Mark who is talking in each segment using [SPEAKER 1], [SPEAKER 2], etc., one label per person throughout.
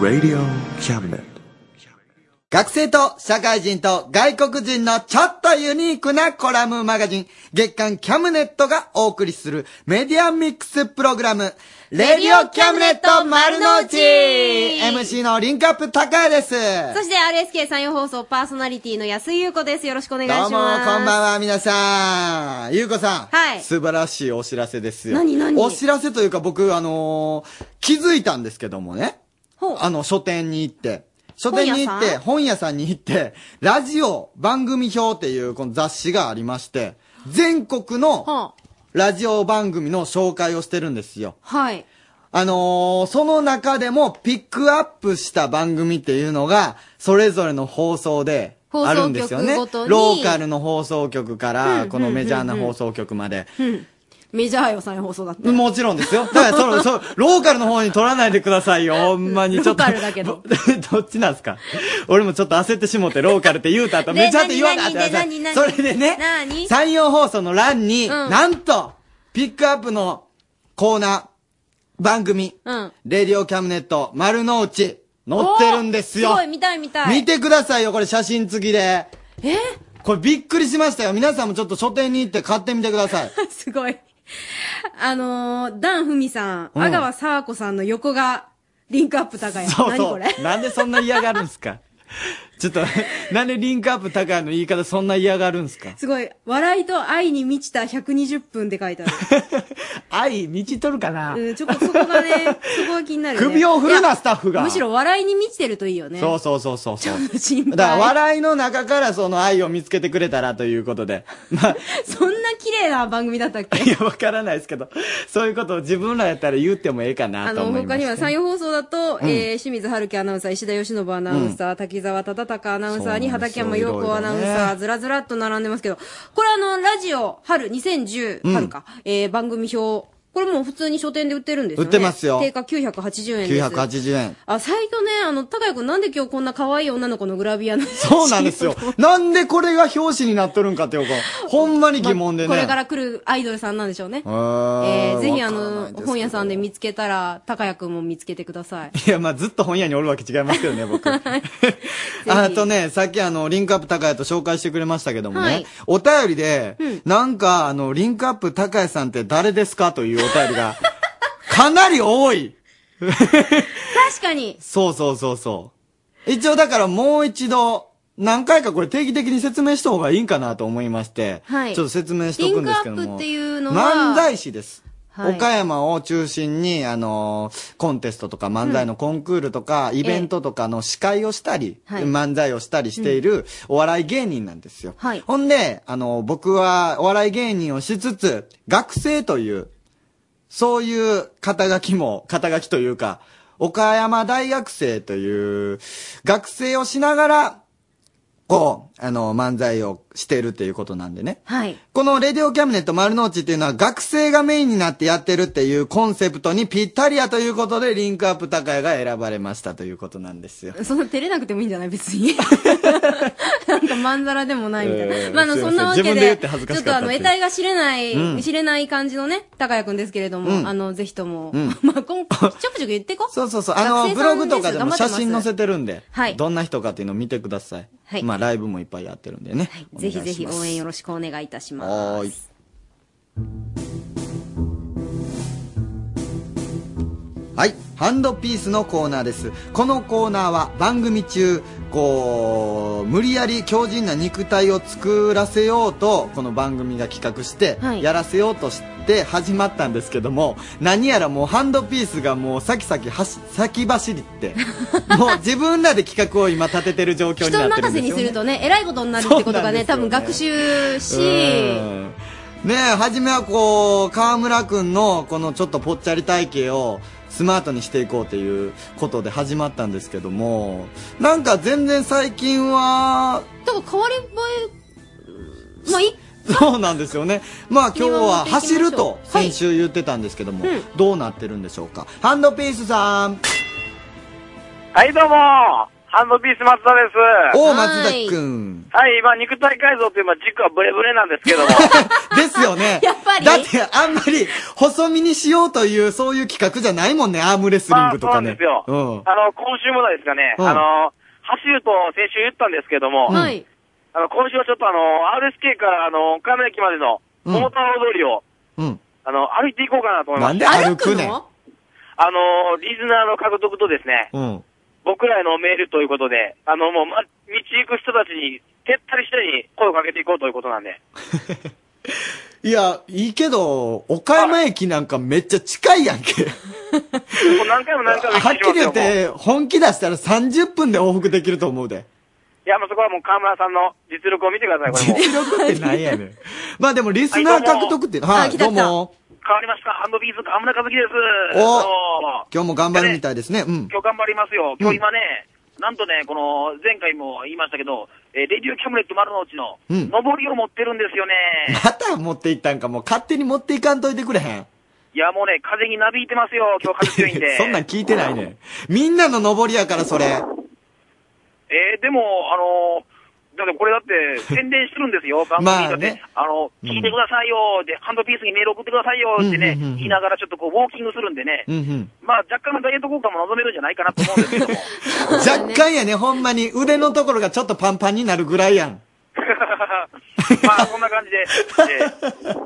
[SPEAKER 1] Radio Cabinet.
[SPEAKER 2] 学生と社会人と外国人のちょっとユニークなコラムマガジン、月刊キャムネットがお送りするメディアミックスプログラム、レディオキャムネット丸の内 !MC のリンクアップ高谷です。
[SPEAKER 3] そして RSK 山陽放送パーソナリティの安井優子です。よろしくお願いし
[SPEAKER 2] ど
[SPEAKER 3] ま
[SPEAKER 2] う
[SPEAKER 3] す。
[SPEAKER 2] も、こんばんは、皆さん。ゆうこさん。
[SPEAKER 3] はい
[SPEAKER 2] 素晴らしいお知らせですよ。
[SPEAKER 3] 何何
[SPEAKER 2] お知らせというか、僕、あのー気づいたんですけどもね。
[SPEAKER 3] ほう
[SPEAKER 2] あの、書店に行って。書店に行っ
[SPEAKER 3] 本屋
[SPEAKER 2] て、
[SPEAKER 3] さん
[SPEAKER 2] 本屋さんに行って、ラジオ番組表っていうこの雑誌がありまして、全国のラジオ番組の紹介をしてるんですよ。
[SPEAKER 3] はい。
[SPEAKER 2] あのーその中でもピックアップした番組っていうのが、それぞれの放送で、
[SPEAKER 3] 放送
[SPEAKER 2] あるんですよね。
[SPEAKER 3] 局
[SPEAKER 2] ロ
[SPEAKER 3] ごとに
[SPEAKER 2] ーカルの放送局か
[SPEAKER 3] う
[SPEAKER 2] ら、
[SPEAKER 3] ん
[SPEAKER 2] このメジャーな
[SPEAKER 3] うんうん
[SPEAKER 2] 放送局まで。
[SPEAKER 3] うん。 メジャーよ、山陽放送だって。
[SPEAKER 2] もちろんですよ。だから、その、そう、ローカルの方に取らないでくださいよ。ほんまに、ちょっと。
[SPEAKER 3] ローカルだけど
[SPEAKER 2] どっちなんすか俺もちょっと焦ってしもって、ローカルって言うた後、
[SPEAKER 3] ね
[SPEAKER 2] めちゃって言わなって
[SPEAKER 3] 何
[SPEAKER 2] な
[SPEAKER 3] 何何
[SPEAKER 2] それでね、
[SPEAKER 3] 何
[SPEAKER 2] 山陽放送の欄に、
[SPEAKER 3] うん
[SPEAKER 2] なんと、ピックアップのコーナー、番組、
[SPEAKER 3] うん。
[SPEAKER 2] レディオキャムネット、丸の内、載ってるんですよ。
[SPEAKER 3] おーすごい、見たい見たい。
[SPEAKER 2] 見てくださいよ、これ写真付きで。
[SPEAKER 3] え
[SPEAKER 2] これびっくりしましたよ。皆さんもちょっと書店に行って買ってみてください。
[SPEAKER 3] すごい。あのー、ダンふみさん、
[SPEAKER 2] うん
[SPEAKER 3] 阿川佐和子さんの横が、リンクアップ高い。
[SPEAKER 2] そう
[SPEAKER 3] 何
[SPEAKER 2] そ
[SPEAKER 3] こ
[SPEAKER 2] う。
[SPEAKER 3] れ
[SPEAKER 2] なんでそんな嫌がるんすかちょっと、なんでリンクアップ高いの言い方そんな嫌がるんすか
[SPEAKER 3] すごい。笑いと愛に満ちた120分って書いて ある。
[SPEAKER 2] 愛、満ちとるかな、
[SPEAKER 3] うん、ちょっとそこがね、そこが気に なる、ね。
[SPEAKER 2] 首を振る
[SPEAKER 3] い
[SPEAKER 2] な、
[SPEAKER 3] や
[SPEAKER 2] スタッフが。
[SPEAKER 3] むしろ笑いに満ちてるといいよね。
[SPEAKER 2] そうそうそうそうそう。
[SPEAKER 3] 心配
[SPEAKER 2] だから笑いの中からその愛を見つけてくれたらということ で。まあ、
[SPEAKER 3] そんな綺麗な番組だったっけ
[SPEAKER 2] いや、わからないですけど、そういうことを自分らやったら言ってもええか
[SPEAKER 3] あ
[SPEAKER 2] なと
[SPEAKER 3] の、
[SPEAKER 2] 思いま
[SPEAKER 3] 他
[SPEAKER 2] す、
[SPEAKER 3] には山陽放送だと、
[SPEAKER 2] うん
[SPEAKER 3] えー清水春樹アナウンサー、石田由伸アナウンサー、滝沢忠敬アナウンサーに、
[SPEAKER 2] そうなんです
[SPEAKER 3] 畠
[SPEAKER 2] よ
[SPEAKER 3] 山陽子アナウン
[SPEAKER 2] い
[SPEAKER 3] サ
[SPEAKER 2] ろいろ
[SPEAKER 3] ー、ずらずらっと並んでますけど、これあの、ラジオ、春、2010、
[SPEAKER 2] うん
[SPEAKER 3] 春か、えー番組表、これもう普通に書店で売ってるんですよね。
[SPEAKER 2] 売ってますよ
[SPEAKER 3] 定価980円です。
[SPEAKER 2] 980円。
[SPEAKER 3] あ、サイトね、あの、高谷くんなんで今日こんな可愛い女の子のグラビアの
[SPEAKER 2] そうなんです よ。なんでこれが表紙になっとるんかっていうか、ほんまに疑問でね。
[SPEAKER 3] これから来るアイドルさんなんでしょう
[SPEAKER 2] え
[SPEAKER 3] ね。えー
[SPEAKER 2] ー
[SPEAKER 3] ぜひあ
[SPEAKER 2] わからない
[SPEAKER 3] の
[SPEAKER 2] ですけ、ど
[SPEAKER 3] 本屋さんで見つけたら、高谷くんも見つけてください。
[SPEAKER 2] いや、まあ、ずっと本屋におるわけ違いますけどね、僕。 あとね、さっきあの、リンクアップ高谷と紹介してくれましたけどもね、
[SPEAKER 3] はい
[SPEAKER 2] お便りで、
[SPEAKER 3] うん
[SPEAKER 2] なんか、あの、リンクアップ高谷さんって誰ですかというお便りが、 かなり多い。
[SPEAKER 3] 確かに
[SPEAKER 2] そうそうそうそう。一応だからもう一度、何回かこれ定期的に説明した方がいいんかなと思いまして、
[SPEAKER 3] はい
[SPEAKER 2] ちょっと説明しとくんですけども。
[SPEAKER 3] リンクアップっていうのは
[SPEAKER 2] 漫才師です。
[SPEAKER 3] はい
[SPEAKER 2] 岡山を中心に、あのーコンテストとか漫才のコンクールとか、イベントとかの司会をしたり、
[SPEAKER 4] はい
[SPEAKER 2] 漫才をしたりしているお笑い芸人なんですよ。
[SPEAKER 4] はい
[SPEAKER 2] ほんで、あのー僕はお笑い芸人をしつつ、学生という、そういう肩書きも、肩書きというか、岡山大学生という学生をしながら、こう、あの、漫才をしているっていうことなんでね。
[SPEAKER 3] はい。
[SPEAKER 2] このレディオキャムネット丸の内っていうのは学生がメインになってやってるっていうコンセプトにぴったりやということでリンクアップ高谷が選ばれましたということなんです よ。
[SPEAKER 3] そんな照れなくてもいいんじゃない別 に。なんかまんざらでもないみたいな。
[SPEAKER 2] えー
[SPEAKER 3] まあ、あの、
[SPEAKER 2] すいま
[SPEAKER 3] そん
[SPEAKER 2] せん
[SPEAKER 3] なわけで、
[SPEAKER 2] 自分で言って恥ずかしかった
[SPEAKER 3] ちょっとあの、
[SPEAKER 2] っていう
[SPEAKER 3] 得体が知れない、
[SPEAKER 2] うん
[SPEAKER 3] 知れない感じのね、高谷くんですけれども、
[SPEAKER 2] うん
[SPEAKER 3] あの、ぜひとも、
[SPEAKER 2] うん
[SPEAKER 3] まあ、今回、ちょくちょく言ってこ。
[SPEAKER 2] そうそうそう。あの、
[SPEAKER 3] 学
[SPEAKER 2] ブ
[SPEAKER 3] 生さ
[SPEAKER 2] ロ
[SPEAKER 3] ん
[SPEAKER 2] グとかでも
[SPEAKER 3] すよ
[SPEAKER 2] 写真載せてるんで、
[SPEAKER 3] はい
[SPEAKER 2] どんな人かっていうのを見てください。
[SPEAKER 3] はい
[SPEAKER 2] まあ、ライブもいっぱいやってるんでね。お願
[SPEAKER 3] ぜ
[SPEAKER 2] いし
[SPEAKER 3] ひ
[SPEAKER 2] ます
[SPEAKER 3] ぜひ応援よろしくお願いいたします。
[SPEAKER 2] はーい。はい。ハンドピースのコーナーです。このコーナーは番組中、こう、無理やり強靭な肉体を作らせようと、この番組が企画して、
[SPEAKER 3] はい
[SPEAKER 2] やらせようとして始まったんですけども、何やらもうハンドピースがもう先々走、先走り って、もう自分らで企画を今立ててる状況にな
[SPEAKER 3] 人
[SPEAKER 2] ってる
[SPEAKER 3] 任
[SPEAKER 2] んですよ、ね。
[SPEAKER 3] せにするとね、えらいことになるってことがね、
[SPEAKER 2] そ
[SPEAKER 3] 多
[SPEAKER 2] うな
[SPEAKER 3] 分
[SPEAKER 2] んですよね
[SPEAKER 3] 学習し、
[SPEAKER 2] うんねえ、初めはこう、河村くんのこのちょっとぽっちゃり体型をスマートにしていこうということで始まったんですけども、なんか全然最近は、
[SPEAKER 3] だから変わり映え、まあ、いい
[SPEAKER 2] そうなんですよね。まあ今日は走ると
[SPEAKER 3] はい
[SPEAKER 2] 先週言ってたんですけども、
[SPEAKER 3] うん
[SPEAKER 2] どうなってるんでしょうか。ハンドピースさん。
[SPEAKER 5] はい、どうも、ハ
[SPEAKER 1] ハンドピース松田です。
[SPEAKER 2] おう、松田くん。
[SPEAKER 1] はい、今、肉体改造という、今、軸はブレブレなんですけども。
[SPEAKER 2] ですよね。
[SPEAKER 3] やっぱり
[SPEAKER 2] だって、あんまり、細身にしようという、そういう企画じゃないもんね、アームレ スリングとかね。
[SPEAKER 1] まあ、そうなんですよ。あの、今週もなんですかね、
[SPEAKER 2] うん
[SPEAKER 1] あの、走ると先週言ったんですけども、
[SPEAKER 2] うん
[SPEAKER 3] はい。
[SPEAKER 1] あの、今週はちょっとあの、RSK からあの、岡山駅までの、
[SPEAKER 2] うん
[SPEAKER 1] 桃太郎通りを、
[SPEAKER 2] うん。うん。
[SPEAKER 1] あの、歩いていこうかなと思い
[SPEAKER 2] な
[SPEAKER 1] ます。
[SPEAKER 2] んで歩
[SPEAKER 3] 歩
[SPEAKER 2] く
[SPEAKER 3] く
[SPEAKER 2] ねん。
[SPEAKER 3] の
[SPEAKER 1] あの、リズナーの獲得とですね、
[SPEAKER 2] うん。
[SPEAKER 1] 僕らへのメールということで、あの、もう、ま、道行く人たちに、手ったり下に声をかけていこうということなんで。
[SPEAKER 2] いや、いいけど、岡山駅なんかめっちゃ近いやんけ。
[SPEAKER 1] もう何回も何回も
[SPEAKER 2] はっきり言っ
[SPEAKER 1] もう
[SPEAKER 2] て、本気出したら30分で往復できると思うで。
[SPEAKER 1] いや、もうそこはもう河村さんの実力を見てください、これもう。
[SPEAKER 2] 実力ってなんやねん。まあでも、リスナー獲得って、は
[SPEAKER 3] はい
[SPEAKER 2] い、ど
[SPEAKER 3] ど
[SPEAKER 2] う
[SPEAKER 3] うも
[SPEAKER 2] も。
[SPEAKER 1] 変わりました。ハンドビーズ、河村和樹です。
[SPEAKER 2] お
[SPEAKER 1] お
[SPEAKER 2] 今日も頑張るみたいですね。うん。
[SPEAKER 1] 今日頑張りますよ。今日今ね、なんとね、この、前回も言いましたけど、えーレディオキャムレット丸の内の、
[SPEAKER 2] うん
[SPEAKER 1] 上りを持ってるんですよね。
[SPEAKER 2] また持っていったんか、もう勝手に持っていかんといてくれへん。
[SPEAKER 1] いや、もうね、風になびいてますよ。今日風強いんで。
[SPEAKER 2] そんなん聞いてないねん。みんなの登りやから、それ。
[SPEAKER 1] えー、でも、あのーだってこれだって宣伝してるんです よ、番組だって、
[SPEAKER 2] まあね
[SPEAKER 1] あの、
[SPEAKER 2] うん
[SPEAKER 1] 聞いてくださいよ、で、ハンドピースにメール送ってくださいよってね、
[SPEAKER 2] うんうんうんうん
[SPEAKER 1] 言いながらちょっとこう、ウォーキングするんでね、
[SPEAKER 2] うんうん。
[SPEAKER 1] まあ若干のダイエット効果も望めるんじゃないかなと思うんですけども、
[SPEAKER 2] 若干やね、ほんまに腕のところがちょっとパンパンになるぐらいやん。
[SPEAKER 1] まあそんな感じで、えー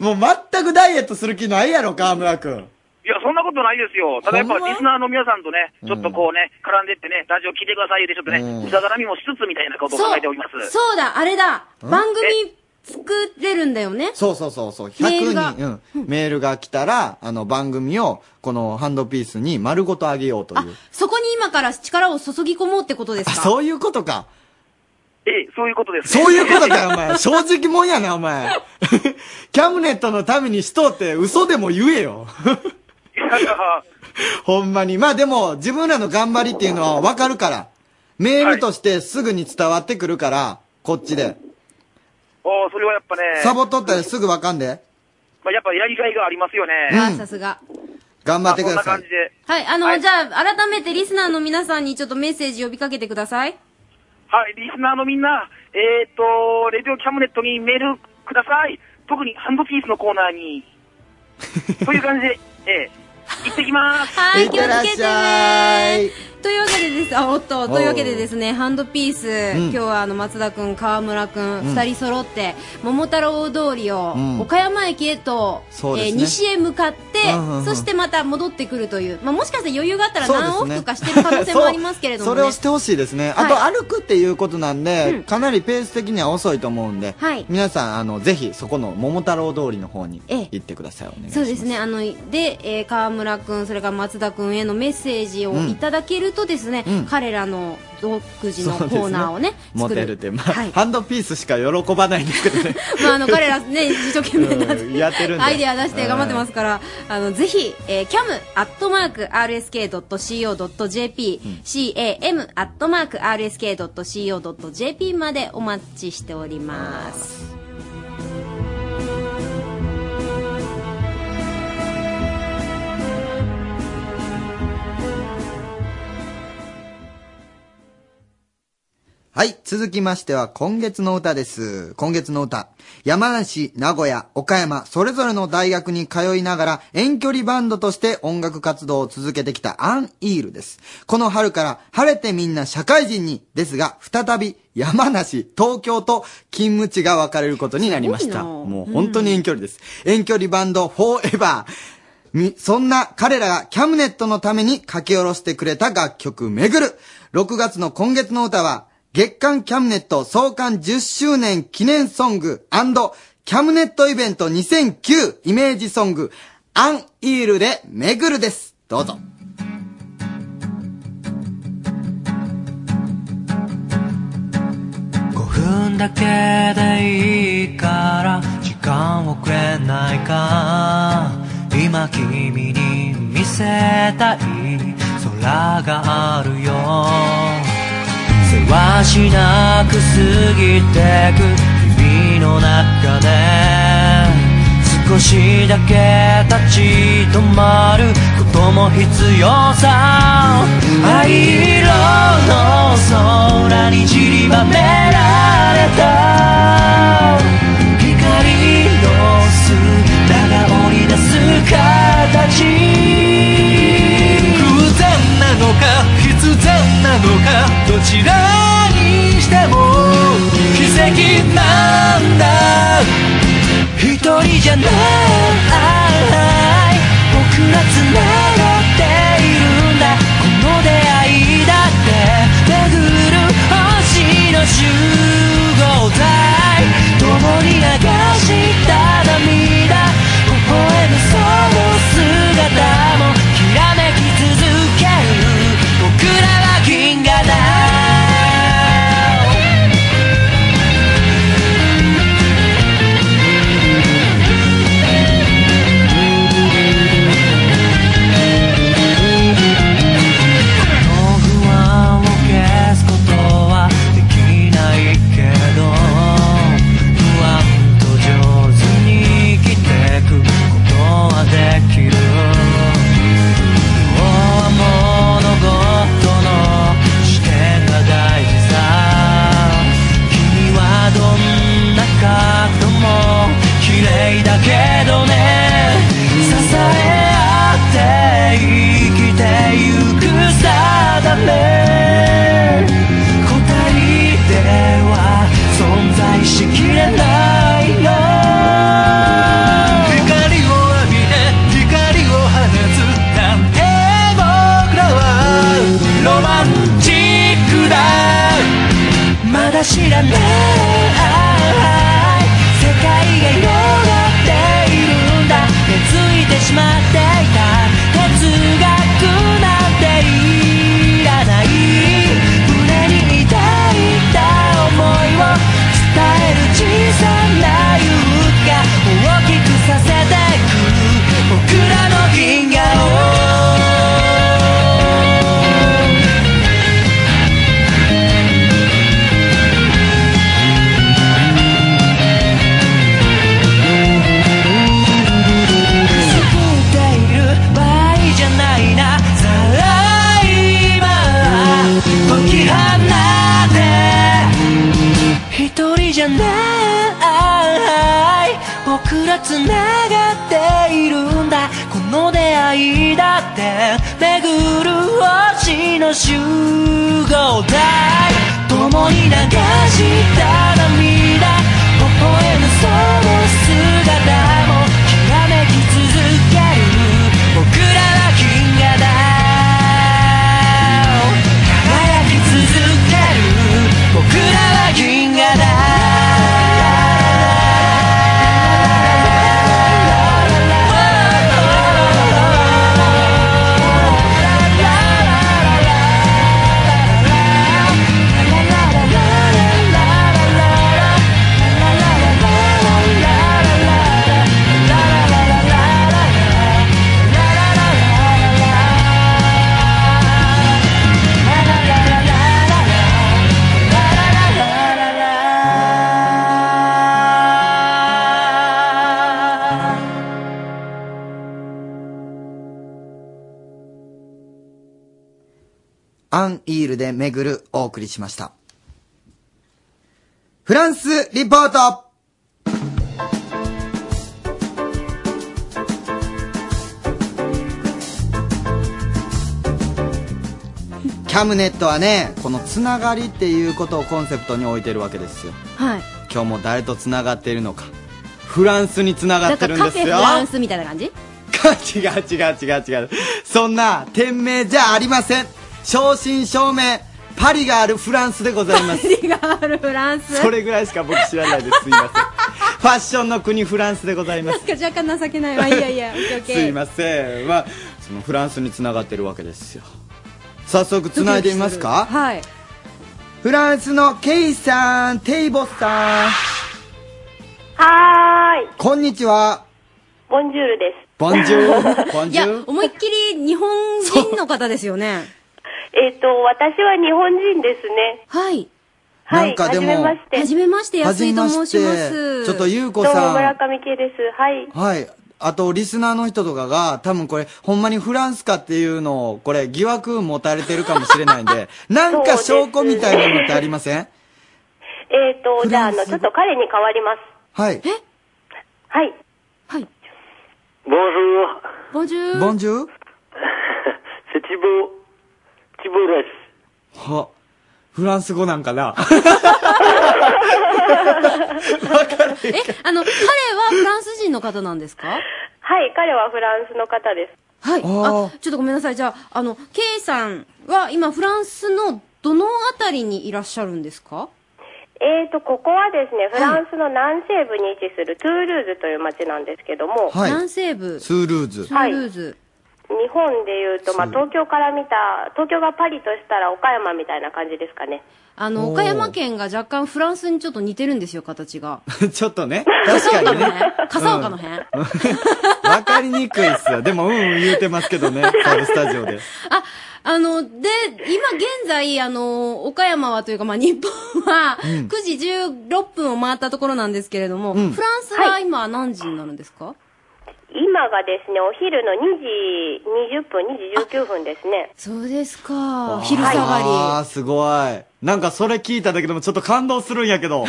[SPEAKER 2] もう全くダイエットする気ないやろ、河村くん。
[SPEAKER 1] いや、そんなことないですよ。ただやっぱ
[SPEAKER 3] ほんま
[SPEAKER 1] リスナーの皆さんとね、ちょっとこうね、絡んでってね、ラジオ聞いてくださいよで、ちょっとね、
[SPEAKER 2] うん
[SPEAKER 1] うざがらみもしつつみたいなことを
[SPEAKER 3] そ
[SPEAKER 1] 考
[SPEAKER 3] う
[SPEAKER 1] えております。、
[SPEAKER 3] そうだ、あれだ。番組作れるんだよね。
[SPEAKER 2] そうそうそうそう。
[SPEAKER 3] メール
[SPEAKER 2] 100
[SPEAKER 3] が
[SPEAKER 2] 人、うん。メールが来たら、あの、番組を、このハンドピースに丸ごとあげようとい
[SPEAKER 3] あ
[SPEAKER 2] う。、
[SPEAKER 3] そこに今から力を注ぎ込もうってことです
[SPEAKER 2] あ、
[SPEAKER 3] か
[SPEAKER 2] そういうことか。
[SPEAKER 1] えー、そういうことです、
[SPEAKER 2] そういうことかよ、お 前。正直もんやな、お前。キャムネットのためにしとうって嘘でも言えよ。ほんまに。まあでも、自分らの頑張りっていうのはわかるから。メールとしてすぐに伝わってくるから、こっちで。
[SPEAKER 1] おそれはやっぱね、
[SPEAKER 2] サボっとったらすぐわかんで。
[SPEAKER 1] まあ、やっぱやりがいがありますよね。
[SPEAKER 3] あさすが。
[SPEAKER 2] 頑張ってくだ
[SPEAKER 1] まあ
[SPEAKER 2] さ
[SPEAKER 1] そんな感じ
[SPEAKER 2] い。
[SPEAKER 1] で。
[SPEAKER 3] はい、あの、
[SPEAKER 1] はい
[SPEAKER 3] じゃあ、改めてリスナーの皆さんにちょっとメッセージ呼びかけてください。
[SPEAKER 1] はい、リスナーのみんな、えっ、ー、と、レディオキャムネットにメールください。特にハンドピースのコーナーに。という感じで、えー、行ってきます。
[SPEAKER 3] はい、
[SPEAKER 2] いっ
[SPEAKER 3] 気を
[SPEAKER 2] てらっ
[SPEAKER 3] つけて
[SPEAKER 2] しゃい
[SPEAKER 3] ねというわけでです、あ、おっと、というわけでですね、ハンドピース、
[SPEAKER 2] ん
[SPEAKER 3] 今日はあの、松田くん、河村くん、二人揃って、桃太郎通りを、
[SPEAKER 2] うん
[SPEAKER 3] 岡山駅へと、
[SPEAKER 2] そうですね
[SPEAKER 3] えー西へ向かって、
[SPEAKER 2] うんうんうん
[SPEAKER 3] そしてまた戻ってくるという、まあ、もしかしたら余裕があったら
[SPEAKER 2] そうで
[SPEAKER 3] 何
[SPEAKER 2] す
[SPEAKER 3] 往
[SPEAKER 2] ね
[SPEAKER 3] 復かしてる可能性もありますけれど
[SPEAKER 2] そ
[SPEAKER 3] もね。
[SPEAKER 2] うそれをしてほしいですね。あと、
[SPEAKER 3] は
[SPEAKER 2] 歩くっていうことなんで、
[SPEAKER 3] うん
[SPEAKER 2] かなりペース的には遅いと思うんで、
[SPEAKER 3] はい
[SPEAKER 2] 皆さん、あの、ぜひ、そこの桃太郎通りの方に
[SPEAKER 3] ええ
[SPEAKER 2] 行ってください。お願いします。
[SPEAKER 3] そうですね、あので、えー川村君、それから松田君へのメッセージを
[SPEAKER 2] うん
[SPEAKER 3] いただけると、ですね、
[SPEAKER 2] うん
[SPEAKER 3] 彼らの独自の
[SPEAKER 2] そ
[SPEAKER 3] コ
[SPEAKER 2] うですね
[SPEAKER 3] ーナーをね、
[SPEAKER 2] モ
[SPEAKER 3] 作
[SPEAKER 2] テるって、まあ、
[SPEAKER 3] はい
[SPEAKER 2] ハンドピースしか喜ばないんですけどね。
[SPEAKER 3] まあ、あの彼ら、ね、一生懸命な
[SPEAKER 2] うんやってるんで
[SPEAKER 3] アイデア出して頑張ってますから、あのぜひ、えー、cam.rsk.co.jp、cam.rsk.co.jp までお待ちしております。
[SPEAKER 2] はい。続きましては、今月の歌です。今月の歌。山梨、名古屋、岡山、それぞれの大学に通いながら、遠距離バンドとして音楽活動を続けてきたアン・イールです。この春から、晴れてみんな社会人に、ですが、再び、山梨、東京と勤務地が分かれることになりまし
[SPEAKER 3] す
[SPEAKER 2] た。
[SPEAKER 3] ごいな
[SPEAKER 2] もう本当に遠距離です。遠距離バンド、フォーエバー。み、そんな彼らがキャムネットのために書き下ろしてくれた楽曲、めぐる。6月の今月の歌は、月間キャムネット創刊10周年記念ソングキャムネットイベント2009イメージソング、アン・イールでめぐるです。どうぞ。
[SPEAKER 4] 5分だけでいいから時間をくれないか今君に見せたい空があるよせわしなく過ぎてく君の中で少しだけ立ち止まることも必要さ灰色の空に散りばめられた光の砂が織り出す形偶然なのか必然なのかどちらにしても奇跡なんだ一人じゃない僕ら繋がっているんだこの出会いだって巡る星の集合体共に流した涙微笑むその姿もきらめき続ける僕らは銀河だの不安を消すことはできないけど不安と上手に生きてくことはできる要は物事の視点が大事さ君はどんな角度も綺麗だけどね支え合って生きてゆく定め答えでは存在しきれないの光を浴びて光を放つなんて僕らはロマンチックだまだ知らない世界が広がっているんだ根付いてしまっていた哲学なんていらない胸に抱いた思いを伝える小さな勇気が大きくさせてく僕らの銀河を過ぎている場合じゃないなさあ今解き放て一人じゃない僕ら繋がっているんだこの出会いだって巡る星の集合体共に流した涙微笑むその姿もきらめき続ける僕らは銀河だ輝き続ける僕らは銀河だ
[SPEAKER 2] アンイールで巡るお送りしました。フランスリポートキャムネットはね、このつながりっていうことをコンセプトに置いてるわけですよ。
[SPEAKER 3] はい。
[SPEAKER 2] 今日も誰とつながっているのか。フランスにつなが
[SPEAKER 3] だ
[SPEAKER 2] って
[SPEAKER 3] か
[SPEAKER 2] る
[SPEAKER 3] ら
[SPEAKER 2] んで
[SPEAKER 3] カ
[SPEAKER 2] す
[SPEAKER 3] フェ
[SPEAKER 2] よ。
[SPEAKER 3] フランスみたいな感じ
[SPEAKER 2] 違う違う違う違う。そんな、店名じゃありません。正真正銘、パリがあるフランスでござい ます。
[SPEAKER 3] 違う、フランス。
[SPEAKER 2] それぐらいしか僕知らないです。すいません。ファッションの国フランスでございま
[SPEAKER 3] な
[SPEAKER 2] す
[SPEAKER 3] ん。か若干情けないわ。いやい や、オッケーオッケ
[SPEAKER 2] すい
[SPEAKER 3] ー。
[SPEAKER 2] ません。まあ、そのフランスに繋がってるわけですよ。早速繋いでみます
[SPEAKER 3] ドキドキ
[SPEAKER 2] か
[SPEAKER 3] るはい。
[SPEAKER 2] フランスのケイさん、テイボスさん、
[SPEAKER 5] はーい。
[SPEAKER 2] こんにちは。
[SPEAKER 5] ボンジュールです。
[SPEAKER 2] ボンジュール。ボン
[SPEAKER 3] い
[SPEAKER 2] ジ
[SPEAKER 3] や
[SPEAKER 2] ュ、ール。
[SPEAKER 3] 思いっきり日本 人の方ですよね。
[SPEAKER 5] えっ、と、私は日本人ですね。
[SPEAKER 3] はい。
[SPEAKER 5] はい。
[SPEAKER 2] なんかでも
[SPEAKER 5] はじめまして。
[SPEAKER 3] はじめまして、
[SPEAKER 2] は
[SPEAKER 3] 安
[SPEAKER 2] じ
[SPEAKER 3] 井
[SPEAKER 2] め
[SPEAKER 3] と
[SPEAKER 2] ま
[SPEAKER 3] 申
[SPEAKER 2] し、
[SPEAKER 3] してます。
[SPEAKER 2] ちょっとゆう
[SPEAKER 5] ど
[SPEAKER 2] こ
[SPEAKER 5] うも
[SPEAKER 2] さ
[SPEAKER 5] 村
[SPEAKER 2] ん。
[SPEAKER 5] 上圭です。はい。
[SPEAKER 2] はい。あと、リスナーの人とかが、多分これ、ほんまにフランスかっていうのを、これ、疑惑持たれてるかもしれないん で、なんか証拠みたいなのってありません
[SPEAKER 5] えっ、ー、と、
[SPEAKER 2] フ
[SPEAKER 5] じゃあ、
[SPEAKER 2] ラ
[SPEAKER 5] あ
[SPEAKER 2] ンス
[SPEAKER 5] の、ちょっと彼に代わります。
[SPEAKER 2] はい。
[SPEAKER 5] はい。
[SPEAKER 3] はい。
[SPEAKER 6] Bonjour,
[SPEAKER 3] ボンジュール。
[SPEAKER 2] ボンジュール
[SPEAKER 6] c'est Thibaut. Thibaut Ress.
[SPEAKER 2] は、フランス語なんかなわかる。
[SPEAKER 3] え、あの、彼はフランス人の方なんですか
[SPEAKER 5] はい、彼はフランスの方です。
[SPEAKER 3] はい。
[SPEAKER 2] あー
[SPEAKER 3] あ、ちょっとごめんなさい。じゃあ、あの、ケイさんは今フランスのどのあたりにいらっしゃるんですか
[SPEAKER 5] えーと、ここはですね、フ
[SPEAKER 3] は
[SPEAKER 5] ラ
[SPEAKER 3] い
[SPEAKER 5] ンスの南西部に位置するトゥールーズという町なんですけども、
[SPEAKER 2] はい。
[SPEAKER 3] 南西部、
[SPEAKER 2] ツールーズ
[SPEAKER 3] ト。ゥールーズ。
[SPEAKER 5] 日本でいうと、まあ、
[SPEAKER 2] そう
[SPEAKER 5] 東京から見た、東京がパリとしたら岡山みたいな感じですかね。
[SPEAKER 3] あ
[SPEAKER 2] お
[SPEAKER 3] の、
[SPEAKER 2] ー
[SPEAKER 3] 岡山県が若干フランスにちょっと似てるんですよ、形が。
[SPEAKER 2] ちょっとね。確かにね。
[SPEAKER 3] 笠岡の辺。あ、
[SPEAKER 2] わかりにくいっすよ。でも、うんうん言うてますけどね。サブスタジオで。
[SPEAKER 3] あの、で、今現在、あの、岡山はというか、まあ、日本は、9時16分を回ったところなんですけれども、
[SPEAKER 2] うん
[SPEAKER 3] フランスは今何時になるんですか、
[SPEAKER 5] 今がですね、お昼の2時20分、2時19分ですね。
[SPEAKER 3] そうですか。昼下がり。
[SPEAKER 2] ああ、すごい。なんかそれ聞いただけでもちょっと感動するんやけど。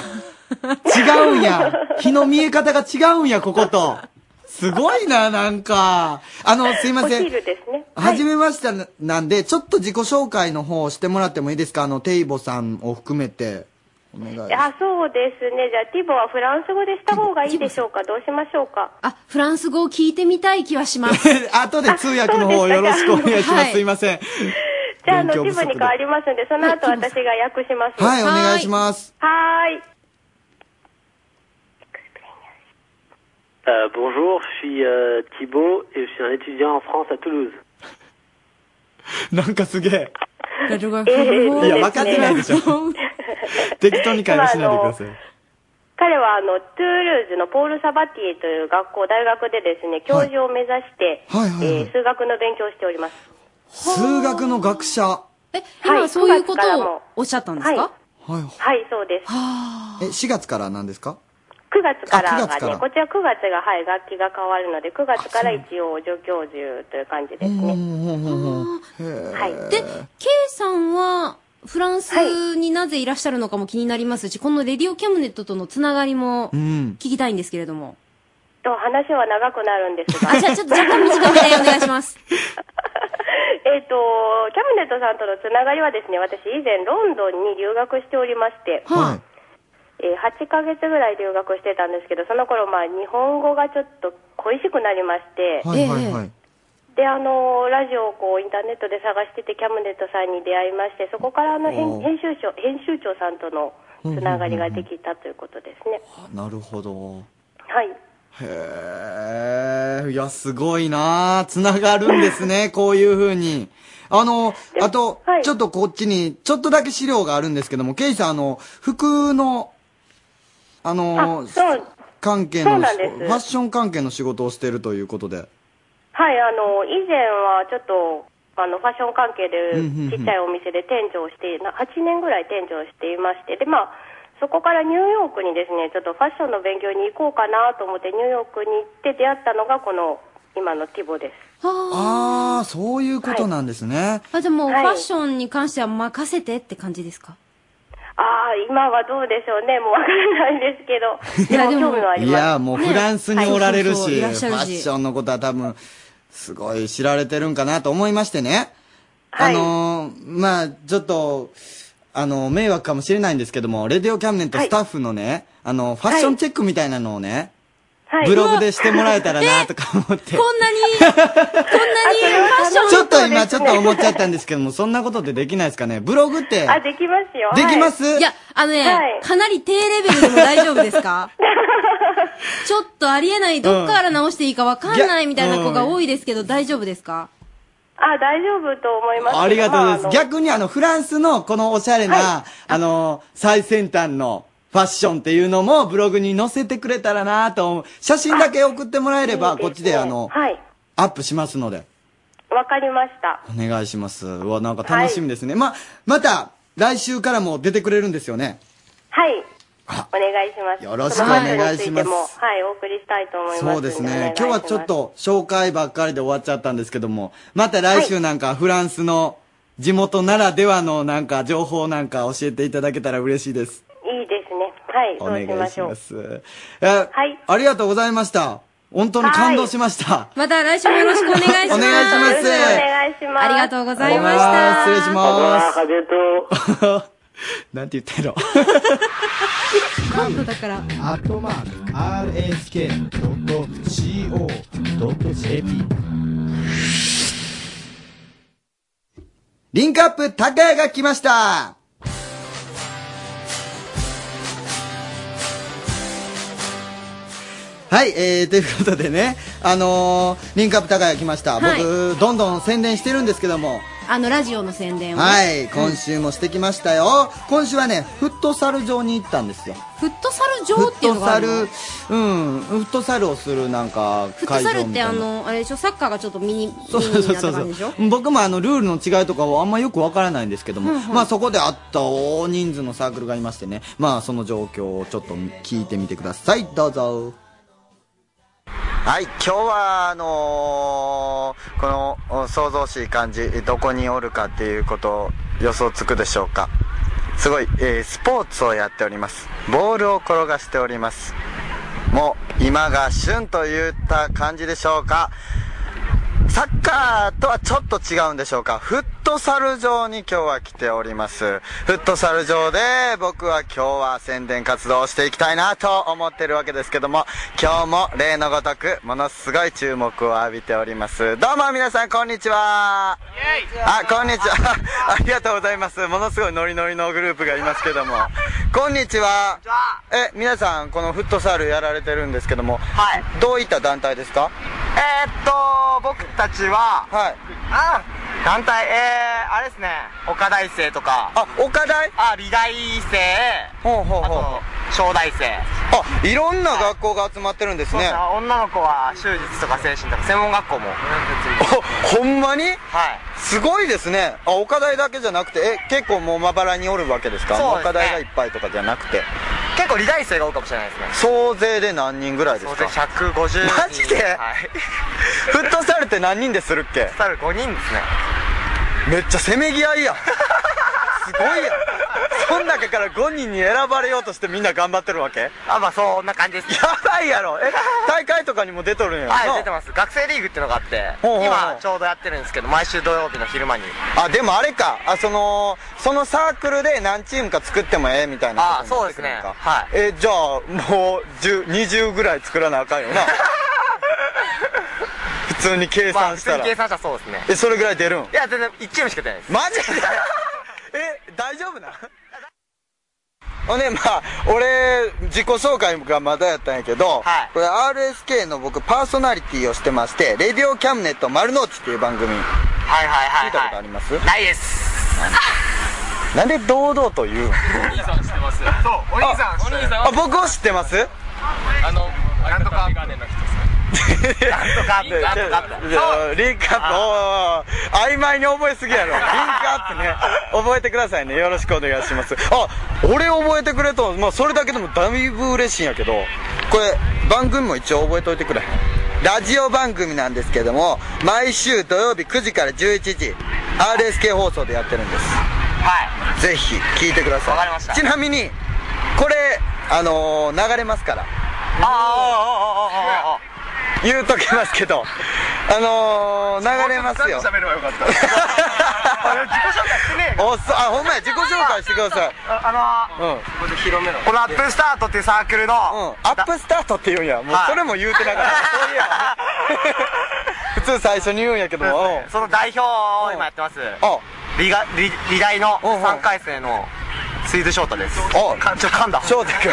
[SPEAKER 2] 違うんや。日の見え方が違うんや、ここと。すごいな、なんか。あの、すいま
[SPEAKER 5] お
[SPEAKER 2] せん。
[SPEAKER 5] 昼ですね。は
[SPEAKER 2] はいじ。めましてななんで、ちょっと自己紹介の方をしてもらってもいいですかあの、テイボさんを含めて。お願いします。
[SPEAKER 5] あ、そうですね。じゃあ、ティボはフランス語でした方がいいでしょうかどうしましょうか
[SPEAKER 3] あ、フランス語を聞いてみたい気はします。
[SPEAKER 2] 後で通訳の方よろしくお願いします。
[SPEAKER 3] はい
[SPEAKER 2] すいません。
[SPEAKER 5] じゃあ、あの、
[SPEAKER 2] 勉
[SPEAKER 5] テ
[SPEAKER 2] 強
[SPEAKER 5] ィ
[SPEAKER 2] 不
[SPEAKER 5] ボ
[SPEAKER 2] 足
[SPEAKER 5] に
[SPEAKER 2] で
[SPEAKER 5] 変わりますんで、その後私が訳します。
[SPEAKER 2] はい、お
[SPEAKER 3] はい
[SPEAKER 2] 願いします。
[SPEAKER 5] はーい。
[SPEAKER 6] Euh, bonjour, je suis euh, Thibaut et je suis un étudiant en France à Toulouse.
[SPEAKER 2] なんかすげえ。
[SPEAKER 3] ラジオが
[SPEAKER 5] えー
[SPEAKER 2] いや、分かってないでしょ。適当に会話しないでください。
[SPEAKER 5] 彼はあのトゥールーズのポール・サバティエという学校、大学でですね教授を目指して、
[SPEAKER 2] はいはいはいはい
[SPEAKER 5] えー数学の勉強をしております。
[SPEAKER 2] 数学の学者。は
[SPEAKER 3] え、今、
[SPEAKER 5] はい
[SPEAKER 3] そういうこと
[SPEAKER 5] 九月からも
[SPEAKER 3] をおっしゃったんですか、
[SPEAKER 5] はい
[SPEAKER 2] い。
[SPEAKER 5] はい、そうです。
[SPEAKER 2] え、4月からなんですか
[SPEAKER 5] 9月から
[SPEAKER 2] あ9
[SPEAKER 5] が
[SPEAKER 2] 月
[SPEAKER 5] ね、
[SPEAKER 2] から
[SPEAKER 5] こちら9月が、はい、学期が変わるので、9月から一応助教授という感じです
[SPEAKER 2] ほう
[SPEAKER 5] ね。
[SPEAKER 2] ほうほうほう
[SPEAKER 5] はい。
[SPEAKER 3] で、ケイさんは、フランスになぜいらっしゃるのかも気になりますし、このレディオキャムネットとのつながりも
[SPEAKER 2] うん
[SPEAKER 3] 聞。きたいんですけれども。
[SPEAKER 5] と話は長くなるんですが、
[SPEAKER 3] あ、じゃあちょっと若干短めでお願いします。
[SPEAKER 5] えっと、キャムネットさんとのつながりはですね、私以前ロンドンに留学しておりまして、
[SPEAKER 2] はい。
[SPEAKER 5] えー8ヶ月ぐらい留学してたんですけど、その頃、まあ、日本語がちょっと恋しくなりまして、
[SPEAKER 2] はいはいはい。
[SPEAKER 5] であのラジオをこうインターネットで探しててキャムネットさんに出会いましてそこからあの
[SPEAKER 2] お
[SPEAKER 5] 編
[SPEAKER 2] う
[SPEAKER 5] 編集長編集長さんとのつながりができたということですね。
[SPEAKER 2] あなるほど。
[SPEAKER 5] はい
[SPEAKER 2] へえ、いや、すごいなあつながるんです ね、こういうふうに。あの、あと、
[SPEAKER 5] はい
[SPEAKER 2] ちょっとこっちに、ちょっとだけ資料があるんですけども、ケイさん、あの、服の、あの、
[SPEAKER 5] あそう
[SPEAKER 2] 関係の
[SPEAKER 5] そうなん
[SPEAKER 2] し、
[SPEAKER 5] で
[SPEAKER 2] フ
[SPEAKER 5] す
[SPEAKER 2] ァッション関係の仕事をしてるということで。
[SPEAKER 5] はいあの以前はちょっとあのファッション関係
[SPEAKER 2] うんうんうん
[SPEAKER 5] でちっちゃいお店で店長をしてな8年ぐらい店長をしていましてでまあそこからニューヨークにですねちょっとファッションの勉強に行こうかなと思ってニューヨークに行って出会ったのがこの今のティボです。
[SPEAKER 3] あ
[SPEAKER 2] ああ、そういうことなんですね。
[SPEAKER 3] あ。あ、じゃあもうフ
[SPEAKER 5] はい
[SPEAKER 3] ァッションに関しては任せてって感じですか
[SPEAKER 5] ああ、今はどうでしょうね。もうわからないですけ
[SPEAKER 3] い
[SPEAKER 5] ど。
[SPEAKER 3] やでも
[SPEAKER 5] 興味はあり
[SPEAKER 2] い
[SPEAKER 5] ます。
[SPEAKER 2] や、もうフランスにおられる
[SPEAKER 3] はい
[SPEAKER 2] し、
[SPEAKER 3] は
[SPEAKER 2] フ
[SPEAKER 3] いそうそういらっしゃる
[SPEAKER 2] ァ
[SPEAKER 3] し
[SPEAKER 2] ッションのことは多分、すごい知られてるんかなと思いましてね。
[SPEAKER 5] はい
[SPEAKER 2] あのーまあ、ちょっと、あの、迷惑かもしれないんですけども、レディオキャンネットスタッフのね、あの、ファッションチェックみたいなのをね、
[SPEAKER 5] はい。
[SPEAKER 2] ブログでしてもらえたらなとか思って
[SPEAKER 3] こ。んなに、こんなにファッション
[SPEAKER 2] ちょっと今、ちょっと思っちゃったんですけども、そんなことでできないですかね。ブログって、
[SPEAKER 5] あ、できますよ。
[SPEAKER 2] できま
[SPEAKER 5] はい
[SPEAKER 2] す、
[SPEAKER 3] いや、あのね、
[SPEAKER 5] はい
[SPEAKER 3] かなり低レベルでも大丈夫です かちょっとありえない、どっから直していいかわかんないみたいな子が多いですけど、大丈夫ですか
[SPEAKER 5] あ、大丈夫と思います。
[SPEAKER 2] ありがとうござい
[SPEAKER 5] ま
[SPEAKER 2] ま
[SPEAKER 5] あ
[SPEAKER 2] す。逆にあの、フランスのこのおしゃれな、あの、最先端のファッションっていうのもブログに載せてくれたらなと思う。写真だけ送ってもらえれば、
[SPEAKER 5] あの
[SPEAKER 2] こっちであの、
[SPEAKER 5] はい。
[SPEAKER 2] アップしますので、
[SPEAKER 5] わかりました。
[SPEAKER 2] お願いします。うわ、なんか楽しみですね。ま、また、来週からも出てくれるんですよね。
[SPEAKER 5] はい。お願いします。
[SPEAKER 2] よろしくお願いします
[SPEAKER 5] その話につてもはい、お送りしたいと思います。
[SPEAKER 2] そうですね。
[SPEAKER 5] お
[SPEAKER 2] 今日
[SPEAKER 5] 願いしま
[SPEAKER 2] は
[SPEAKER 5] す
[SPEAKER 2] ちょっ。と紹介ばっかりで終わっちゃったんですけども、また来週なんかフランスの地元ならではのなんか情報なんか教えていただけたら嬉しいです。
[SPEAKER 5] いいですね。はい、
[SPEAKER 2] お
[SPEAKER 5] そう
[SPEAKER 2] 願
[SPEAKER 5] し
[SPEAKER 2] いし
[SPEAKER 5] ましょう
[SPEAKER 2] ま。す。えありがとうございました。本当に感動しました。
[SPEAKER 3] また来週もよろしくお願いします。
[SPEAKER 2] お願いしますよろしくお願
[SPEAKER 5] いします
[SPEAKER 3] ありがとうございまし
[SPEAKER 2] あ
[SPEAKER 3] た。
[SPEAKER 2] ー失礼します。
[SPEAKER 6] あり
[SPEAKER 2] がとう。なんて言ったやろ。
[SPEAKER 3] カントだから。
[SPEAKER 7] アットマーク RSK.CO.JP
[SPEAKER 2] リンクアップ高谷が来ましたはい、えー、ということでね、あのー、リンクアップ高谷来ました。
[SPEAKER 3] はい
[SPEAKER 2] 僕、どんどん宣伝してるんですけども、
[SPEAKER 3] あの、ラジオの宣伝をね。
[SPEAKER 2] はい、今週もしてきましたよ。今週はね、フットサル場に行ったんですよ。
[SPEAKER 3] フットサ
[SPEAKER 2] フ
[SPEAKER 3] ル場っ
[SPEAKER 2] ッ
[SPEAKER 3] ていうの
[SPEAKER 2] ト
[SPEAKER 3] があ
[SPEAKER 2] サ
[SPEAKER 3] る
[SPEAKER 2] ル
[SPEAKER 3] の、
[SPEAKER 2] うん、フットサルをするなんか、
[SPEAKER 3] フット
[SPEAKER 2] 会
[SPEAKER 3] サ
[SPEAKER 2] 場
[SPEAKER 3] ルっ
[SPEAKER 2] み
[SPEAKER 3] て
[SPEAKER 2] たい
[SPEAKER 3] あ
[SPEAKER 2] な。
[SPEAKER 3] の、あれでしょ、サッカーがちょっとミニ、ミ
[SPEAKER 2] そう
[SPEAKER 3] ニ
[SPEAKER 2] そう
[SPEAKER 3] に
[SPEAKER 2] そう
[SPEAKER 3] なった感じでし
[SPEAKER 2] そ
[SPEAKER 3] ょ
[SPEAKER 2] う僕もあのルールの違いとかはあんまよくわからないんですけども、
[SPEAKER 3] うんうん
[SPEAKER 2] まあ、そこであった大人数のサークルがいましてね、まあ、その状況をちょっと聞いてみてくださいどうぞはい今日はあのこの想像しい感じどこにおるかっていうこと予想つくでしょうかすごい、スポーツをやっておりますボールを転がしておりますもう今が旬といった感じでしょうかサッカーとはちょっと違うんでしょうかフットサル場に今日は来ております。フットサル場で僕は今日は宣伝活動をしていきたいなと思ってるわけですけども、今日も例のごとくものすごい注目を浴びております。どうも皆さんこんにちは。あ、こんにちは。 ありがとうございます。ものすごいノリノリのグループがいますけども。こんにちは。え、皆さんこのフットサルやられてるんですけども、
[SPEAKER 8] はい。
[SPEAKER 2] どういった団体ですか
[SPEAKER 8] えーっと、僕たちは、
[SPEAKER 2] はい。
[SPEAKER 8] あ団体、えー、あれですね、岡大生とか、
[SPEAKER 2] あ、岡大
[SPEAKER 8] あ、美大生、
[SPEAKER 2] ほうほうほう
[SPEAKER 8] あと、小大生。
[SPEAKER 2] あいろんな学校が集まってるんです
[SPEAKER 8] そうで
[SPEAKER 2] ね
[SPEAKER 8] すね、女の子は、修術とか精神とか、専門学校も。
[SPEAKER 2] あほんまに
[SPEAKER 8] はい。
[SPEAKER 2] すごいですねあ岡大だけじゃなくてえ結構もうまばらにおるわけですか
[SPEAKER 8] そうですね
[SPEAKER 2] 岡大がいっぱいとかじゃなくて
[SPEAKER 8] 結構、理大生が多いかもしれないですね。
[SPEAKER 2] 総勢で何人ぐらいです
[SPEAKER 8] 総
[SPEAKER 2] か
[SPEAKER 8] 勢150人。
[SPEAKER 2] マジで
[SPEAKER 8] はい。
[SPEAKER 2] フットサルって何人でするっけ
[SPEAKER 8] たる5人ですね。
[SPEAKER 2] めっちゃせめぎ合い やすごいやんそん中から5人に選ばれようとしてみんな頑張ってるわけや
[SPEAKER 8] あ、まあ、そんな感じですね。
[SPEAKER 2] ばいやろえ大会とかにも出とるんやろな
[SPEAKER 8] はい、出てます。学生リーグっていうのがあって、
[SPEAKER 2] ほうほうほう
[SPEAKER 8] 今、ちょうどやってるんですけど、毎週土曜日の昼間に。
[SPEAKER 2] あでもあれかあそのそのサークルで何チームか作ってもええみたいなことになってくるのか
[SPEAKER 8] あそう
[SPEAKER 2] えじゃあもう10 20ぐらい作らなあかんよ な普通に計
[SPEAKER 8] まあ、
[SPEAKER 2] 算
[SPEAKER 8] 普
[SPEAKER 2] し
[SPEAKER 8] 通
[SPEAKER 2] た
[SPEAKER 8] に
[SPEAKER 2] ら、
[SPEAKER 8] 計算したらそうですね。
[SPEAKER 2] えそれぐらい出るん
[SPEAKER 8] いや、全然、1チームしか出ないです。
[SPEAKER 2] マジでえ大丈夫なほんでまあ俺自己紹介がまだやったんやけど、
[SPEAKER 8] はい
[SPEAKER 2] これ RSK の僕パーソナリティをしてまして「レディオキャムネット丸の内」っていう番 組
[SPEAKER 8] はいはいはい、はい。
[SPEAKER 2] 聞いたことあります、
[SPEAKER 8] ないです。
[SPEAKER 2] なんで堂々と言うん
[SPEAKER 8] お兄さん知ってます。そう、お兄さん。お兄さん
[SPEAKER 2] あ、僕を知ってます
[SPEAKER 8] あの、なんとか。メガネの人ですね。なんとかって、なんとかって。そう。
[SPEAKER 2] リンクアップ、おー曖昧に覚えすぎやろ。リンクアップね、覚えてくださいね。よろしくお願いします。あ、俺覚えてくれと、まあ、それだけでもだいぶ嬉しいんやけど、これ、番組も一応覚えておいてくれ。ラジオ番組なんですけども、毎週土曜日9時から11時、RSK 放送でやってるんです。
[SPEAKER 8] は
[SPEAKER 2] ぜひ聞いてください
[SPEAKER 8] わかりました
[SPEAKER 2] ちなみにこれあのー流れますから
[SPEAKER 8] い。あ
[SPEAKER 2] 言うときますけどあのー、流れますよ
[SPEAKER 8] 喋ればよ かった。自己紹介してねえよ。
[SPEAKER 2] おっそあほんまや自己紹介してください
[SPEAKER 8] あ
[SPEAKER 2] うん、うん、
[SPEAKER 8] の、このアップスタートっていうサークルの、
[SPEAKER 2] アップスタートって言うんやもう
[SPEAKER 8] はい
[SPEAKER 2] それも言うてなかったそういえば 普通最初に言うんやけどもうん
[SPEAKER 8] その代表を今やってます。
[SPEAKER 2] あ
[SPEAKER 8] 理が理理大の
[SPEAKER 2] うんうん
[SPEAKER 8] 3回生のスイーズ翔太です。
[SPEAKER 2] お
[SPEAKER 8] かちょ噛んだ。
[SPEAKER 2] 翔太 君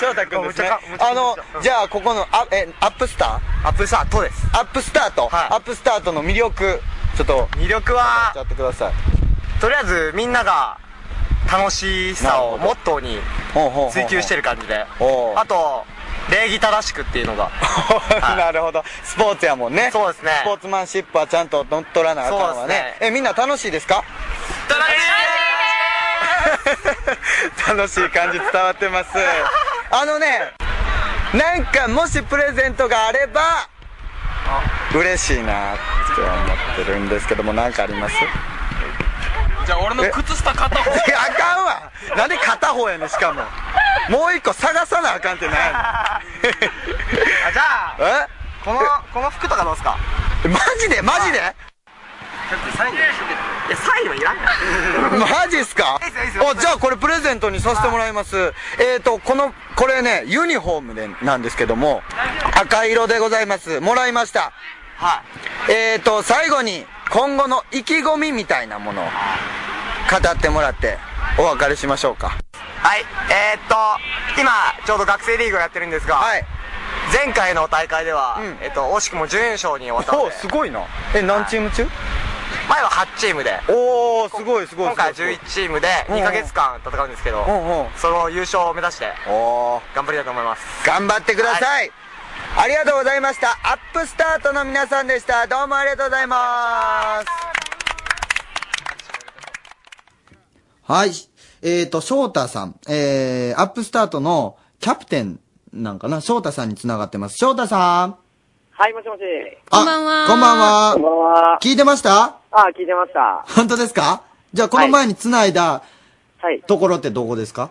[SPEAKER 2] 翔太君ですね
[SPEAKER 8] あめっちゃ
[SPEAKER 2] あのじゃあここのあえアップスタ
[SPEAKER 8] アップスタートです。
[SPEAKER 2] ーアップスタート、
[SPEAKER 8] はい
[SPEAKER 2] アップスタートの魅力ちょっと
[SPEAKER 8] 魅力
[SPEAKER 2] ちゃ
[SPEAKER 8] は
[SPEAKER 2] ってください
[SPEAKER 8] とりあえずみんなが楽しさをモットーに
[SPEAKER 2] ほうほうほうほう
[SPEAKER 8] 追求してる感じで
[SPEAKER 2] おう
[SPEAKER 8] あと礼儀正しくっていうのがはい
[SPEAKER 2] なるほどスポーツやもんね
[SPEAKER 8] そうですね
[SPEAKER 2] スポーツマンシップはちゃんと乗っ取らなあかんわ
[SPEAKER 8] そう
[SPEAKER 2] ね
[SPEAKER 8] ですね
[SPEAKER 2] えみんな楽しいですか
[SPEAKER 8] 楽しい
[SPEAKER 4] 楽しい感じ伝わってますあのねなんかもしプレゼントがあれば嬉しいなって思ってるんですけども何かあります
[SPEAKER 9] じゃあ俺の靴下片方
[SPEAKER 4] いやあかんわなんで片方やねんしかももう一個探さなあかんってなんや
[SPEAKER 9] あじゃあ
[SPEAKER 4] ねんえ
[SPEAKER 9] このこの服とかどうすか
[SPEAKER 4] マジでマジで
[SPEAKER 9] だってサインいやサインはいらんや
[SPEAKER 4] マジっすか
[SPEAKER 9] いいっすよいいっすよ
[SPEAKER 4] おじゃあこれプレゼントにさせてもらいますえーとこのこれねユニフォームでなんですけども赤色でございますもらいました
[SPEAKER 9] は
[SPEAKER 4] えーと最後に今後の意気込みみたいなものを語ってもらってお別れしましょうか
[SPEAKER 9] いはいえー、っと今ちょうど学生リーグをやってるんですが、
[SPEAKER 4] はい
[SPEAKER 9] 前回の大会では、
[SPEAKER 4] うん
[SPEAKER 9] えっと、惜しくも準優勝に終わったの
[SPEAKER 4] お
[SPEAKER 9] で
[SPEAKER 4] おすごいなえ何チーム中
[SPEAKER 9] 前は8チームで
[SPEAKER 4] おおすごいすごい
[SPEAKER 9] 今回は
[SPEAKER 4] すごい
[SPEAKER 9] 11チームで
[SPEAKER 4] うんうん
[SPEAKER 9] 2ヶ月間戦うんですけど、
[SPEAKER 4] うんうん
[SPEAKER 9] その優勝を目指して
[SPEAKER 4] おお
[SPEAKER 9] 頑張りたいと思います
[SPEAKER 4] 頑張ってください、ありがとうございましたアップスタートの皆さんでしたどうもありがとうございます
[SPEAKER 2] はい。えっ、と、翔太さん。えー、アップスタートのキャプテンなんかな翔太さんに繋がってます。翔太さん。
[SPEAKER 1] はい、もしもし。
[SPEAKER 2] こんばんは。こんばんは。
[SPEAKER 1] こんばんは。
[SPEAKER 2] 聞いてました
[SPEAKER 1] あ聞いてました。
[SPEAKER 2] 本当ですかじゃあ、この前に繋いだ
[SPEAKER 1] はい。
[SPEAKER 2] ところってどこですか、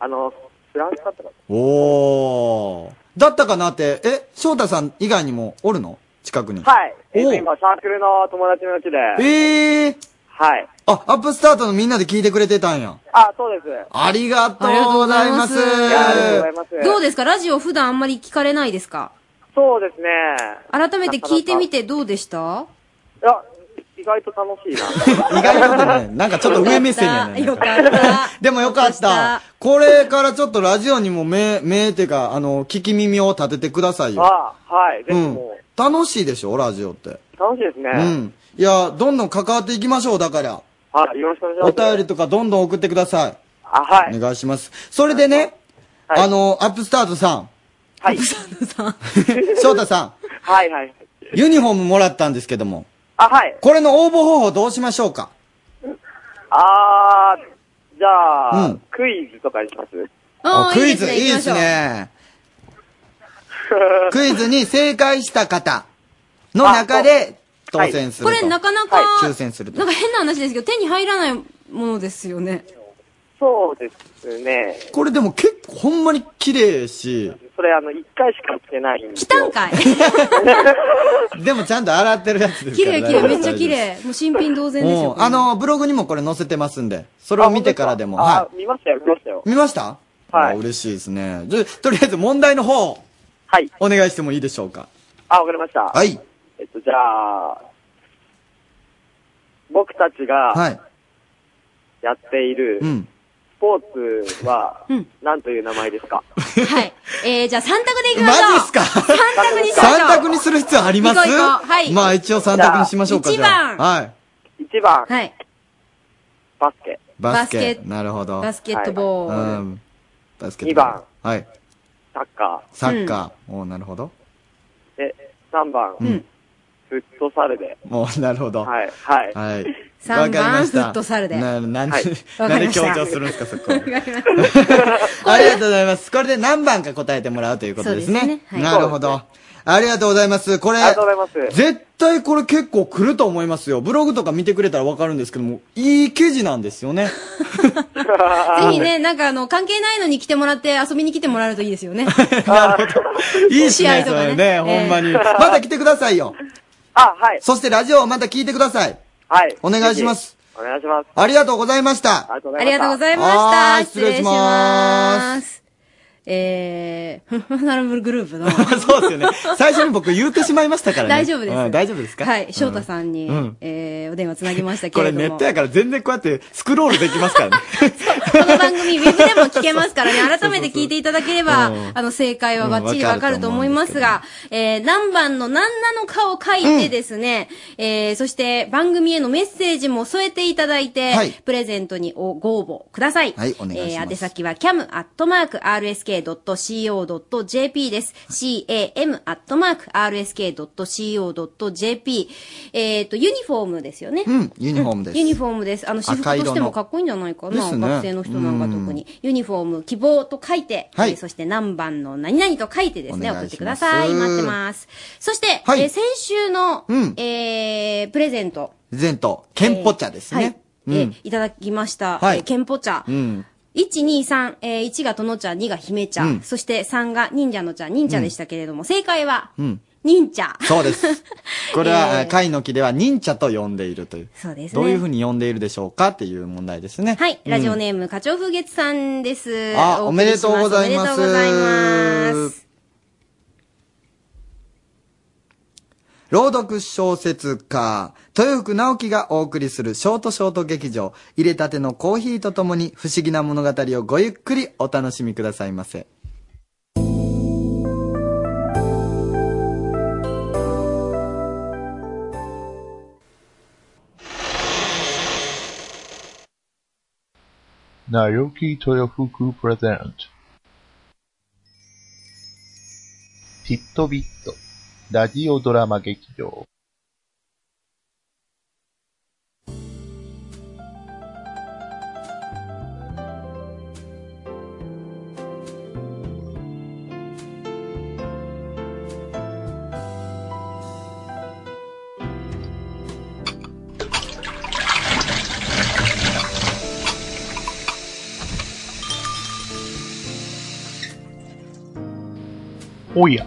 [SPEAKER 1] あの、フランスだったかな
[SPEAKER 2] おー。だったかなって、え、翔太さん以外にもおるの近くに。
[SPEAKER 1] はい。えっ
[SPEAKER 2] お
[SPEAKER 1] と、
[SPEAKER 2] ー
[SPEAKER 1] 今、サークルの友達のうちで。
[SPEAKER 2] えー。
[SPEAKER 1] はい。
[SPEAKER 2] あ、アップスタートのみんなで聞いてくれてたんや。
[SPEAKER 1] あ、そうです。
[SPEAKER 2] ありがとうございます。
[SPEAKER 1] いやありがとうございます。
[SPEAKER 3] どうですかラジオ普段あんまり聞かれないですか
[SPEAKER 1] そうですね。
[SPEAKER 3] 改めて聞いてみてどうでした
[SPEAKER 1] いや、意外と楽しいな。
[SPEAKER 2] 意外とってね、なんかちょっと上目線やね。
[SPEAKER 3] よかった。
[SPEAKER 2] でもよかった。これからちょっとラジオにも目、目っていうか、あの、聞き耳を立ててくださいよ。
[SPEAKER 1] あはい。ぜ
[SPEAKER 2] う
[SPEAKER 1] ひ
[SPEAKER 2] ん
[SPEAKER 1] も。
[SPEAKER 2] 楽しいでしょ、ラジオって。
[SPEAKER 1] う、楽しいですね。
[SPEAKER 2] うん。いや、どんどん関わっていきましょう、だから。
[SPEAKER 1] はい。よろしくお願いしま
[SPEAKER 2] お
[SPEAKER 1] す。
[SPEAKER 2] 便りとかどんどん送ってください。
[SPEAKER 1] あ、はい。
[SPEAKER 2] お願いします。それでね、
[SPEAKER 1] はい
[SPEAKER 2] あの、アップスタートさん、
[SPEAKER 1] はい。
[SPEAKER 2] 翔太さ
[SPEAKER 1] はい、はい。
[SPEAKER 2] ん、ユニフォームもらったんですけども、
[SPEAKER 1] あ、はい。
[SPEAKER 2] これの応募方法どうしましょうか
[SPEAKER 1] あー、じゃあ、
[SPEAKER 2] うん
[SPEAKER 1] クイズとかにします
[SPEAKER 3] あ
[SPEAKER 2] お
[SPEAKER 3] ー
[SPEAKER 2] クイズ、いい
[SPEAKER 3] 行き
[SPEAKER 2] で
[SPEAKER 3] まし
[SPEAKER 2] す
[SPEAKER 3] ょ う
[SPEAKER 2] ね。クイズに正解した方の中で当選する。
[SPEAKER 3] ことれなかなか、
[SPEAKER 2] 抽選する
[SPEAKER 3] な
[SPEAKER 2] と
[SPEAKER 3] ん。か変な話ですけど、手に入らないものです よね。
[SPEAKER 1] そうですね。
[SPEAKER 2] これでも結構ほんまに綺麗し、
[SPEAKER 1] それ、あの、一回しか着てないんで。
[SPEAKER 3] 来たんかい
[SPEAKER 2] でもちゃんと洗ってるやつです
[SPEAKER 3] 綺
[SPEAKER 2] から
[SPEAKER 3] 麗綺麗、めっちゃ綺麗。もう新品同然です
[SPEAKER 2] も
[SPEAKER 3] よ
[SPEAKER 2] う。ん、あの、ブログにもこれ載せてますんで、それを見てからでも。
[SPEAKER 1] あ
[SPEAKER 2] は、
[SPEAKER 1] 見ましたよ、見ましたよ。
[SPEAKER 2] い。見ました
[SPEAKER 1] はい
[SPEAKER 2] あ嬉しいですね。じゃ、とりあえず問題の方、
[SPEAKER 1] はい。
[SPEAKER 2] お願いしてもいいでしょうか。
[SPEAKER 1] あ、わかりました。
[SPEAKER 2] はい。
[SPEAKER 1] えっと、じゃあ、僕たちが
[SPEAKER 2] はい。
[SPEAKER 1] やっている
[SPEAKER 2] うん。
[SPEAKER 1] スポーツは
[SPEAKER 3] うん、
[SPEAKER 1] 何という名前ですか
[SPEAKER 3] はい。えー、じゃあ3択でいきま
[SPEAKER 2] マ
[SPEAKER 3] しょう。
[SPEAKER 2] ジっすか
[SPEAKER 3] 3択にしましょう。
[SPEAKER 2] 三択にする必要あります
[SPEAKER 3] 行こう行こうはい
[SPEAKER 2] まあ一応三択にしましょうか。
[SPEAKER 3] じ
[SPEAKER 2] じ
[SPEAKER 3] ゃあ
[SPEAKER 2] ゃあ
[SPEAKER 3] 一
[SPEAKER 2] は
[SPEAKER 3] 番
[SPEAKER 1] ?1 番、
[SPEAKER 2] い。
[SPEAKER 3] はい。
[SPEAKER 1] バスケ。
[SPEAKER 2] バス
[SPEAKER 3] バ
[SPEAKER 2] ケ
[SPEAKER 3] ス。ケ
[SPEAKER 2] なるほど。
[SPEAKER 3] バスケットボ
[SPEAKER 2] う
[SPEAKER 3] ール。
[SPEAKER 2] ん。バスケ。
[SPEAKER 1] 二番。
[SPEAKER 2] はい。
[SPEAKER 1] サッカ
[SPEAKER 2] サッカー。おーなるほど。
[SPEAKER 1] ー。で、3番、
[SPEAKER 2] ん
[SPEAKER 1] フットサルで。
[SPEAKER 2] もう、なるほど。
[SPEAKER 1] はい、はい。
[SPEAKER 2] はい。
[SPEAKER 3] 三
[SPEAKER 2] わかりました
[SPEAKER 3] フットサルで
[SPEAKER 2] な、なん
[SPEAKER 1] はい
[SPEAKER 2] で、な
[SPEAKER 3] わか
[SPEAKER 2] んで
[SPEAKER 3] りました
[SPEAKER 2] 強調するんですか、そこ。
[SPEAKER 3] わかりました
[SPEAKER 2] ありがとうございます。これで何番か答えてもらうということですね。
[SPEAKER 3] そうですねはい
[SPEAKER 2] なるほど。ありがとうございます。これ、
[SPEAKER 1] ありがとうございます
[SPEAKER 2] 絶対これ結構来ると思いますよ。ブログとか見てくれたらわかるんですけども、いい記事なんで す よね。
[SPEAKER 3] ぜひね、なんかあの、関係ないのに来てもらって遊びに来てもらえるといいですよね。
[SPEAKER 2] なるほど。いいっす
[SPEAKER 3] 試合
[SPEAKER 2] ね、
[SPEAKER 3] と
[SPEAKER 2] そ
[SPEAKER 3] かね
[SPEAKER 2] れね、
[SPEAKER 3] え
[SPEAKER 2] ほ
[SPEAKER 3] え
[SPEAKER 2] んまに。また来てくださいよ。
[SPEAKER 1] あ、はい、
[SPEAKER 2] そしてラジオをまた聞いてください。
[SPEAKER 1] はい。
[SPEAKER 2] お願いします
[SPEAKER 1] ぜひ。お願いします。
[SPEAKER 2] ありがとうございました。
[SPEAKER 1] ありがとうご
[SPEAKER 3] あ
[SPEAKER 1] ざい
[SPEAKER 3] り
[SPEAKER 1] ました
[SPEAKER 3] がとうございま
[SPEAKER 2] は
[SPEAKER 3] し
[SPEAKER 2] ー
[SPEAKER 3] た。
[SPEAKER 2] い
[SPEAKER 3] 失礼します。えー、フンフナルムグ ループの。
[SPEAKER 2] そうですよね。最初に僕言ってしまいましたからね。
[SPEAKER 3] 大丈夫です、
[SPEAKER 2] うん大丈夫ですか
[SPEAKER 3] はい。翔太さんに、
[SPEAKER 2] うん
[SPEAKER 3] えー、お電話つなぎましたけ
[SPEAKER 2] こ
[SPEAKER 3] れ
[SPEAKER 2] れ
[SPEAKER 3] ども。
[SPEAKER 2] ネットやから全然こうやってスクロールできますからね。
[SPEAKER 3] この 番組、ウェブでも聞けますからね、改めて聞いていただければ
[SPEAKER 2] うん、
[SPEAKER 3] あの、正解はバッチリ
[SPEAKER 2] うん
[SPEAKER 3] わかると思いますが、えー、何番の何なのかを書いてですね、えー、そして番組へのメッセージも添えていただいて、
[SPEAKER 2] はい
[SPEAKER 3] プレゼントにおご応募ください。
[SPEAKER 2] はいお願いします
[SPEAKER 3] えー、宛先は cam.rsk.jp camrsk.co.jp です。cam.rsk.co.jp。えっ、と、ユニフォームですよね。
[SPEAKER 2] うん、ユニフォームです。
[SPEAKER 3] ユニフォームです。あの、私服と
[SPEAKER 2] 赤色の
[SPEAKER 3] してもかっこいいんじゃないか
[SPEAKER 2] で
[SPEAKER 3] な。
[SPEAKER 2] すね
[SPEAKER 3] 学生の人なんか特に。ユニフォーム、希望と書いて、
[SPEAKER 2] はい
[SPEAKER 3] えーそして何番の何々と書いてですね、
[SPEAKER 10] お願
[SPEAKER 3] 送
[SPEAKER 10] いします
[SPEAKER 3] ってください。待ってます。そして、
[SPEAKER 2] はい
[SPEAKER 3] えー先週の、
[SPEAKER 2] うん
[SPEAKER 3] えープレゼント、
[SPEAKER 2] プレゼント、ケンポ茶ですね。
[SPEAKER 3] えーいただきました。
[SPEAKER 2] はい
[SPEAKER 3] えーケンポ茶
[SPEAKER 2] う。ん。うん。
[SPEAKER 3] 1、2、3、えー1が殿茶、2が姫茶、
[SPEAKER 2] うん
[SPEAKER 3] そして3が忍者の茶、忍茶でしたけれども、正解は、
[SPEAKER 2] うん。
[SPEAKER 3] 忍茶。
[SPEAKER 2] そう です。これは、
[SPEAKER 3] えー
[SPEAKER 2] 貝の木では忍者と呼んでいるという。
[SPEAKER 3] そうですね
[SPEAKER 2] どういうふうに呼んでいるでしょうかっていう問題ですね。
[SPEAKER 3] はい、ラジオ
[SPEAKER 2] ー
[SPEAKER 3] ネーム、課長風月さんです。
[SPEAKER 2] あ、おめでとうございます。
[SPEAKER 3] おめでとうございます。
[SPEAKER 2] 朗読小説家、豊福直樹がお送りするショートショート劇場、入れたてのコーヒーとともに不思議な物語をごゆっくりお楽しみくださいませ。
[SPEAKER 11] Naoki Toyofuku Present ヒットビットラジオドラマ劇場おや、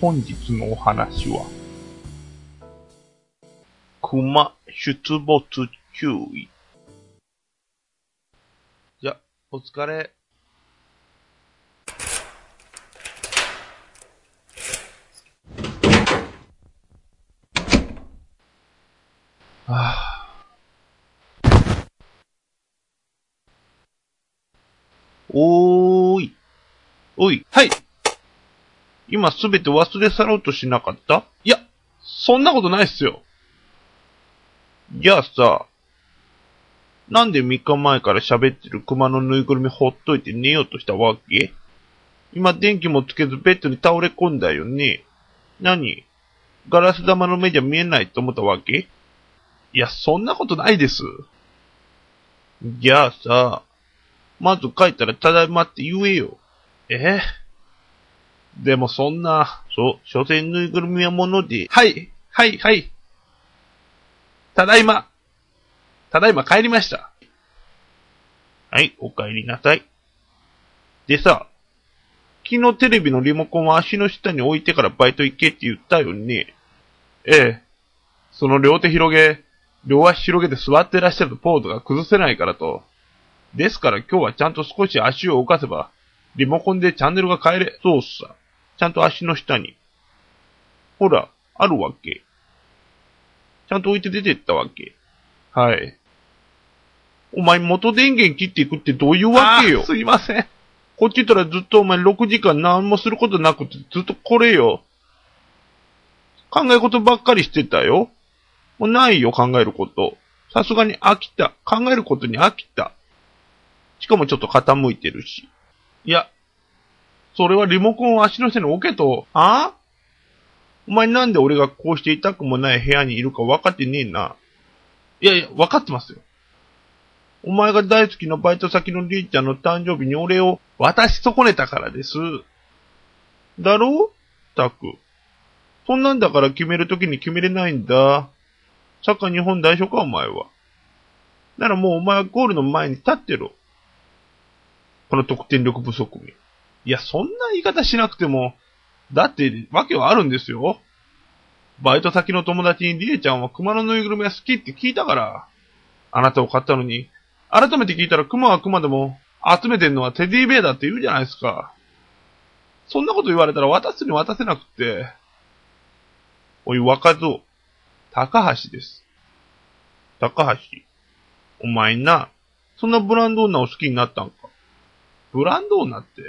[SPEAKER 11] 本日のお話は、熊出没注意。じゃ、お疲れ。はあ、おーい。おい、はい。今すべて忘れ去ろうとしなかったいや、そんなことないっすよ。じゃあさ、なんで3日前から喋ってる熊のぬいぐるみほっといて寝ようとしたわけ今電気もつけずベッドに倒れ込んだよね。何ガラス玉の目じゃ見えないと思ったわけいや、そんなことないです。じゃあさ、まず帰ったらただいまって言えよ。えでもそんな、そう、所詮ぬいぐるみはもので。はい、はい、はい。ただいま。ただいま帰りました。はい、お帰りなさい。でさ、昨日テレビのリモコンは足の下に置いてからバイト行けって言ったよね。ええ。その両手広げ、両足広げて座ってらっしゃるポーズが崩せないからと。ですから今日はちゃんと少し足を動かせば、リモコンでチャンネルが変えれ、そうさ。ちゃんと足の下に。ほら、あるわけ。ちゃんと置いて出てったわけ。はい。お前元電源切っていくってどういうわけよ。すいません。こっちったらずっとお前6時間何もすることなくてずっとこれよ。考え事ばっかりしてたよ。もうないよ、考えること。さすがに飽きた。考えることに飽きた。しかもちょっと傾いてるし。いや、それはリモコンを足の下に置けと。あお前なんで俺がこうして痛くもない部屋にいるか分かってねえな。いやいや、分かってますよ。お前が大好きなバイト先のりーちゃんの誕生日に俺を渡し損ねたからです。だろたく。そんなんだから決めるときに決めれないんだ。サッカー日本代表か、お前は。ならもうお前はゴールの前に立ってろ。この得点力不足に。いや、そんな言い方しなくても、だって、わけはあるんですよ。バイト先の友達にリエちゃんは熊のぬいぐるみが好きって聞いたから、あなたを買ったのに、改めて聞いたら熊は熊でも、集めてんのはテディベイだって言うじゃないですか。そんなこと言われたら渡すに渡せなくて。おい、若造。高橋です。高橋。お前な、そんなブランド女を好きになったんか。ブランド女 って。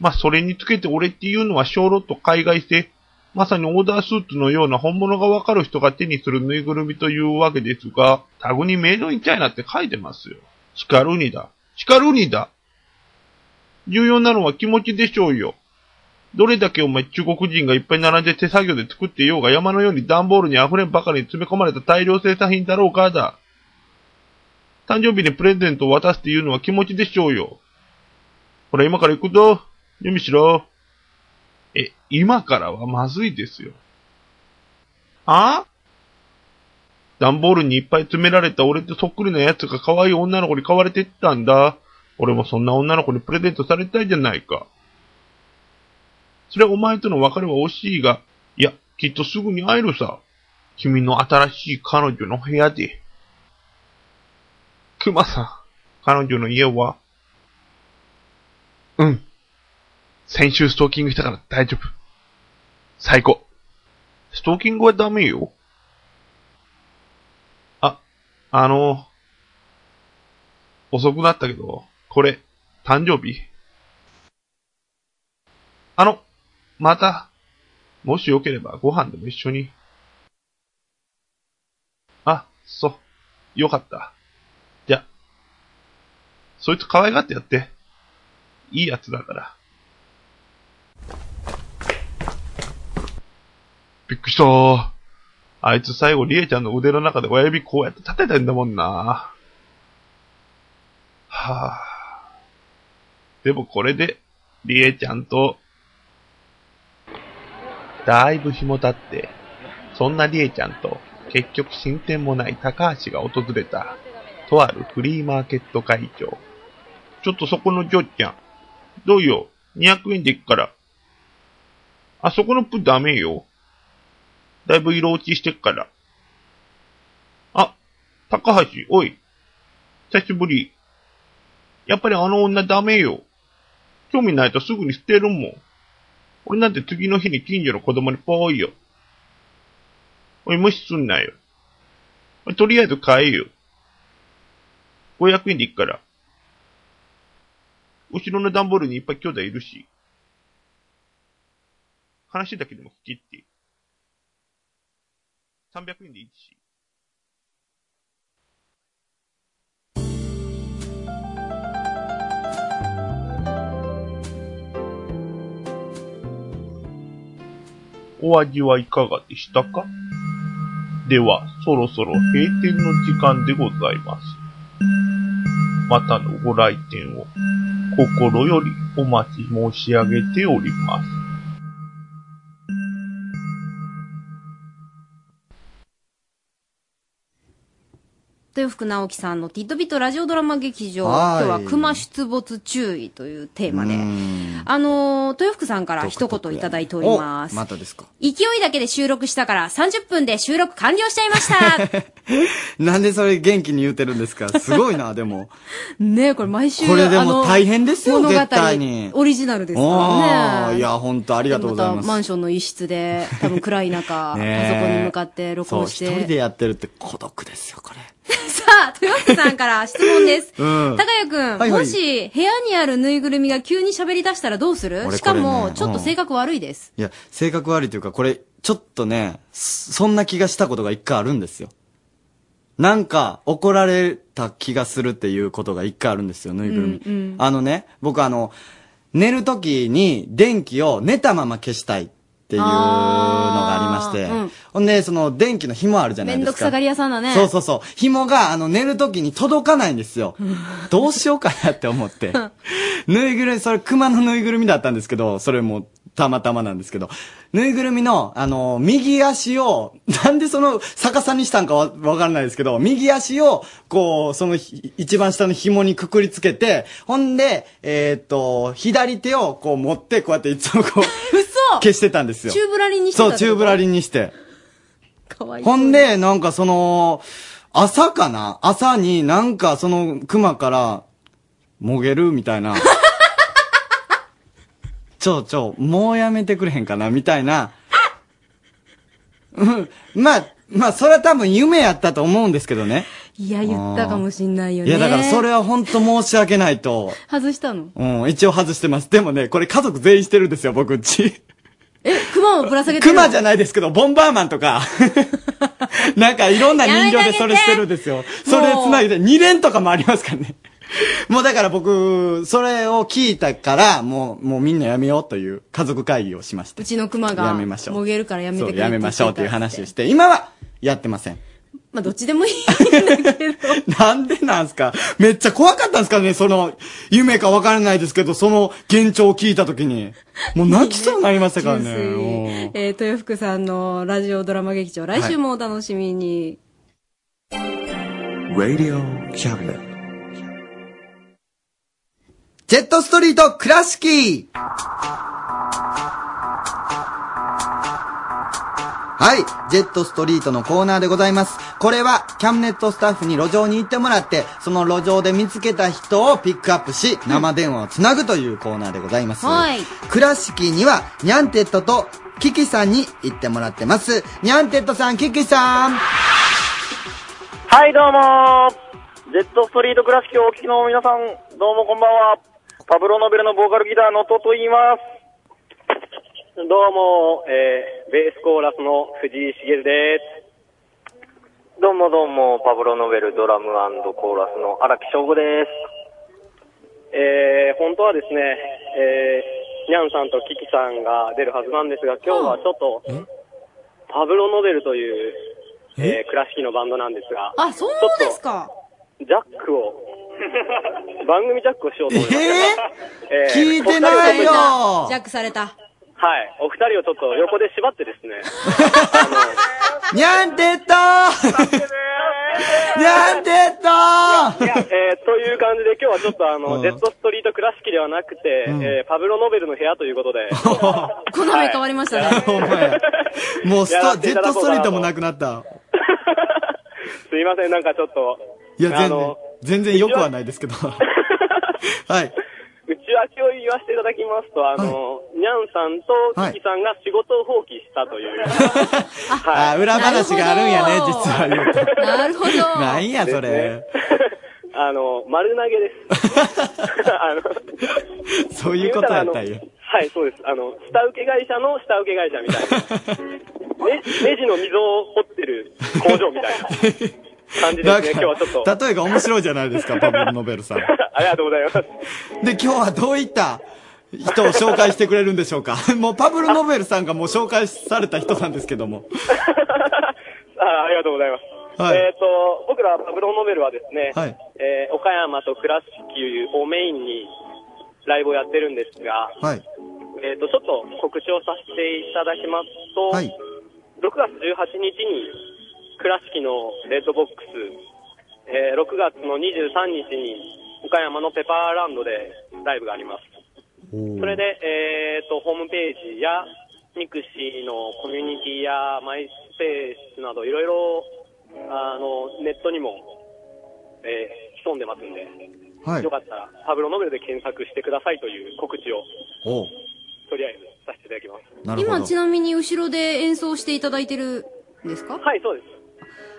[SPEAKER 11] まあ、それにつけて俺っていうのは小ロット海外製。まさにオーダースーツのような本物がわかる人が手にするぬいぐるみというわけですが、タグにメイドインチャイナって書いてますよ。ヒカルニだ。ヒカルニだ。重要なのは気持ちでしょうよ。どれだけお前中国人がいっぱい並んで手作業で作っていようが山のように段ボールに溢れんばかりに詰め込まれた大量生産品だろうかだ。誕生日にプレゼントを渡すっていうのは気持ちでしょうよ。ほら今から行くぞ。準備しろ。え、今からはまずいですよ。あ段ボールにいっぱい詰められた俺とそっくりなやつが可愛い女の子に買われてったんだ。俺もそんな女の子にプレゼントされたいじゃないか。それはお前との別れは惜しいが、いや、きっとすぐに会えるさ。君の新しい彼女の部屋で。熊さん、彼女の家はうん。先週ストーキングしたから大丈夫。最高。ストーキングはダメよ。あ、あの、遅くなったけど、これ、誕生日。あの、また、もしよければご飯でも一緒に。あ、そう、よかった。じゃあ、そいつ可愛がってやって。いいやつだから。びっくりしたー。あいつ最後、リエちゃんの腕の中で親指こうやって立ててんだもんな。はぁ。でもこれで、リエちゃんと、だいぶ日も経って、そんなリエちゃんと、結局進展もない高橋が訪れた、とあるフリーマーケット会場。ちょっとそこのジョッちゃん、どうよ、200円で行くから。あそこのプダメよ。だいぶ色落ちしてっから。あ、高橋、おい。久しぶり。やっぱりあの女ダメよ。興味ないとすぐに捨てるもん。俺なんて次の日に近所の子供にぽーいよ。おい、無視すんなよ。おいとりあえず買えよ。500円でいっから。後ろの段ボールにいっぱい兄弟いるし。話だけでも聞きって。300円でいいし。お味はいかがでしたかでは、そろそろ閉店の時間でございます。またのご来店を心よりお待ち申し上げております。
[SPEAKER 3] 豊福直樹さんのティットビットラジオドラマ劇場、今
[SPEAKER 10] は
[SPEAKER 3] 日
[SPEAKER 10] い
[SPEAKER 3] は熊出没注意というテーマで、
[SPEAKER 10] うん
[SPEAKER 3] あのー、豊福さんから一言いただいております。
[SPEAKER 2] またですか。
[SPEAKER 3] 勢いだけで収録したから30分で収録完了しちゃい ました
[SPEAKER 2] なんでそれ元気に言ってるん ですかすごいな、でも。
[SPEAKER 3] ねえ、これ毎週
[SPEAKER 2] これで
[SPEAKER 3] あの
[SPEAKER 2] も大変ですよ、
[SPEAKER 3] 物語
[SPEAKER 2] 絶対に。
[SPEAKER 3] オリジナルですから
[SPEAKER 2] あ
[SPEAKER 3] ね。
[SPEAKER 2] いや、本当ありがとうござい
[SPEAKER 3] ま
[SPEAKER 2] ま
[SPEAKER 3] た
[SPEAKER 2] す。
[SPEAKER 3] マンションの一室で、多分暗い中、パソ
[SPEAKER 2] ねえ
[SPEAKER 3] コンに向かって録音し
[SPEAKER 2] そう、一人
[SPEAKER 3] て。
[SPEAKER 2] でやってるって孤独ですよ、これ。
[SPEAKER 3] さあ、豊福さんから質問です。
[SPEAKER 2] うん
[SPEAKER 3] 高谷くん、
[SPEAKER 2] はいはい
[SPEAKER 3] もし部屋にあるぬいぐるみが急に喋り出したらどうする、
[SPEAKER 2] 俺
[SPEAKER 3] しか
[SPEAKER 2] これ
[SPEAKER 3] も、
[SPEAKER 2] ね
[SPEAKER 3] ちょっと性格悪いです。
[SPEAKER 2] いや、性格悪いというか、これ、ちょっとね、そそんな気がしたことが一回あるんですよ。なんか、怒られた気がするっていうことが一回あるんですよ、ぬいぐるみ。
[SPEAKER 12] うんうん
[SPEAKER 2] あのね、僕あの、寝るときに電気を寝たまま消したいっていうのがありまして。
[SPEAKER 3] あーうん
[SPEAKER 2] ほんで、その電気の紐あるじゃな
[SPEAKER 3] め
[SPEAKER 2] い
[SPEAKER 3] ん
[SPEAKER 2] で
[SPEAKER 3] ど
[SPEAKER 2] す
[SPEAKER 3] く
[SPEAKER 2] か。
[SPEAKER 3] さがり屋さんだね。
[SPEAKER 2] そうそうそう。紐が、あの、寝るときに届かないんです よ。どうしようかなって思って。ぬいぐるみ、それ熊のぬいぐるみだったんですけど、それもたまたまなんですけど、ぬいぐるみの、あの、右足を、 なんでその逆さにしたんかわわからないですけど、右足を、こう、そのひ一番下の紐にくくりつけて、ほんで、えーっと、左手をこう持って、こうやっていつも こう、
[SPEAKER 3] 嘘
[SPEAKER 2] 消してたんですよ。
[SPEAKER 3] チューブラリンにしてたっ
[SPEAKER 2] そう、
[SPEAKER 3] てこと
[SPEAKER 2] チューブラリンにして。
[SPEAKER 3] かわいい。
[SPEAKER 2] ほんで、なんかその、朝かな朝になんかその、熊から、もげるみたいな。 ちょ、ちょ、もうやめてくれへんかな、みたいな。 うん。まあ、まあ、それは多分夢やったと思うんですけどね。
[SPEAKER 3] いや、言ったかもしんないよ
[SPEAKER 2] い
[SPEAKER 3] ね。
[SPEAKER 2] や、だからそれは本当申し訳ないと。
[SPEAKER 3] 外したの
[SPEAKER 2] うん、一応外してます。でもね、これ家族全員してるんですよ、僕んち。
[SPEAKER 3] え、熊をぶら下げてる
[SPEAKER 2] 熊じゃないですけど、ボンバーマンと か。なんかいろんな人形でそれしてるんですよ。それで繋いで、2連とかもありますからね。 もうだから僕、それを聞いたから、もう、もうみんなやめようという家族会議をしました。
[SPEAKER 3] うちの熊が。
[SPEAKER 2] やめましょう
[SPEAKER 3] もげるからやめて
[SPEAKER 2] そ
[SPEAKER 3] くれっ
[SPEAKER 2] う、
[SPEAKER 3] て言
[SPEAKER 2] や
[SPEAKER 3] って
[SPEAKER 2] め
[SPEAKER 3] た
[SPEAKER 2] ましょうという。話をして、今はやってません。
[SPEAKER 3] まあ、どっちでもいい。
[SPEAKER 2] なんでなんすかめっちゃ怖かったんすかねその、夢かわからないですけど、その現状を聞いたときに。もう泣きそうになりました からね。うん
[SPEAKER 3] えー、豊福さんのラジオドラマ劇場、来週もお楽しみに。
[SPEAKER 2] Radio Cabinet ジェットストリート倉敷はい。ジェットストリートのコーナーでございます。これは、キャムネットスタッフに路上に行ってもらって、その路上で見つけた人をピックアップし、生電話をつなぐというコーナーでございます。
[SPEAKER 13] はい。
[SPEAKER 2] 倉敷には、ニャンテッドとキキさんに行ってもらってます。ニャンテッドさん、キキさん。
[SPEAKER 1] はい、どうもジェットストリート倉敷をお聞きの皆さん、どうもこんばんは。パブロノベルのボーカルギターのとと言います。
[SPEAKER 14] どうも、えー、ベースコーラスの藤井茂です。どうもどうも、パブロノベルドラムコーラスの荒木翔吾です。えー、本当はですね、えー、ニャンさんとキキさんが出るはずなんですが、今日はちょっと、パブロノベルという、えー、倉敷のバンドなんですが、
[SPEAKER 3] あ、そうですか。
[SPEAKER 14] ジャック を、番組ジャックをしようと思います。えー
[SPEAKER 3] 聞いてないよジャックされた。
[SPEAKER 14] はい。お二人をちょっと横で縛ってですね。
[SPEAKER 2] ニャンテッド ニャンテッド
[SPEAKER 14] いや、えー、という感じで今日はちょっとあの、ジェットストリート倉敷ではなくて、えー、パブロノベルの部屋という ことで。
[SPEAKER 3] 好み変わりましたね。
[SPEAKER 2] お前。もうス
[SPEAKER 14] やら
[SPEAKER 2] ト、
[SPEAKER 14] せて
[SPEAKER 2] ジ
[SPEAKER 14] い
[SPEAKER 2] ェ
[SPEAKER 14] た
[SPEAKER 2] ッ
[SPEAKER 14] だ
[SPEAKER 2] ト
[SPEAKER 14] こうか
[SPEAKER 2] スト
[SPEAKER 14] な
[SPEAKER 2] リ
[SPEAKER 14] と
[SPEAKER 2] ートもなくなった。
[SPEAKER 14] すいません、なんかちょっと。
[SPEAKER 2] いや、
[SPEAKER 14] あ
[SPEAKER 2] 全然
[SPEAKER 14] の、、
[SPEAKER 2] 全然良 くはないですけ ど。はい。
[SPEAKER 14] 内訳を言わせていただきますと、あの、ニャンさんとキキさんが仕事を放棄したと いう。
[SPEAKER 2] あー、裏話があるんやね、実は言うと。
[SPEAKER 3] なるほど。
[SPEAKER 2] なんや、それ。
[SPEAKER 14] あの、丸投げ です。あの、
[SPEAKER 2] そういうことやったんや。
[SPEAKER 14] はい、そうです。あの、下請け会社の下請け会社みたい な。ね、ネジの溝を掘ってる工場みたいな感じで
[SPEAKER 2] な
[SPEAKER 14] す
[SPEAKER 2] ん
[SPEAKER 14] ね。今日はちょっと。
[SPEAKER 2] か、例えが面白いじゃな いですか、パブロノベルさん。
[SPEAKER 14] ありがとうございます。
[SPEAKER 2] で、今日はどういった人を紹介してくれるんでしょうか。 もう、パブロノベルさんがもう紹介された人なんですけども。
[SPEAKER 14] あありがとうございます。
[SPEAKER 2] はい
[SPEAKER 14] えっ、と、僕らパブロノベルはですね、
[SPEAKER 2] はい
[SPEAKER 14] えー岡山と倉敷をメインにライブをやってるんですが、
[SPEAKER 2] はい。
[SPEAKER 14] えっ、と、ちょっと告知をさせていただきますと、
[SPEAKER 2] はい
[SPEAKER 14] 6月18日に倉敷のレッドボックス、えー6月の23日に岡山のペパーランドでライブがあります。それで、えっ、と、ホームページや、ミクシーのコミュニティや、マイスペースなど、いろいろ、あの、ネットにも、えー潜んでますんで、
[SPEAKER 2] はい
[SPEAKER 14] よかったら、パブロノベルで検索してくださいという告知を、
[SPEAKER 2] おう
[SPEAKER 14] とりあえずさせていただきます。
[SPEAKER 2] なるほど。
[SPEAKER 3] 今、ちなみに後ろで演奏していただいてるんですか
[SPEAKER 14] はい、そうで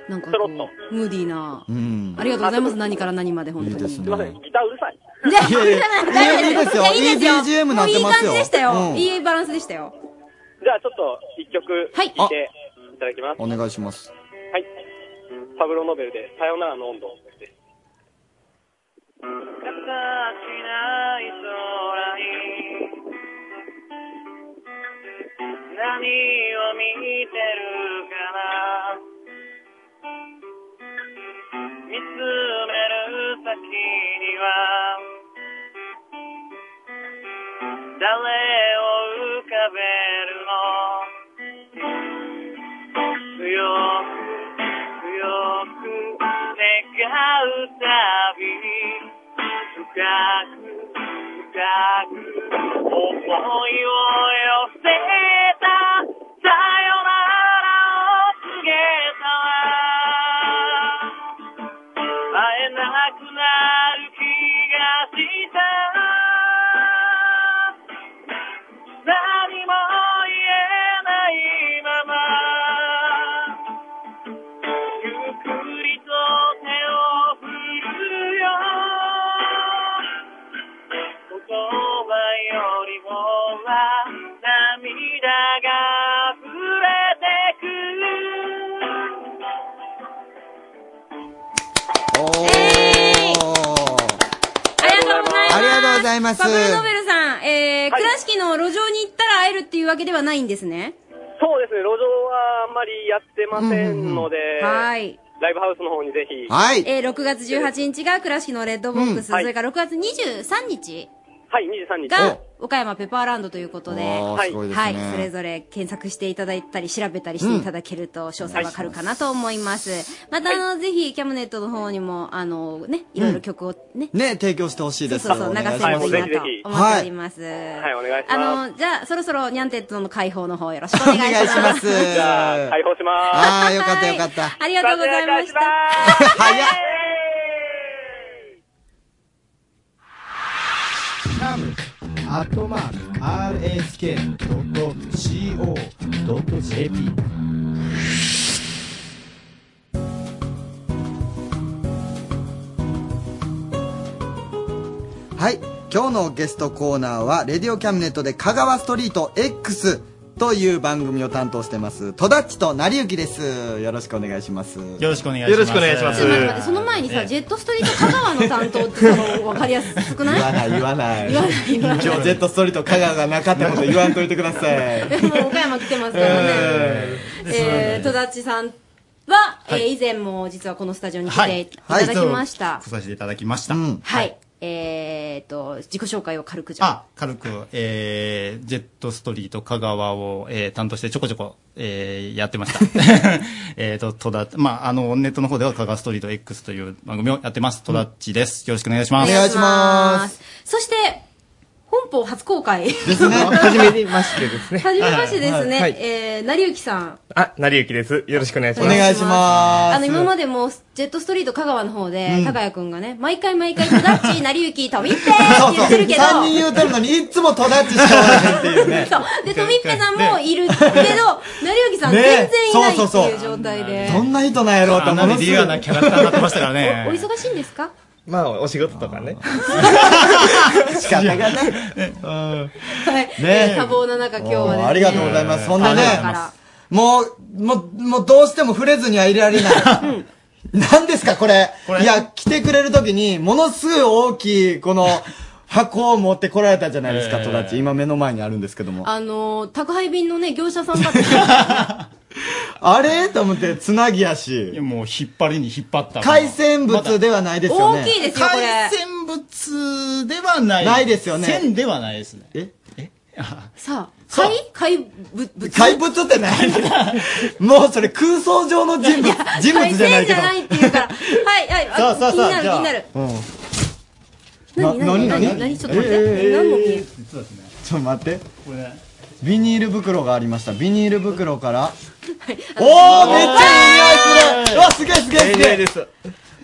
[SPEAKER 14] す。
[SPEAKER 3] なんかこう、ムーディーな。
[SPEAKER 2] うん。
[SPEAKER 3] ありがとうございます。何から何まで、本当に。
[SPEAKER 2] すみません。
[SPEAKER 14] ギターうるさい。
[SPEAKER 3] いやいやいや
[SPEAKER 2] いやいいですよ
[SPEAKER 3] いやいいですよ。
[SPEAKER 2] いい BGM なってますよ
[SPEAKER 3] もういい感じでしたよ。
[SPEAKER 2] うん
[SPEAKER 3] いいバランスでしたよ。
[SPEAKER 14] じゃあ、ちょっと、一曲、聴いていただきます。
[SPEAKER 2] お願いします。
[SPEAKER 14] はい。パブロノベルで、さよならの温度です。
[SPEAKER 15] 形ない空に何を見てるかな見つめる先には誰を浮かべるの強く強く願うたびに深く深く思いを寄せてたさよならを告げたわ会えなくなる気がした
[SPEAKER 2] ざいます。
[SPEAKER 3] パブルノベルさん、えー、倉敷の路上に行ったら会えるっていうわけではないんですね。
[SPEAKER 14] そうですね、路上はあんまりやってませんので、
[SPEAKER 3] はい。
[SPEAKER 14] ライブハウスの方にぜひ。
[SPEAKER 3] えー、6月18日が倉敷のレッドボックス、
[SPEAKER 14] うんはい
[SPEAKER 3] それから6月23日
[SPEAKER 14] はい、23日。
[SPEAKER 3] が岡山ペパーランドということで、
[SPEAKER 14] おー
[SPEAKER 3] はい
[SPEAKER 14] すごいですね
[SPEAKER 3] はい、それぞれ検索していただいたり、調べたりしていただけると、詳細わかるかなと思います。また、あの、ぜひ、キャムネットの方にも、あの、ね、いろいろ曲をね、
[SPEAKER 2] ね、提供してほしいです。
[SPEAKER 3] そうそうそう
[SPEAKER 2] お願いし
[SPEAKER 3] 流せればいいなと
[SPEAKER 2] ますは
[SPEAKER 3] 思っております。
[SPEAKER 14] はい、お願いします。
[SPEAKER 3] あの、じゃあ、そろそろ、ニャンテッドの解放の方よろしくお願いします。
[SPEAKER 14] じゃあ、解放します。
[SPEAKER 2] あーよかったよかった。
[SPEAKER 3] ありがとうございました。
[SPEAKER 2] 早っ
[SPEAKER 7] カムアットマーク RSK.CO.JP
[SPEAKER 2] はい。今日のゲストコーナーは、レディオキャムネットで香川ストリート X という番組を担当してます、戸田っちと成幸です。よろしくお願いします。よ
[SPEAKER 10] ろしくお願
[SPEAKER 2] い
[SPEAKER 10] いしますよろしくお願いします
[SPEAKER 3] ちょっと待って待ってその前にさ、ジェットストリート香川の担当ってそのわかりやすくない
[SPEAKER 2] 言わない言わない。
[SPEAKER 3] 言わない言わない
[SPEAKER 2] 今日ジェットストリート香川がなかったこと言わんといてください。
[SPEAKER 3] でも岡山来てますからね。えー、戸田っちさんは、えー
[SPEAKER 10] はい
[SPEAKER 3] 以前も実はこのスタジオに来
[SPEAKER 10] は
[SPEAKER 3] て
[SPEAKER 10] い
[SPEAKER 3] いただきました。はい。
[SPEAKER 10] 来させていただきました。
[SPEAKER 3] えーっと、自己紹介を軽くじゃあ
[SPEAKER 10] あ、軽く、えー、ジェットストリート香川を、えー、担当してちょこちょこ、えー、やって ました。えっと、戸田、まあ、あの、ネットの方では香川ストリート X という番組をやってます。戸田っちです。よろしくお願いします。
[SPEAKER 3] す。そして、本邦初公開。
[SPEAKER 10] す ね
[SPEAKER 16] 初めましてですね。
[SPEAKER 3] はじめましてですね、
[SPEAKER 16] はい。
[SPEAKER 3] えー、成幸さん。
[SPEAKER 16] あ、成幸です。よろしくお願いします。
[SPEAKER 3] お願いし
[SPEAKER 16] ま
[SPEAKER 3] あの、今までも、ジェットストリート香川の方で、
[SPEAKER 16] うん
[SPEAKER 3] 高谷くんがね、毎回毎回、戸田っち、成幸、富っぺーって言ってるけど、
[SPEAKER 2] 3人言うてるのに、いつも戸田っちしかおらへんっていうね。
[SPEAKER 3] そう。で、富っぺさんもいるけど、成幸さん
[SPEAKER 2] ね
[SPEAKER 3] 全然いない
[SPEAKER 2] そう
[SPEAKER 3] って
[SPEAKER 2] そう
[SPEAKER 3] い
[SPEAKER 2] そう
[SPEAKER 3] う状態で。
[SPEAKER 2] どんな人なんやろうと
[SPEAKER 16] あんなにリアなキャラクターになってましたからね
[SPEAKER 3] おお忙しいんですか
[SPEAKER 16] まあ、お仕事とかね。
[SPEAKER 2] 仕方 がない。
[SPEAKER 3] はい。
[SPEAKER 2] ね
[SPEAKER 3] 多忙な中、今日はですね。
[SPEAKER 2] ありがとうございます。そんなね
[SPEAKER 3] だから、
[SPEAKER 2] もう、もう、もうどうしても触れずにはいられない。何ですか、これ。いや、来てくれるときに、ものすごい大きい、この、箱を持ってこられたじゃないですか、
[SPEAKER 10] ええ
[SPEAKER 2] トラッチ。今目の前にあるんですけども。
[SPEAKER 3] あのー、宅配便のね、業者さんが、
[SPEAKER 2] あれと思って、つなぎやし。もう引っ張りに引っ張った海鮮物ではないですよね。
[SPEAKER 3] 大きいですよ、これ。
[SPEAKER 10] 海鮮物ではない。
[SPEAKER 2] ないですよね
[SPEAKER 10] 線ではないですね。
[SPEAKER 2] え
[SPEAKER 3] さあ、怪怪物
[SPEAKER 2] 怪物ってない もうそれ空想上の人物、人物じゃないけど。
[SPEAKER 3] 海鮮じゃないっていうから。はい、はい、
[SPEAKER 2] さあ
[SPEAKER 3] あ
[SPEAKER 2] さあ
[SPEAKER 3] 気に
[SPEAKER 2] さあ、
[SPEAKER 3] なる、
[SPEAKER 2] じ
[SPEAKER 3] 気
[SPEAKER 2] ゃあ。
[SPEAKER 3] になる。
[SPEAKER 2] な
[SPEAKER 3] 何何
[SPEAKER 2] 何
[SPEAKER 3] 何何ちょっと待って何も見えん
[SPEAKER 2] 実はですねちょっと待って
[SPEAKER 10] これね
[SPEAKER 2] ビニール袋がありましたビニール袋からお
[SPEAKER 3] あ
[SPEAKER 2] お
[SPEAKER 3] の
[SPEAKER 2] めっちゃいい匂いするうわすげえすげえすげえ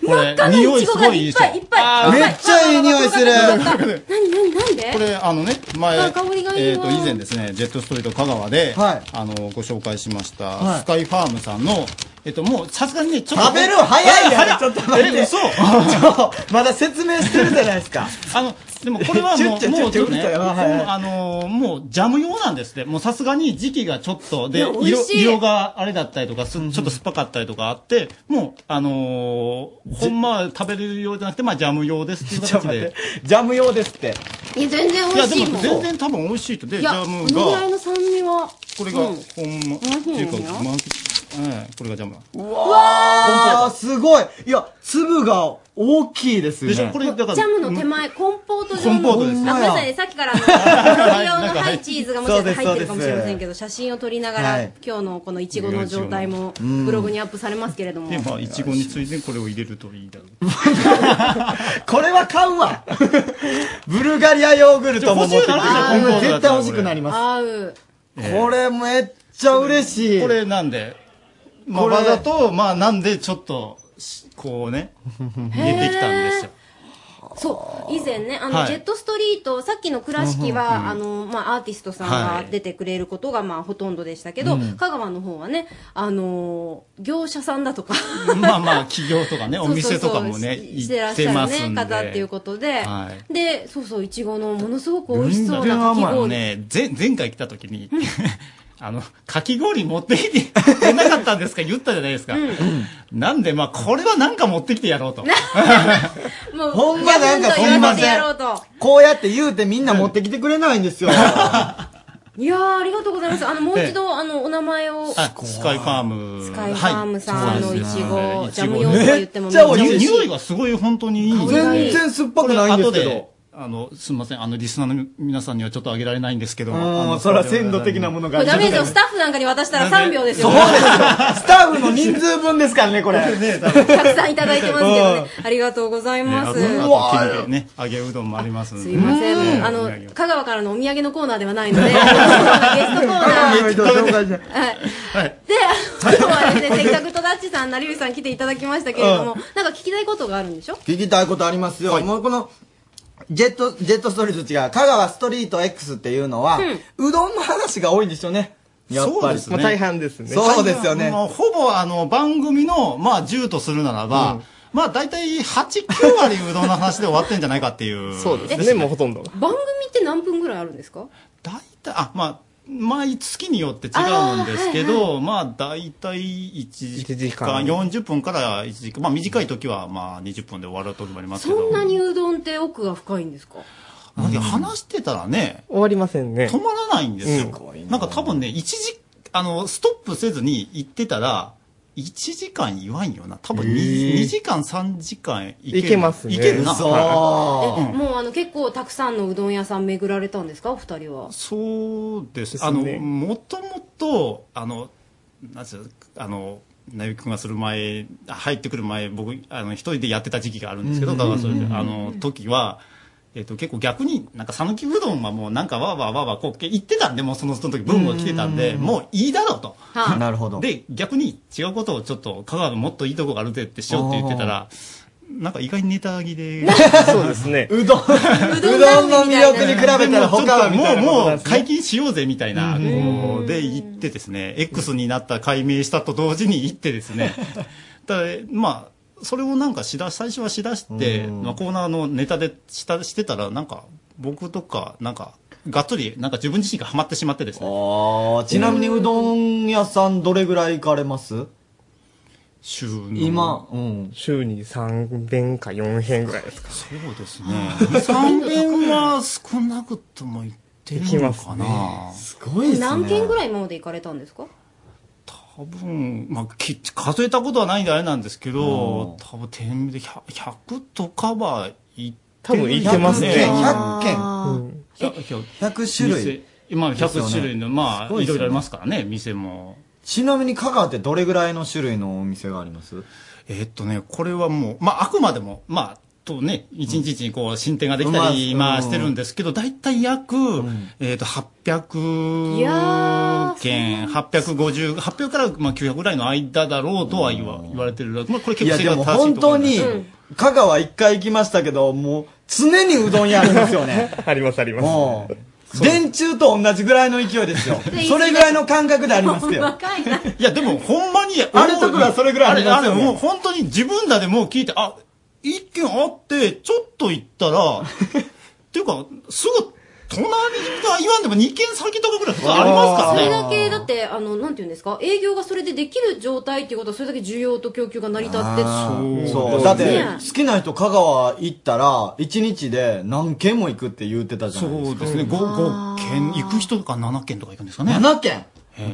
[SPEAKER 10] これ、匂いすごいいいでしょ。
[SPEAKER 3] いっぱ
[SPEAKER 10] あー
[SPEAKER 3] いいっぱいいっぱい。
[SPEAKER 10] めっちゃいい匂いする
[SPEAKER 3] わかったわかった何何なんで？
[SPEAKER 10] これあのね前
[SPEAKER 3] あ香りがいいわ
[SPEAKER 10] えーと以前ですねジェットストリート香川で、あのご紹介しました、
[SPEAKER 2] はい
[SPEAKER 10] スカイファームさんのえっともうさすがにねちょっと
[SPEAKER 2] 食べる早いやんちょっと待って
[SPEAKER 10] え嘘
[SPEAKER 2] ちょまだ説明してるじゃないですか
[SPEAKER 10] あのでもこれは
[SPEAKER 2] チュ
[SPEAKER 10] も
[SPEAKER 2] ッチ
[SPEAKER 10] う
[SPEAKER 2] ュッチュッ
[SPEAKER 10] もう
[SPEAKER 2] チ
[SPEAKER 10] ち
[SPEAKER 2] ュッチュッ
[SPEAKER 10] ょっとね
[SPEAKER 2] チュッはいはい
[SPEAKER 10] もうあのーもうジャム用なんですってもうさすがに時期がちょっと
[SPEAKER 2] い
[SPEAKER 10] で
[SPEAKER 2] や美味
[SPEAKER 10] 色
[SPEAKER 2] しい
[SPEAKER 10] 色があれだったりとかすちょっと酸っぱかったりとかあってもうあのーほんまは食べる用じゃなくてまあジャム用ですっていう 形で
[SPEAKER 2] ジャム用ですって
[SPEAKER 3] いや全然美味しいもん。
[SPEAKER 10] いやでも全然多分美味しいとで
[SPEAKER 3] い
[SPEAKER 10] ジ
[SPEAKER 3] や
[SPEAKER 10] ャム
[SPEAKER 3] このぐら
[SPEAKER 10] が
[SPEAKER 3] いの酸味は。
[SPEAKER 10] これが
[SPEAKER 3] う
[SPEAKER 10] ほ
[SPEAKER 3] ん
[SPEAKER 10] んま、って
[SPEAKER 3] うん
[SPEAKER 10] いうか
[SPEAKER 3] うんよ
[SPEAKER 10] まええこれがジャムだ
[SPEAKER 2] うわーすごいいや粒が大きいですよね
[SPEAKER 10] でしょこれだから
[SPEAKER 3] ジャムの手前、コンポート状
[SPEAKER 2] コ
[SPEAKER 3] の。
[SPEAKER 2] ンポートです
[SPEAKER 3] あ、ごめんなさいね、さっきからあの、黒用のハイチーズがもしかしたら入ってるかもしれませんけど、写真を撮りながら、
[SPEAKER 10] はい
[SPEAKER 3] 今日のこのイチゴの状態も、
[SPEAKER 10] うん
[SPEAKER 3] ブログにアップされますけれども。
[SPEAKER 10] でまあいちごについてこれを入れるといいだろう
[SPEAKER 2] これは買うわ ブルガリアヨーグルトも持ってきて
[SPEAKER 10] ちょ欲しいな
[SPEAKER 2] うん絶対欲しくなります
[SPEAKER 3] 合う。
[SPEAKER 2] これめっちゃ嬉しい
[SPEAKER 10] これなんで、まあ、
[SPEAKER 2] これ
[SPEAKER 10] わざとまあなんでちょっとしこう ね入れてきたんですよ
[SPEAKER 3] そう、以前ね、あの、
[SPEAKER 10] はい
[SPEAKER 3] ジェットストリート、さっきの倉敷は、あ
[SPEAKER 10] うん
[SPEAKER 3] の、まあ、アーティストさんが
[SPEAKER 10] はい
[SPEAKER 3] 出てくれることが、まあ、ほとんどでしたけど、
[SPEAKER 10] うん
[SPEAKER 3] 香川の方はね、あのー業者さんだとか、
[SPEAKER 10] まあまあ企業とかね
[SPEAKER 3] そ
[SPEAKER 10] お
[SPEAKER 3] うそうそう
[SPEAKER 10] 店とかもね
[SPEAKER 3] し
[SPEAKER 10] 行
[SPEAKER 3] してらっ
[SPEAKER 10] っ
[SPEAKER 3] しゃ
[SPEAKER 10] て
[SPEAKER 3] る、
[SPEAKER 10] ますん
[SPEAKER 3] ね、
[SPEAKER 10] で
[SPEAKER 3] 方っていうことで、
[SPEAKER 10] は
[SPEAKER 3] で、そうそう、いちごのものすごく美味しそう
[SPEAKER 10] 全
[SPEAKER 3] な
[SPEAKER 10] 然
[SPEAKER 3] かき
[SPEAKER 10] 甘い
[SPEAKER 3] 氷。
[SPEAKER 10] ね前前回来た時に あの、かき氷持ってきてくれなかったん ですか言ったじゃないですか。なんで、まあ、これはなんか持ってきてや ろうと。
[SPEAKER 3] もう、
[SPEAKER 2] ほんまなんか
[SPEAKER 3] やるんと言わせてや
[SPEAKER 2] すいません
[SPEAKER 3] ろうと。
[SPEAKER 2] こうやって言うてみんな持ってきてくれないんですよ。
[SPEAKER 3] いやー、ありがとうございます。あの、もう一度、あの、お名前を。
[SPEAKER 10] あ スカイファーム。
[SPEAKER 3] スカイファームさん
[SPEAKER 10] はい
[SPEAKER 3] のいちご
[SPEAKER 10] はい
[SPEAKER 3] ジャム用と言っても
[SPEAKER 10] めっちゃ
[SPEAKER 3] めっち ゃ美
[SPEAKER 10] 美
[SPEAKER 3] 味
[SPEAKER 10] 味
[SPEAKER 3] し
[SPEAKER 10] し
[SPEAKER 3] い
[SPEAKER 10] い。匂いがすごい本当にいいです
[SPEAKER 3] 香りがい
[SPEAKER 10] ね。
[SPEAKER 3] い全然
[SPEAKER 2] 酸っぱくないんですけど
[SPEAKER 10] これ後であの、すみません。あの、リスナーの皆さんにはちょっとあげられないんですけど。
[SPEAKER 2] うん
[SPEAKER 10] あの
[SPEAKER 2] そら鮮度的なもの
[SPEAKER 3] これダメージをスタッフなんかに渡したら3秒ですよ。
[SPEAKER 2] スタッフの人数分ですからね、これ。
[SPEAKER 3] たくさんいただいてますけどね。ありがとうござい
[SPEAKER 10] ねあと
[SPEAKER 3] ます。
[SPEAKER 10] あとキムケね、揚げうどんもありますんで。
[SPEAKER 3] すいませ。
[SPEAKER 10] うん
[SPEAKER 3] あの、香川からのお土産のコーナーではないので、あのゲストコーナー。で、今日はですね、せっかく戸田っちさん、成吉さん来ていただきましたけれども、なんか聞きたいことがあるんでしょ
[SPEAKER 2] 聞きたいことありますよ。もうこの、ジェット、ジェットストリートと違う、香川ストリート X っていうのは、うどんの話が多いんですよね。やっぱり。
[SPEAKER 16] まあ大半ですね。
[SPEAKER 2] そうですよね。
[SPEAKER 10] まあほぼあの、番組の、まあ、10とするならば、まあ、大体8、9割うどんの話で終わってんじゃないかっていう。
[SPEAKER 16] そうですね、もうほとんどが。
[SPEAKER 3] 番組って何分ぐらいあるんですか
[SPEAKER 10] あ、まあ、毎月によって違うんですけど、まあ、大体1時間、40分から1時間、まあ、短い時は、まあ、20分で終わる時もありますけ
[SPEAKER 3] そん
[SPEAKER 10] ど、
[SPEAKER 3] なにうどんって奥が深いんですか
[SPEAKER 10] なんか話してたらね、
[SPEAKER 16] 終わりませんね。
[SPEAKER 10] 止まらないんですよ。なんか多分ね、1時、あの、ストップせずに行ってたら、1時間言わんよな。多分 2,
[SPEAKER 16] へー
[SPEAKER 10] 時間、3時間いける。
[SPEAKER 16] いけますね
[SPEAKER 10] いけるな。
[SPEAKER 16] そう
[SPEAKER 10] はいうん
[SPEAKER 3] もうあの結構たくさんのうどん屋さん巡られたんですかお二人は。
[SPEAKER 10] そうです
[SPEAKER 3] すね
[SPEAKER 10] あのもともとあのなんていうのあのなゆき君がする前入ってくる前僕あの一人でやってた時期があるんですけど、
[SPEAKER 16] うんうんうんうん
[SPEAKER 10] だからそれであの時は。えっと結構逆になんか讃岐うどんはもうなんかわーわーわーわーこう言ってたんでもうそのその時ブームが来てたんでもういいだろうと、
[SPEAKER 2] はあなるほど
[SPEAKER 10] で逆に違うことをちょっと香川のもっといいとこがあるぜってしようって言ってたらなんか意外にネタ 切れ
[SPEAKER 16] そうですね
[SPEAKER 2] うどん
[SPEAKER 10] う
[SPEAKER 2] うどんの魅力に比べたら他はみたいな
[SPEAKER 10] も
[SPEAKER 2] こ
[SPEAKER 10] う
[SPEAKER 2] と
[SPEAKER 10] も
[SPEAKER 2] なん
[SPEAKER 10] う
[SPEAKER 2] ですね
[SPEAKER 10] 解禁しようぜみたいな、こうで行ってですね、X になった解明したと同時に行ってですね、ただまあ、それをなんかしだ、最初はしだして、まあ、コーナーのネタでしたしてたら、なんか、僕とか、なんか、がっつり、なんか自分自身がハマってしまってですね。
[SPEAKER 2] あちなみにうどん屋さんどれぐらい行かれます
[SPEAKER 10] 週
[SPEAKER 2] 今、うん。
[SPEAKER 16] 週に3遍か4遍ぐらいですか。そう
[SPEAKER 10] ですね。3遍 は少なくとも行ってるのかな。
[SPEAKER 2] す
[SPEAKER 3] 何軒ぐらい今まで行かれたんですか
[SPEAKER 10] 多分、まあ、き数えたことはないんであれなんですけど、多分、天秤で 100, 100とかは行ってるんじゃないですか
[SPEAKER 2] 100件。
[SPEAKER 10] 100件。
[SPEAKER 2] 100種類。
[SPEAKER 10] 店まあ、
[SPEAKER 2] ですよ
[SPEAKER 10] 100
[SPEAKER 2] ね
[SPEAKER 10] 種類の、ますあ、
[SPEAKER 2] ごい
[SPEAKER 10] い
[SPEAKER 2] ですよね
[SPEAKER 10] ろいろありますからね、店も。
[SPEAKER 2] ちなみに香川ってどれぐらいの種類のお店があります
[SPEAKER 10] えっとね、これはもう、まあ、あくまでも、まあ、とね、一日一日にこう、進展ができたり、
[SPEAKER 2] まあう
[SPEAKER 10] ま
[SPEAKER 2] ん
[SPEAKER 10] あ、してるんですけど、だいたい約、えっと、
[SPEAKER 3] いや
[SPEAKER 10] 800件、850、800から、まあ、900ぐらいの間だろうとは言わ言われてる。まあ、これ
[SPEAKER 2] い
[SPEAKER 10] 結
[SPEAKER 2] や
[SPEAKER 10] 構
[SPEAKER 2] でも
[SPEAKER 10] 正しい
[SPEAKER 2] 本
[SPEAKER 10] と
[SPEAKER 2] 当
[SPEAKER 10] 思うんです
[SPEAKER 2] に
[SPEAKER 10] けど、
[SPEAKER 2] 香川一回行きましたけど、もう常にうどん屋ありますよね。
[SPEAKER 16] ありますあります。
[SPEAKER 2] うん電柱と同じぐらいの勢いですよ。それぐらいの感覚であります よ。
[SPEAKER 10] いや、でも、ほんまに、
[SPEAKER 2] あれとかはそれぐらいありますよね
[SPEAKER 10] あれ、あれもう本当に自分らでもう聞いて、あ、一件あって、ちょっと行った ら、っていうか、すぐ、隣が言わんでも2件先とかぐらい普通ありますから
[SPEAKER 3] そ
[SPEAKER 10] ね。
[SPEAKER 3] れだけだってあのなんていうんですか営業がそれでできる状態っていうことはそれだけ需要と供給が成り立って
[SPEAKER 2] そう。だって、好きな人香川行ったら、一日で何軒も行くって言ってたじゃないですか。
[SPEAKER 10] そうですね五五件、行く人が7件とか行くんですかね。
[SPEAKER 2] 7件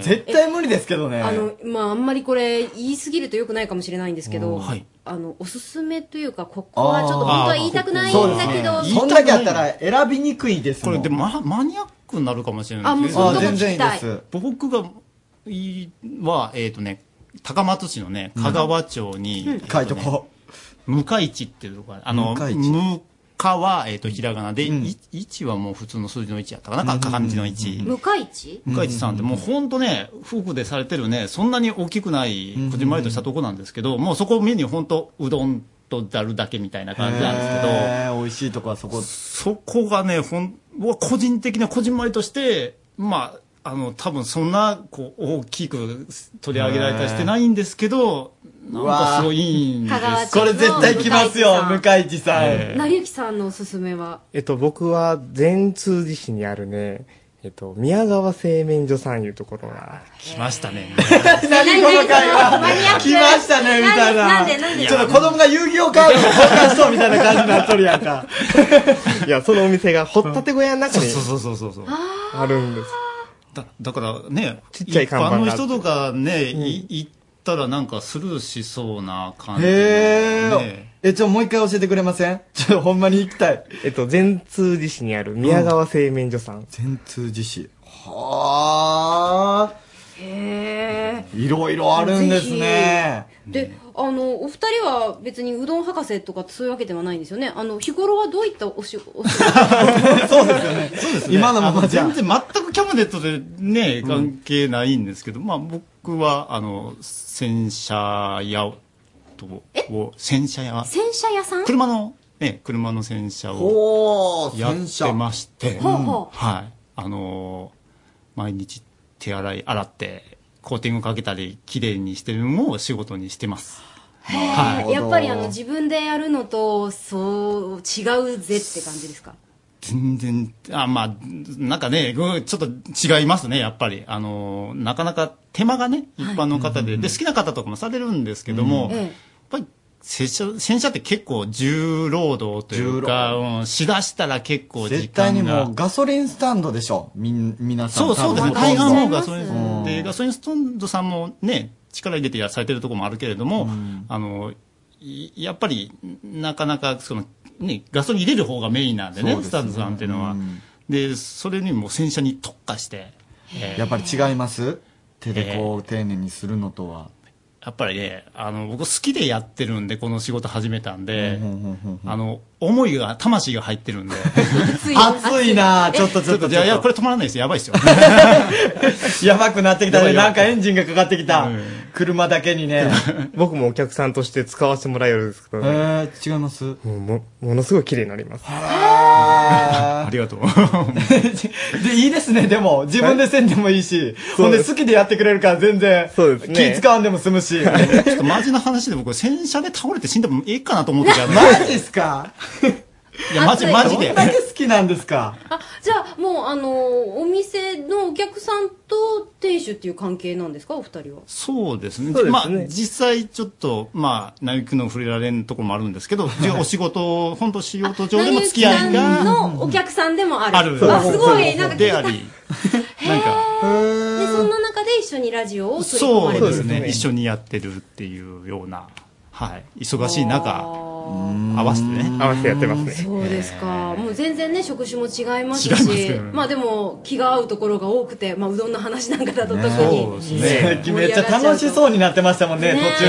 [SPEAKER 2] 絶対無理ですけどね。
[SPEAKER 3] あのまああんまりこれ言い過ぎるとよくないかもしれないんですけど、
[SPEAKER 2] うんはい
[SPEAKER 3] あのおすすめというかここはちょっと本当は言いたくないん
[SPEAKER 2] そうです
[SPEAKER 3] だけど、
[SPEAKER 2] ねそんだけあったら選びにくいですも
[SPEAKER 10] こ
[SPEAKER 2] ん
[SPEAKER 10] れでママニアックになるかもしれないです
[SPEAKER 2] あもうそんなこと聞きたいあ全然いいです
[SPEAKER 10] 僕がいいはえっ、とね高松市のね香川町に、
[SPEAKER 2] うん
[SPEAKER 10] えーとね
[SPEAKER 2] 書いとこ
[SPEAKER 10] 向かい地っていうところあの
[SPEAKER 2] 向
[SPEAKER 10] 向
[SPEAKER 2] 井地
[SPEAKER 10] かはえっ、とひらがなで、い一はもう普通の数字の一やったかなか漢字の一
[SPEAKER 3] 向井地
[SPEAKER 10] 向井地さんってもう本当ね、夫婦でされてるね、そんなに大きくない、こじんまりとしたとこなんですけど、もうそこをメニュー本当うどんとざるだけみたいな感じなんですけど、
[SPEAKER 2] へー美味しいとこはそこ。
[SPEAKER 10] そこがね、ほん、僕は個人的なこじんまりとして、まあ、あの、多分そんな、こう、大きく取り上げられたりしてないんですけど、なんかすごいいいんで
[SPEAKER 3] うわー
[SPEAKER 10] す
[SPEAKER 3] 香川県のこれ絶対来ますよ向井
[SPEAKER 2] 井地さ
[SPEAKER 3] 成幸さんのおすすめは
[SPEAKER 16] えっと、僕は、善通寺市にあるね、えっと、宮川製麺所さんいうところが。
[SPEAKER 10] 来ましたね。
[SPEAKER 2] 何この会話来ましたね、みたいな。
[SPEAKER 16] なんでなんで
[SPEAKER 2] ちょっと子供が遊戯王カードを交換しそうみたいな感じになっとるやんか。
[SPEAKER 16] いや、そのお店が、掘ったて小屋の中に。
[SPEAKER 10] そうそうそうそうそう。
[SPEAKER 16] あるんです。
[SPEAKER 10] だだからね、
[SPEAKER 16] ちっちゃい看板があって
[SPEAKER 10] 一般の人とかね、い行ったらなんかスルーしそうな感じの
[SPEAKER 2] へ
[SPEAKER 10] ね。
[SPEAKER 2] え。え、ちょ、もう一回教えてくれません ちょ、ほんまに行きたい。
[SPEAKER 16] えっと、善通寺市にある宮川製麺所さん。
[SPEAKER 2] 善通寺市。はあ。
[SPEAKER 3] へ
[SPEAKER 2] いろいろあるんですね。
[SPEAKER 3] え。で、あの、お二人は別にうどん博士とかそういうわけではないんですよね。あの、日頃はどういったお仕 事、お仕事
[SPEAKER 10] そうです
[SPEAKER 2] 今のままじゃ
[SPEAKER 10] あの全然全くキャムネットでね、関係ないんですけど、まあ僕は、あの、洗車屋を、を洗車屋、
[SPEAKER 3] 洗車屋さん
[SPEAKER 10] 車の、ね、車の洗車
[SPEAKER 2] ほ
[SPEAKER 10] を
[SPEAKER 2] ー
[SPEAKER 10] やっ
[SPEAKER 2] 洗車
[SPEAKER 10] てまして、
[SPEAKER 2] ほうほ
[SPEAKER 10] はい。あのー毎日手洗い、洗って、コーティングかけたり、綺麗にしてるのを仕事にしてます。はい
[SPEAKER 3] やっぱりあの、自分でやるのと、そう、違うぜって感じですか
[SPEAKER 10] 全然、あ、まあ、なんかね、ぐちょっと違いますね、やっぱり。あの、なかなか手間がね、一般の方で、で、好きな方とかもされるんですけども、
[SPEAKER 3] え
[SPEAKER 10] やっ
[SPEAKER 3] え
[SPEAKER 10] ぱり、洗車、洗車って結構重労働というか、うん、しだしたら結構時
[SPEAKER 2] 絶対に
[SPEAKER 10] 間
[SPEAKER 2] も
[SPEAKER 10] が
[SPEAKER 2] う。ガソリンスタンドでしょ。みん、皆さん。
[SPEAKER 10] そうそうですね。
[SPEAKER 2] 多分
[SPEAKER 10] 大
[SPEAKER 2] ほとんど
[SPEAKER 10] 半もうガソリンスタ
[SPEAKER 2] う
[SPEAKER 10] ン
[SPEAKER 2] ん
[SPEAKER 10] ド。で、ガソリンスタンドさんもね、力入れてやされてるところもあるけれども、あの、いやっぱり、なかなか、その、ね、ガソリン入れる方がメインなんでね、
[SPEAKER 2] そうですね
[SPEAKER 10] スタンドさんっていうのは。で、それにもう洗車に特化して、えー
[SPEAKER 2] やっぱり違います手でこう丁寧にするのとは。
[SPEAKER 10] やっぱりね、あの、僕好きでやってるんで、この仕事始めたんで、あの、思いが、魂が入ってるんで。
[SPEAKER 2] 熱い熱 いなちょっとちょっと
[SPEAKER 10] いやいや、これ止まらないです。やばいですよ。
[SPEAKER 2] やばくなってきたね。
[SPEAKER 10] やばいやばい
[SPEAKER 2] なんかエンジンがかかってきた。車だけにね。
[SPEAKER 16] 僕もお客さんとして使わせてもらえるんですけどね。
[SPEAKER 2] えー、違いますも
[SPEAKER 16] うもものすごい綺麗になります。
[SPEAKER 2] あ
[SPEAKER 10] りがとう。
[SPEAKER 2] で、いいですね、でも。自分でせんでもいいし。ほんで、好きでやってくれるから全然。
[SPEAKER 16] そう
[SPEAKER 2] ですね気使わんでも済むし。
[SPEAKER 10] ちょっとマジな話で僕、洗車で倒れて死んでもいいかなと思って た
[SPEAKER 2] マジっすか
[SPEAKER 10] いや、マジ、マジで。
[SPEAKER 2] どんだけ好きなんですか
[SPEAKER 3] あ、じゃあ、もう、あの、お店のお客さんと店主っていう関係なんですかお二人は。
[SPEAKER 10] そうですね。
[SPEAKER 3] そうですね
[SPEAKER 10] まあ、実際ちょっと、まあ、なゆきの触れられんところもあるんですけど、お仕事、本当仕事上での付き合い
[SPEAKER 3] 成幸さ
[SPEAKER 10] が
[SPEAKER 3] んのお客さんでもある。
[SPEAKER 10] ある。
[SPEAKER 3] あ、すごい、なんか聞い
[SPEAKER 10] で
[SPEAKER 3] た
[SPEAKER 10] あ
[SPEAKER 3] で、
[SPEAKER 10] り、なんか、
[SPEAKER 3] そんな中で一緒にラジオを取り込
[SPEAKER 10] そ
[SPEAKER 3] まれ
[SPEAKER 10] う
[SPEAKER 3] て
[SPEAKER 10] ですね。一緒にやってるっていうような、はい。忙しい中、合わせてね。
[SPEAKER 16] 合わせてやってますね。
[SPEAKER 3] そうですか。もう全然ね、職種も違いま
[SPEAKER 10] 違
[SPEAKER 3] す
[SPEAKER 10] いますよ
[SPEAKER 3] し、
[SPEAKER 10] ね
[SPEAKER 3] まあでも気が合うところが多くて、まあうどんの話なんかだと特に。
[SPEAKER 2] そうですね。さっきめっちゃ楽しそうになってましたもんね、
[SPEAKER 3] ね
[SPEAKER 2] 途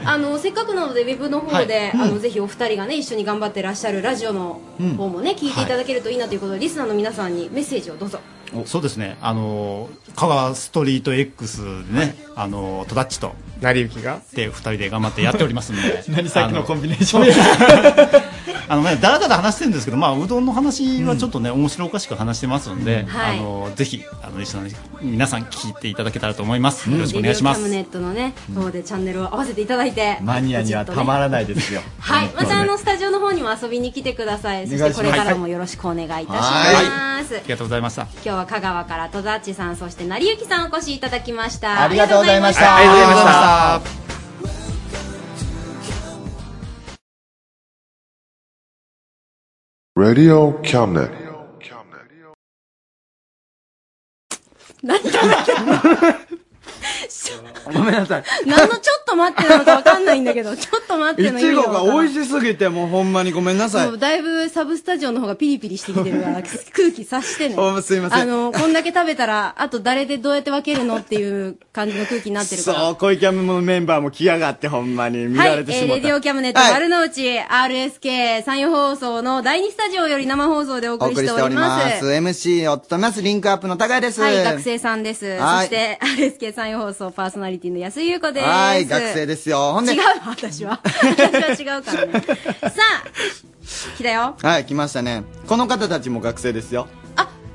[SPEAKER 2] 中。
[SPEAKER 3] あの、せっかくなのでウェブの方で、
[SPEAKER 2] はいうん。
[SPEAKER 3] あの、ぜひお二人がね、一緒に頑張ってらっしゃるラジオの方もね、聞いていただけるといいなということで、リスナーの皆さんにメッセージをどうぞ。
[SPEAKER 10] そうですね。あの、香川ストリート X でね、あの、トダッチと、
[SPEAKER 16] なりゆきが
[SPEAKER 10] で、二人で頑張ってやっておりますの で
[SPEAKER 2] 何さっきのコンビネーシ
[SPEAKER 10] あ
[SPEAKER 2] ョン
[SPEAKER 10] のあのね、 だらだら話してるんですけど、まあ、うどんの話はちょっとね、面白おかしく話してますので、
[SPEAKER 3] はい
[SPEAKER 10] あの、ぜひ、あの、一緒に皆さん聞いていただけたらと思います。よろしくお願いしま
[SPEAKER 3] レディオキャム
[SPEAKER 10] す。
[SPEAKER 3] ネットのね、方でチャンネルを合わせていただいて。
[SPEAKER 2] マニアにはたまらないですよ。
[SPEAKER 3] はい、またあのスタジオの方にも遊びに来てください。そ
[SPEAKER 10] お
[SPEAKER 3] し
[SPEAKER 10] 願い
[SPEAKER 3] て
[SPEAKER 10] します
[SPEAKER 3] これからもよろしくお願いいたし
[SPEAKER 10] は
[SPEAKER 3] ます。
[SPEAKER 10] ありがとうございました。
[SPEAKER 3] 今日は香川から戸田っちさん、そして成幸さんお越しいただきました。
[SPEAKER 2] ありがとうございました。
[SPEAKER 10] ありがとうございました
[SPEAKER 2] ありがとうございました。
[SPEAKER 17] Radio Cabinet.
[SPEAKER 3] 何だっけ
[SPEAKER 2] ごめんなさい。
[SPEAKER 3] 何のちょっと待ってるのかわかんないんだけど、ちょっと待っての
[SPEAKER 2] い
[SPEAKER 3] 意
[SPEAKER 2] ち
[SPEAKER 3] 味
[SPEAKER 2] ご
[SPEAKER 3] わから
[SPEAKER 2] が
[SPEAKER 3] ん
[SPEAKER 2] 美味しすぎて、もうほんまにごめんなさい
[SPEAKER 3] もう。だいぶサブスタジオの方がピリピリしてきてるから、空気察してね。
[SPEAKER 2] おすいません
[SPEAKER 3] あの、こんだけ食べたら、あと誰でどうやって分けるのっていう感じの空気になってるから。
[SPEAKER 2] そう、小池もメンバーも来やがって、ほんまに見
[SPEAKER 3] はい、
[SPEAKER 2] ら
[SPEAKER 3] え
[SPEAKER 2] れてし
[SPEAKER 3] ー
[SPEAKER 2] ま
[SPEAKER 3] レ
[SPEAKER 2] っ
[SPEAKER 3] ディ
[SPEAKER 2] た。
[SPEAKER 3] オキャムネット
[SPEAKER 2] はい
[SPEAKER 3] 丸の内 RSK 山陽放送の第2スタジオより生放送でお
[SPEAKER 2] お
[SPEAKER 3] 送り
[SPEAKER 2] 送り
[SPEAKER 3] して
[SPEAKER 2] してお
[SPEAKER 3] お
[SPEAKER 2] り
[SPEAKER 3] り
[SPEAKER 2] ま
[SPEAKER 3] ます。
[SPEAKER 2] す。MC を務めます、リンクアップの高井です。
[SPEAKER 3] はい、学生さんです。そ
[SPEAKER 2] はい
[SPEAKER 3] して、RSK 山陽放送パーソナリティの安井優子です。
[SPEAKER 2] はい、学生ですよ。ほんで
[SPEAKER 3] 違う、私は。私は違うからね。さあ、来たよ。
[SPEAKER 2] はい、来ましたね。この方たちも学生ですよ。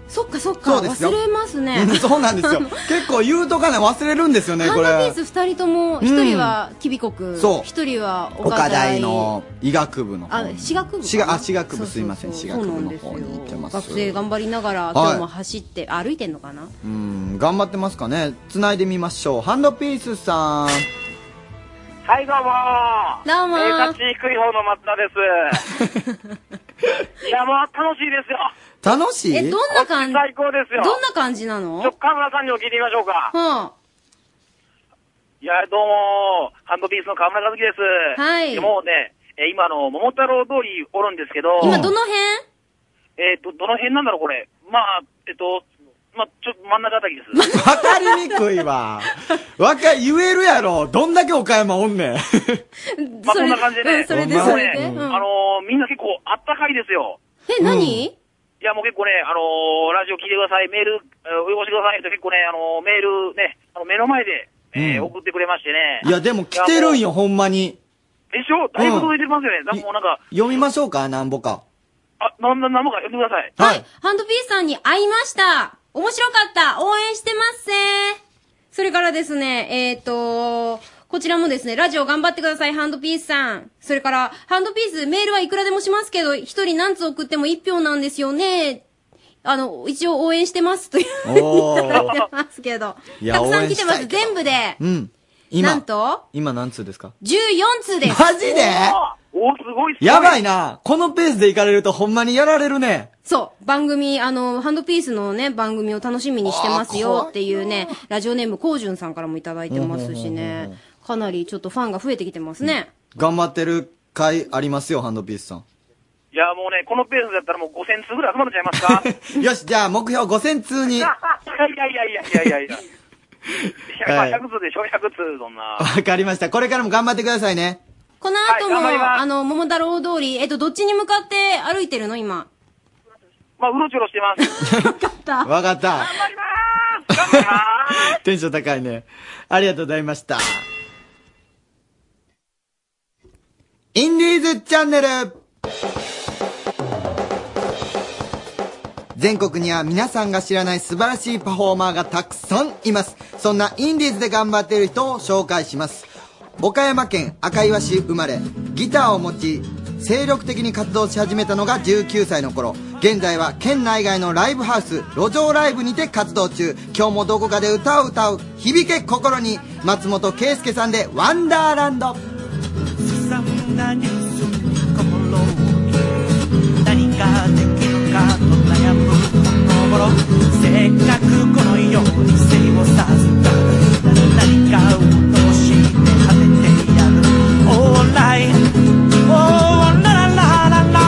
[SPEAKER 3] そっかそっか
[SPEAKER 2] そうですよ
[SPEAKER 3] 忘れますね
[SPEAKER 2] うん そうなん ですよ結構言うとかない忘れるんですよね
[SPEAKER 3] ハン
[SPEAKER 2] こ
[SPEAKER 3] ドピ
[SPEAKER 2] れ
[SPEAKER 3] ース二人とも一人はきびこく
[SPEAKER 2] そう
[SPEAKER 3] 一人は
[SPEAKER 2] 岡大
[SPEAKER 3] 岡大
[SPEAKER 2] の医学部の方
[SPEAKER 3] あ
[SPEAKER 2] に
[SPEAKER 3] 私学部
[SPEAKER 2] 私学
[SPEAKER 3] かな
[SPEAKER 2] あ私学部すいません私学部の方に行ってます
[SPEAKER 3] 学生頑張りながら
[SPEAKER 2] い
[SPEAKER 3] 今日も走って歩いてんのかな
[SPEAKER 2] うん頑張ってますかねつないでみましょうハンドピースさん
[SPEAKER 1] はい、どうも
[SPEAKER 3] どうも
[SPEAKER 1] ー。価値低い方の松田 です。いや、もう楽しいですよ。
[SPEAKER 2] 楽しい
[SPEAKER 3] えどんな感じ
[SPEAKER 1] 最高ですよ。
[SPEAKER 3] どんな感じなの
[SPEAKER 1] ちょっと河村さんにも聞いてみましょうか。
[SPEAKER 3] はあ
[SPEAKER 1] いや、どうもー、ハンドピースの河村和樹です。
[SPEAKER 3] はい
[SPEAKER 1] やもうね、えー今あの桃太郎通りおるんですけど。
[SPEAKER 3] 今どの辺
[SPEAKER 1] えっ、と、どの辺なんだろう、これ。まあ、えっ、と、まあ、ちょっと真ん中あたりです。
[SPEAKER 2] わかりにくい わわか言えるやろどんだけ岡山おんねん
[SPEAKER 1] まあ、そんな感じでね。
[SPEAKER 2] うんそれで
[SPEAKER 1] も
[SPEAKER 2] それで
[SPEAKER 1] うね
[SPEAKER 2] うん
[SPEAKER 1] あのーみんな結構あったかいですよ。
[SPEAKER 3] え何い
[SPEAKER 1] や、もう結構ね、あのーラジオ聞いてください、メール、えー、応募してくださいって結構ね、あのーメールね、あの目の前で、えー
[SPEAKER 2] うん
[SPEAKER 1] 送ってくれましてね。
[SPEAKER 2] いやでも来てるんよほんまに
[SPEAKER 1] でしょだいぶ届いてますよね。だからもうなんか、
[SPEAKER 2] 読みましょうかなんぼか
[SPEAKER 1] あ、なんだ、なんぼか読んでください。
[SPEAKER 2] はい
[SPEAKER 3] ハンドピースさんに会いました面白かった応援してますぜそれからですね、えっ、と、こちらもですね、ラジオ頑張ってください、ハンドピースさん。それから、ハンドピース、メールはいくらでもしますけど、一人何通送っても一票なんですよね。あの、一応応援してますというふ う
[SPEAKER 2] お ー
[SPEAKER 3] にいただいてますけど。
[SPEAKER 2] いや
[SPEAKER 3] たくさん来てま
[SPEAKER 2] 応援したい
[SPEAKER 3] す。全部で、
[SPEAKER 2] うん
[SPEAKER 3] なん
[SPEAKER 2] 今
[SPEAKER 3] と、
[SPEAKER 2] 今何通ですか
[SPEAKER 3] 14通です。
[SPEAKER 2] マジで
[SPEAKER 1] おおすごいっ
[SPEAKER 2] やばいなこのペースで行かれるとほんまにやられるね
[SPEAKER 3] そう。番組、あの、ハンドピースのね、番組を楽しみにしてますよっていうね、ラジオネーム、こうじゅんさんからもいただいてます
[SPEAKER 2] うん
[SPEAKER 3] し
[SPEAKER 2] うんうん
[SPEAKER 3] ね。かなりちょっとファンが増えてきてますね。
[SPEAKER 2] 頑張ってる回ありますよハンドピースさん
[SPEAKER 1] いや、もうね、このペースだったらもう5000通ぐらい集まるんちゃいますかい
[SPEAKER 2] よし、じゃあ目標5000通に。わ
[SPEAKER 1] やいやいやいやいやいやいや。
[SPEAKER 2] はい
[SPEAKER 1] 100通でしょ ?100 通、そん な。
[SPEAKER 2] かりました。これからも頑張ってくださいね。
[SPEAKER 3] この後も、
[SPEAKER 1] はい頑張ります
[SPEAKER 3] あの、桃太郎通り、えっと、どっちに向かって歩いてるの今。
[SPEAKER 1] まあ、うろちょろしてます。
[SPEAKER 2] わかった。テンション高いね。ありがとうございました。インディーズチャンネル全国には皆さんが知らない素晴らしいパフォーマーがたくさんいます。そんなインディーズで頑張っている人を紹介します。岡山県赤岩市生まれ、ギターを持ち、精力的に活動し始めたのが19歳の頃。現在は県内外のライブハウス、路上ライブにて活動中。今日もどこかで歌を歌う、響け心に、松本圭介さんでワンダーランド。
[SPEAKER 4] 何ができるかと悩むこの頃せっかくこの世に生をさずた何かを通して果ててやる Alright eh. Oh la la la la la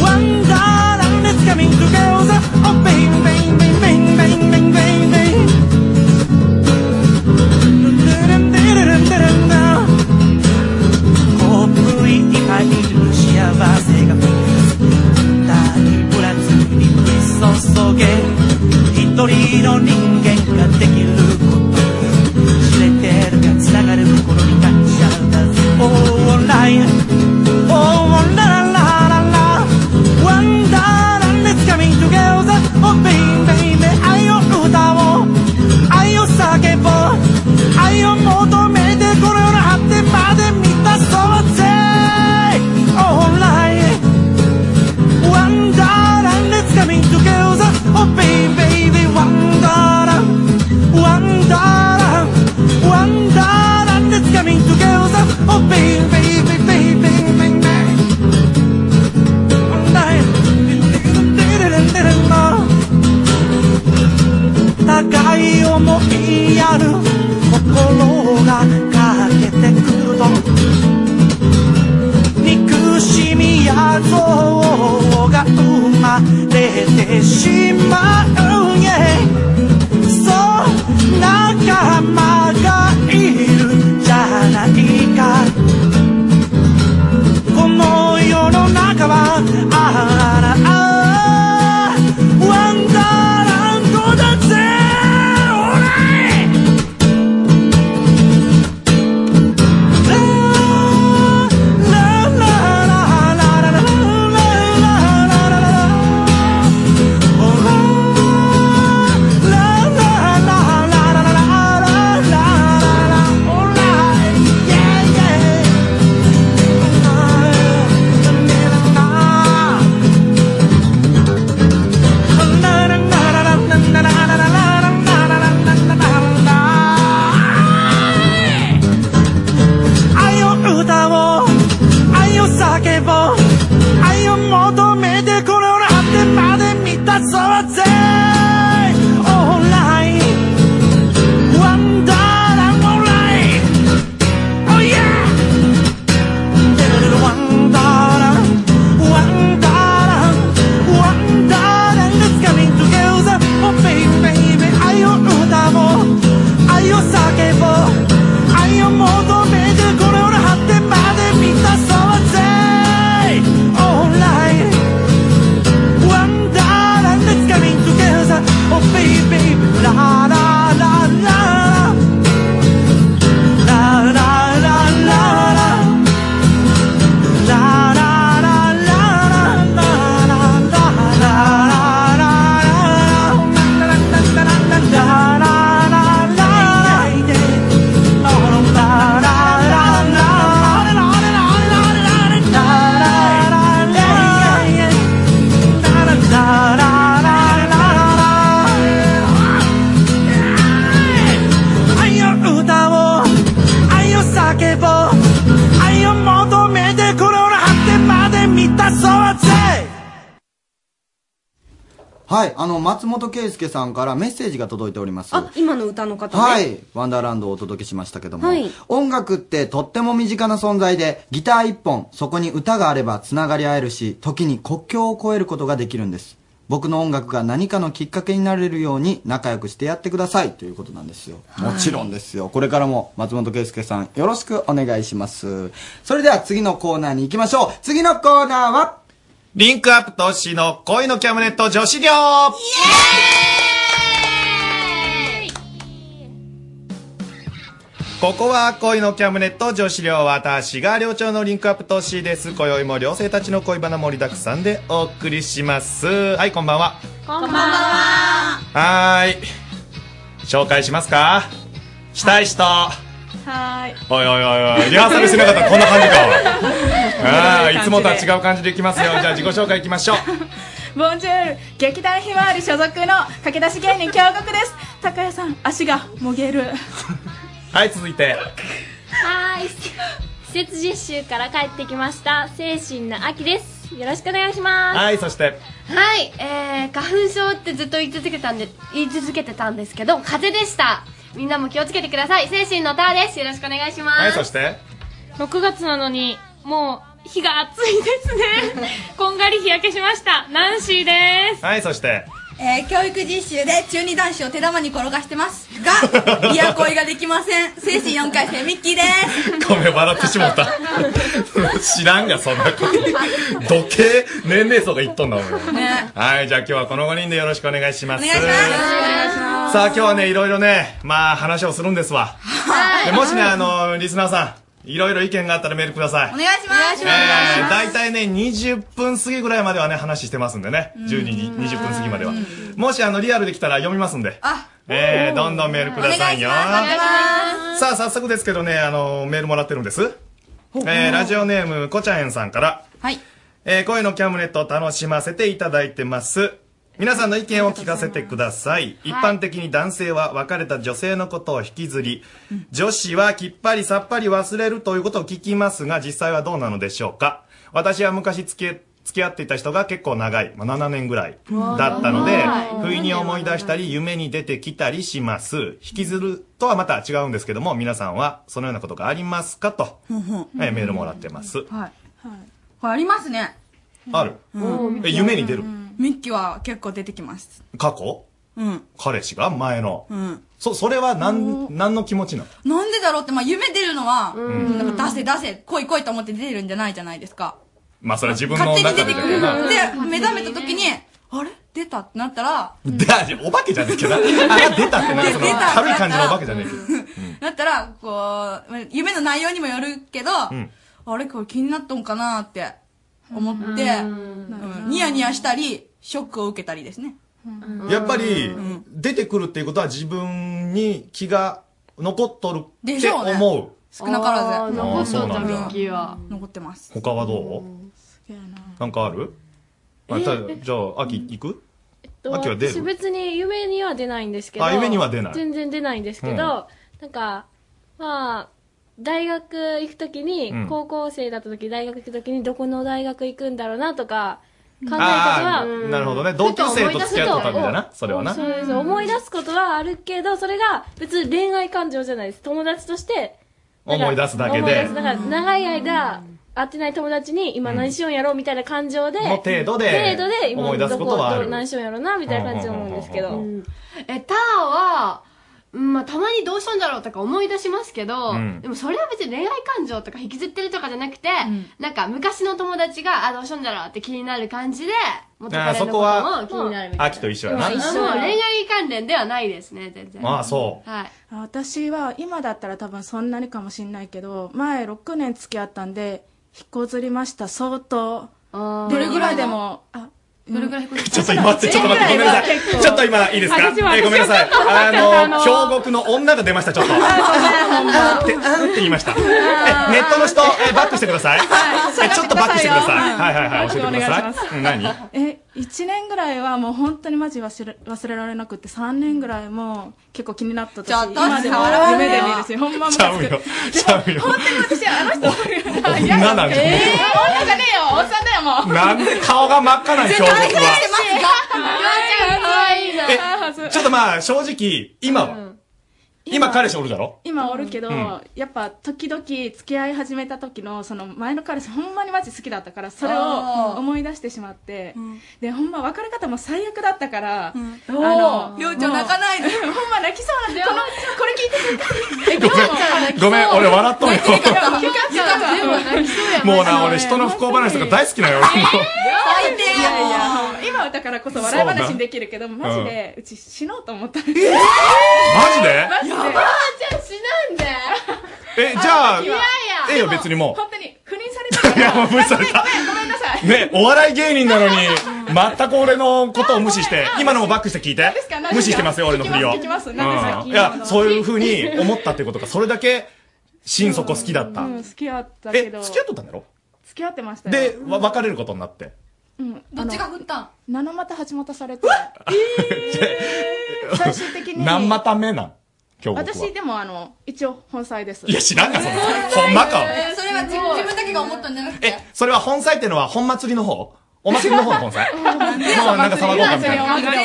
[SPEAKER 4] Wonderland is coming together Oh bang bang bang bang bang bang bang bang Du-dum, du-dum, du-dum, du-dum. コップいっぱいに幸せが大ぶらつに降り注げ一人の人間ができること Oh, Oh, Oh,
[SPEAKER 17] けを愛を求めてこれを果てまで満たそうぜ Alright Wonderland is coming together Oh baby La la la la La la la la la La la la la la la la la la la 愛を歌おう愛を叫ぼう愛を求めてこれを果てまで満たそうぜ
[SPEAKER 2] はい、あの、松本圭介さんからメッセージが届いております。
[SPEAKER 3] あ、今の歌の方ね。
[SPEAKER 2] はい。ワンダーランドをお届けしましたけども、
[SPEAKER 3] はい
[SPEAKER 2] 音楽ってとっても身近な存在で、ギター一本、そこに歌があれば繋がり合えるし、時に国境を越えることができるんです。僕の音楽が何かのきっかけになれるように仲良くしてやってくださいということなんですよ。
[SPEAKER 18] はい
[SPEAKER 2] もちろんですよ。これからも松本圭介さんよろしくお願いします。それでは次のコーナーに行きましょう。次のコーナーは
[SPEAKER 9] リンクアップ投資の恋のキャムネット女子寮ここは恋のキャムネット女子寮私が寮長のリンクアップ投資です今宵も寮生たちの恋バナ盛りだくさんでお送りしますはいこんばんは
[SPEAKER 19] こんばんは。
[SPEAKER 9] はーい紹介しますかしたい人
[SPEAKER 19] はーい。
[SPEAKER 9] おいおいおいおいリハーサルしてなかったらこんな感じかおい あーいつもとは
[SPEAKER 19] う。
[SPEAKER 9] 違う感じでいきますよじゃあ自己紹介いきましょう
[SPEAKER 19] ボンジュール、劇団ひまわり所属の駆け出し芸人京極です。高谷さん、足がもげる。
[SPEAKER 9] はい続いて
[SPEAKER 20] はーい施設実習から帰ってきました精神の秋ですよろしくお願いします
[SPEAKER 9] はいそして
[SPEAKER 20] はい、えー、花粉症ってずっと言い続けたんで言い続けてたんですけど風邪でしたみんなも気をつけてください精神のターですよろしくお願いします、
[SPEAKER 9] はいそして
[SPEAKER 20] 6月なのにもう日が暑いですね こんがり日焼けしましたナンシーです
[SPEAKER 9] はいそして
[SPEAKER 21] えー教育実習で中二男子を手玉に転がしてますが、 いや恋ができません。精神4回生ミッキーです。
[SPEAKER 9] ごめん笑ってしもうた知らんがそんなこと時計年齢層がいっとんだも ん
[SPEAKER 21] ね
[SPEAKER 9] はいじゃあ今日はこの5人でよろしくお願いします
[SPEAKER 21] さ
[SPEAKER 9] さあ今日はねいろいろねまあ話をするんですわでもしねあのリスナーさんいろいろ意見があったらメールください
[SPEAKER 21] お願いします。お
[SPEAKER 9] えー大体ね、20分過ぎぐらいまではね、話してますんでね。12時、20分過ぎまでは。もしあの、リアルできたら読みますんで。えー、どんどんメールくださいよ。さあ、早速ですけどね、あの、メールもらってるんです。えー、ラジオネーム、こちゃえんさんから。
[SPEAKER 21] はい。
[SPEAKER 9] えー、声のキャムネットを楽しませていただいてます。皆さんの意見を聞かせてください。一般的に男性は別れた女性のことを引きずり、女子はきっぱりさっぱり忘れるということを聞きますが、実際はどうなのでしょうか私は昔付き付き合っていた人が結構長い、まあ、7年ぐらいだったので
[SPEAKER 22] う、わ
[SPEAKER 9] 不意に思い出したり、夢に出てきたりします。引きずるとはまた違うんですけども、皆さんはそのようなことがありますかと、
[SPEAKER 21] ふんふん
[SPEAKER 9] えーメールもらってます。
[SPEAKER 21] はい。これありますね。
[SPEAKER 9] ある、
[SPEAKER 21] うん
[SPEAKER 9] え夢に出る
[SPEAKER 21] ミッキーは結構出てきます。
[SPEAKER 9] 過去
[SPEAKER 21] うん。
[SPEAKER 9] 彼氏が前の。
[SPEAKER 21] うん。
[SPEAKER 9] そ、それは何、何の気持ちなの
[SPEAKER 21] なんでだろうって、まあ、夢出るのは、
[SPEAKER 9] ん
[SPEAKER 21] なんか出せ出せ、来い来いと思って出てるんじゃないじゃないですか。
[SPEAKER 9] まあそれは自分の
[SPEAKER 21] 勝手
[SPEAKER 9] 中
[SPEAKER 21] に出
[SPEAKER 9] で
[SPEAKER 21] て
[SPEAKER 9] だ
[SPEAKER 21] く
[SPEAKER 9] け
[SPEAKER 21] る。
[SPEAKER 9] どな。
[SPEAKER 21] で、目覚めた時に、あれ出たってなったら、
[SPEAKER 9] だ、お化けじゃねえけどな。あれ出たってなんかその
[SPEAKER 21] 出た
[SPEAKER 9] 軽い感じのお化けじゃねえけど。
[SPEAKER 21] なったら、こうまあ、夢の内容にもよるけど、
[SPEAKER 9] うん
[SPEAKER 21] あれこれ気になっとんかなって思って、うんニヤニヤしたり、ショックを受けたりですね。
[SPEAKER 9] やっぱり、出てくるっていうことは自分に気が残っとるっ
[SPEAKER 21] で
[SPEAKER 9] て
[SPEAKER 21] しょうね
[SPEAKER 9] 思う。
[SPEAKER 21] 少なからず。
[SPEAKER 9] あー残っとったあーそうなんだミッキ
[SPEAKER 21] ーは。残ってます。
[SPEAKER 9] 他はどうなんかあるあたじゃあ、秋行く
[SPEAKER 20] と
[SPEAKER 9] 秋は出
[SPEAKER 20] 私
[SPEAKER 9] る
[SPEAKER 20] 別に夢には出ないんですけど
[SPEAKER 9] あ夢には出ない
[SPEAKER 20] 全然出ないんですけど、
[SPEAKER 9] うん
[SPEAKER 20] なんかまあ大学行くときに、
[SPEAKER 9] うん
[SPEAKER 20] 高校生だった時大学行くときにどこの大学行くんだろうなとか考えたり
[SPEAKER 9] あ
[SPEAKER 20] は
[SPEAKER 9] あー、なるほどね。同級生と付き合っとったみたいな。それはな。
[SPEAKER 20] そうです思い出すことはあるけどそれが別に恋愛感情じゃないです友達として
[SPEAKER 9] 思い出すだけ
[SPEAKER 20] 思い出。
[SPEAKER 9] です
[SPEAKER 20] だから長い間会ってない友達に今何しようんやろうみたいな感情で、
[SPEAKER 9] の程度で
[SPEAKER 20] 程度で今
[SPEAKER 9] 思い出すことはあ
[SPEAKER 20] どこ
[SPEAKER 9] る
[SPEAKER 20] どこ何しようんやろうなみたいな感じで思うんですけど、
[SPEAKER 13] え、ターは、
[SPEAKER 20] うんまあ、たまにどうしたんだろうとか思い出しますけど、
[SPEAKER 18] うん
[SPEAKER 20] でもそれは別に恋愛感情とか引きずってるとかじゃなくて、なんか昔の友達が、あ、どうしたんだろうって気になる感じで、元彼
[SPEAKER 9] あー
[SPEAKER 20] のこ
[SPEAKER 9] そこと
[SPEAKER 20] も
[SPEAKER 9] は
[SPEAKER 20] 気になるみたいな。
[SPEAKER 9] 秋と一緒やな。
[SPEAKER 20] うんもう恋愛関連ではないですね、全然。。
[SPEAKER 9] ああそう
[SPEAKER 20] はい。
[SPEAKER 19] 私は今だったら多分そんなにかもしんないけど前6年付き合ったんで引っこずりました相当ど
[SPEAKER 20] どれぐらいの
[SPEAKER 19] でもあどれぐらい
[SPEAKER 9] ちょっと今待って、ちょっと待って、ごめんなさい。ちょっと今、いいですか
[SPEAKER 19] 私は
[SPEAKER 9] えーごめんなさい。
[SPEAKER 19] 私はちょっと待って
[SPEAKER 9] あ
[SPEAKER 19] あの
[SPEAKER 9] の、京極の女が出ました、ちょっと。あーって、あーって言いました。え、ネットの人、え、バックしてください。
[SPEAKER 19] はい
[SPEAKER 9] え、ちょっとバックしてください。
[SPEAKER 19] はい
[SPEAKER 9] はいはいはい、教えてくだ
[SPEAKER 19] よろしくお願いしま
[SPEAKER 9] さ
[SPEAKER 19] す
[SPEAKER 9] い。うん何
[SPEAKER 19] え1年ぐらいはもう本当にマジ忘れ忘れられなくて3年ぐらいも結構気になった私
[SPEAKER 21] ちょっと
[SPEAKER 19] 今でも
[SPEAKER 21] 触らんで
[SPEAKER 19] 夢
[SPEAKER 21] よ
[SPEAKER 19] で見るしほんまム
[SPEAKER 9] ちゃ
[SPEAKER 19] カつ
[SPEAKER 9] う
[SPEAKER 19] く
[SPEAKER 9] よ。ちゃうよ。
[SPEAKER 19] 私あの人
[SPEAKER 9] 女なんか。
[SPEAKER 19] えー、女じゃねえよおっさんだよもう
[SPEAKER 9] なんで顔が真っ赤なん、京極は。
[SPEAKER 19] ます
[SPEAKER 9] ちょっとまあ、正直、今は。今、彼氏おるだろ
[SPEAKER 19] 今おるけど、
[SPEAKER 9] うん
[SPEAKER 19] やっぱ時々付き合い始めた時のその前の彼氏ほんまにマジ好きだったからそれ
[SPEAKER 18] あ
[SPEAKER 19] を
[SPEAKER 18] ー
[SPEAKER 19] 思い出してしまって、でほんま別れ方も最悪だったから、
[SPEAKER 21] おーようちゃん
[SPEAKER 19] も
[SPEAKER 21] 泣かないで
[SPEAKER 19] ほんま泣きそうなんでこのこれ聞いてる
[SPEAKER 9] ごめん、ごめん、俺笑っ とんよ。
[SPEAKER 19] ゆかちゃんは泣きそうや
[SPEAKER 9] もうな、俺人の不幸話とか大好きなよ。
[SPEAKER 19] 最低いやい
[SPEAKER 21] や
[SPEAKER 19] や今だからこそ笑い話にできるけどマジでうち死のうと思ったえマジで
[SPEAKER 9] ジで
[SPEAKER 19] マジで
[SPEAKER 9] やばい
[SPEAKER 19] ゃん死なん で
[SPEAKER 9] え、じゃあ、
[SPEAKER 19] いやいや
[SPEAKER 9] ええよ、別にも
[SPEAKER 19] 本当に不倫され
[SPEAKER 9] う。いや、もう無視された。
[SPEAKER 19] ごめんなさい
[SPEAKER 9] ね、お笑い芸人なの に、全く俺のことを無視して、今のもバックして聞いて
[SPEAKER 19] ですか何です。か
[SPEAKER 9] 無視してますよ、俺の振りを。
[SPEAKER 19] 聞きます聞きます何です
[SPEAKER 9] う
[SPEAKER 19] か
[SPEAKER 9] ん
[SPEAKER 19] 聞い
[SPEAKER 9] い
[SPEAKER 19] たの
[SPEAKER 9] や、そういうふうに思ったってことか、それだけ、心底好きだった。
[SPEAKER 19] うん、付き合ったけ
[SPEAKER 9] え、
[SPEAKER 19] ど。
[SPEAKER 9] 付き合っとったんだろ
[SPEAKER 19] 付き合ってましたよ。
[SPEAKER 9] で、わ別れることになって。
[SPEAKER 19] うん。どっちが振ったん七股八股されて。 最終的に。
[SPEAKER 9] 何股目なん今日僕は
[SPEAKER 19] 私、。でも、あの、一応、本妻です。
[SPEAKER 9] いや、知らんか、そんな。ほんまか。
[SPEAKER 21] それは自分自分だけが 思ったんじゃなくて
[SPEAKER 9] それは本祭ってのは本祭りの方お祭りの方の本 祭
[SPEAKER 21] う
[SPEAKER 9] も
[SPEAKER 21] ん
[SPEAKER 9] うなんか騒ごうかみたい
[SPEAKER 19] お祭りお祭りお祭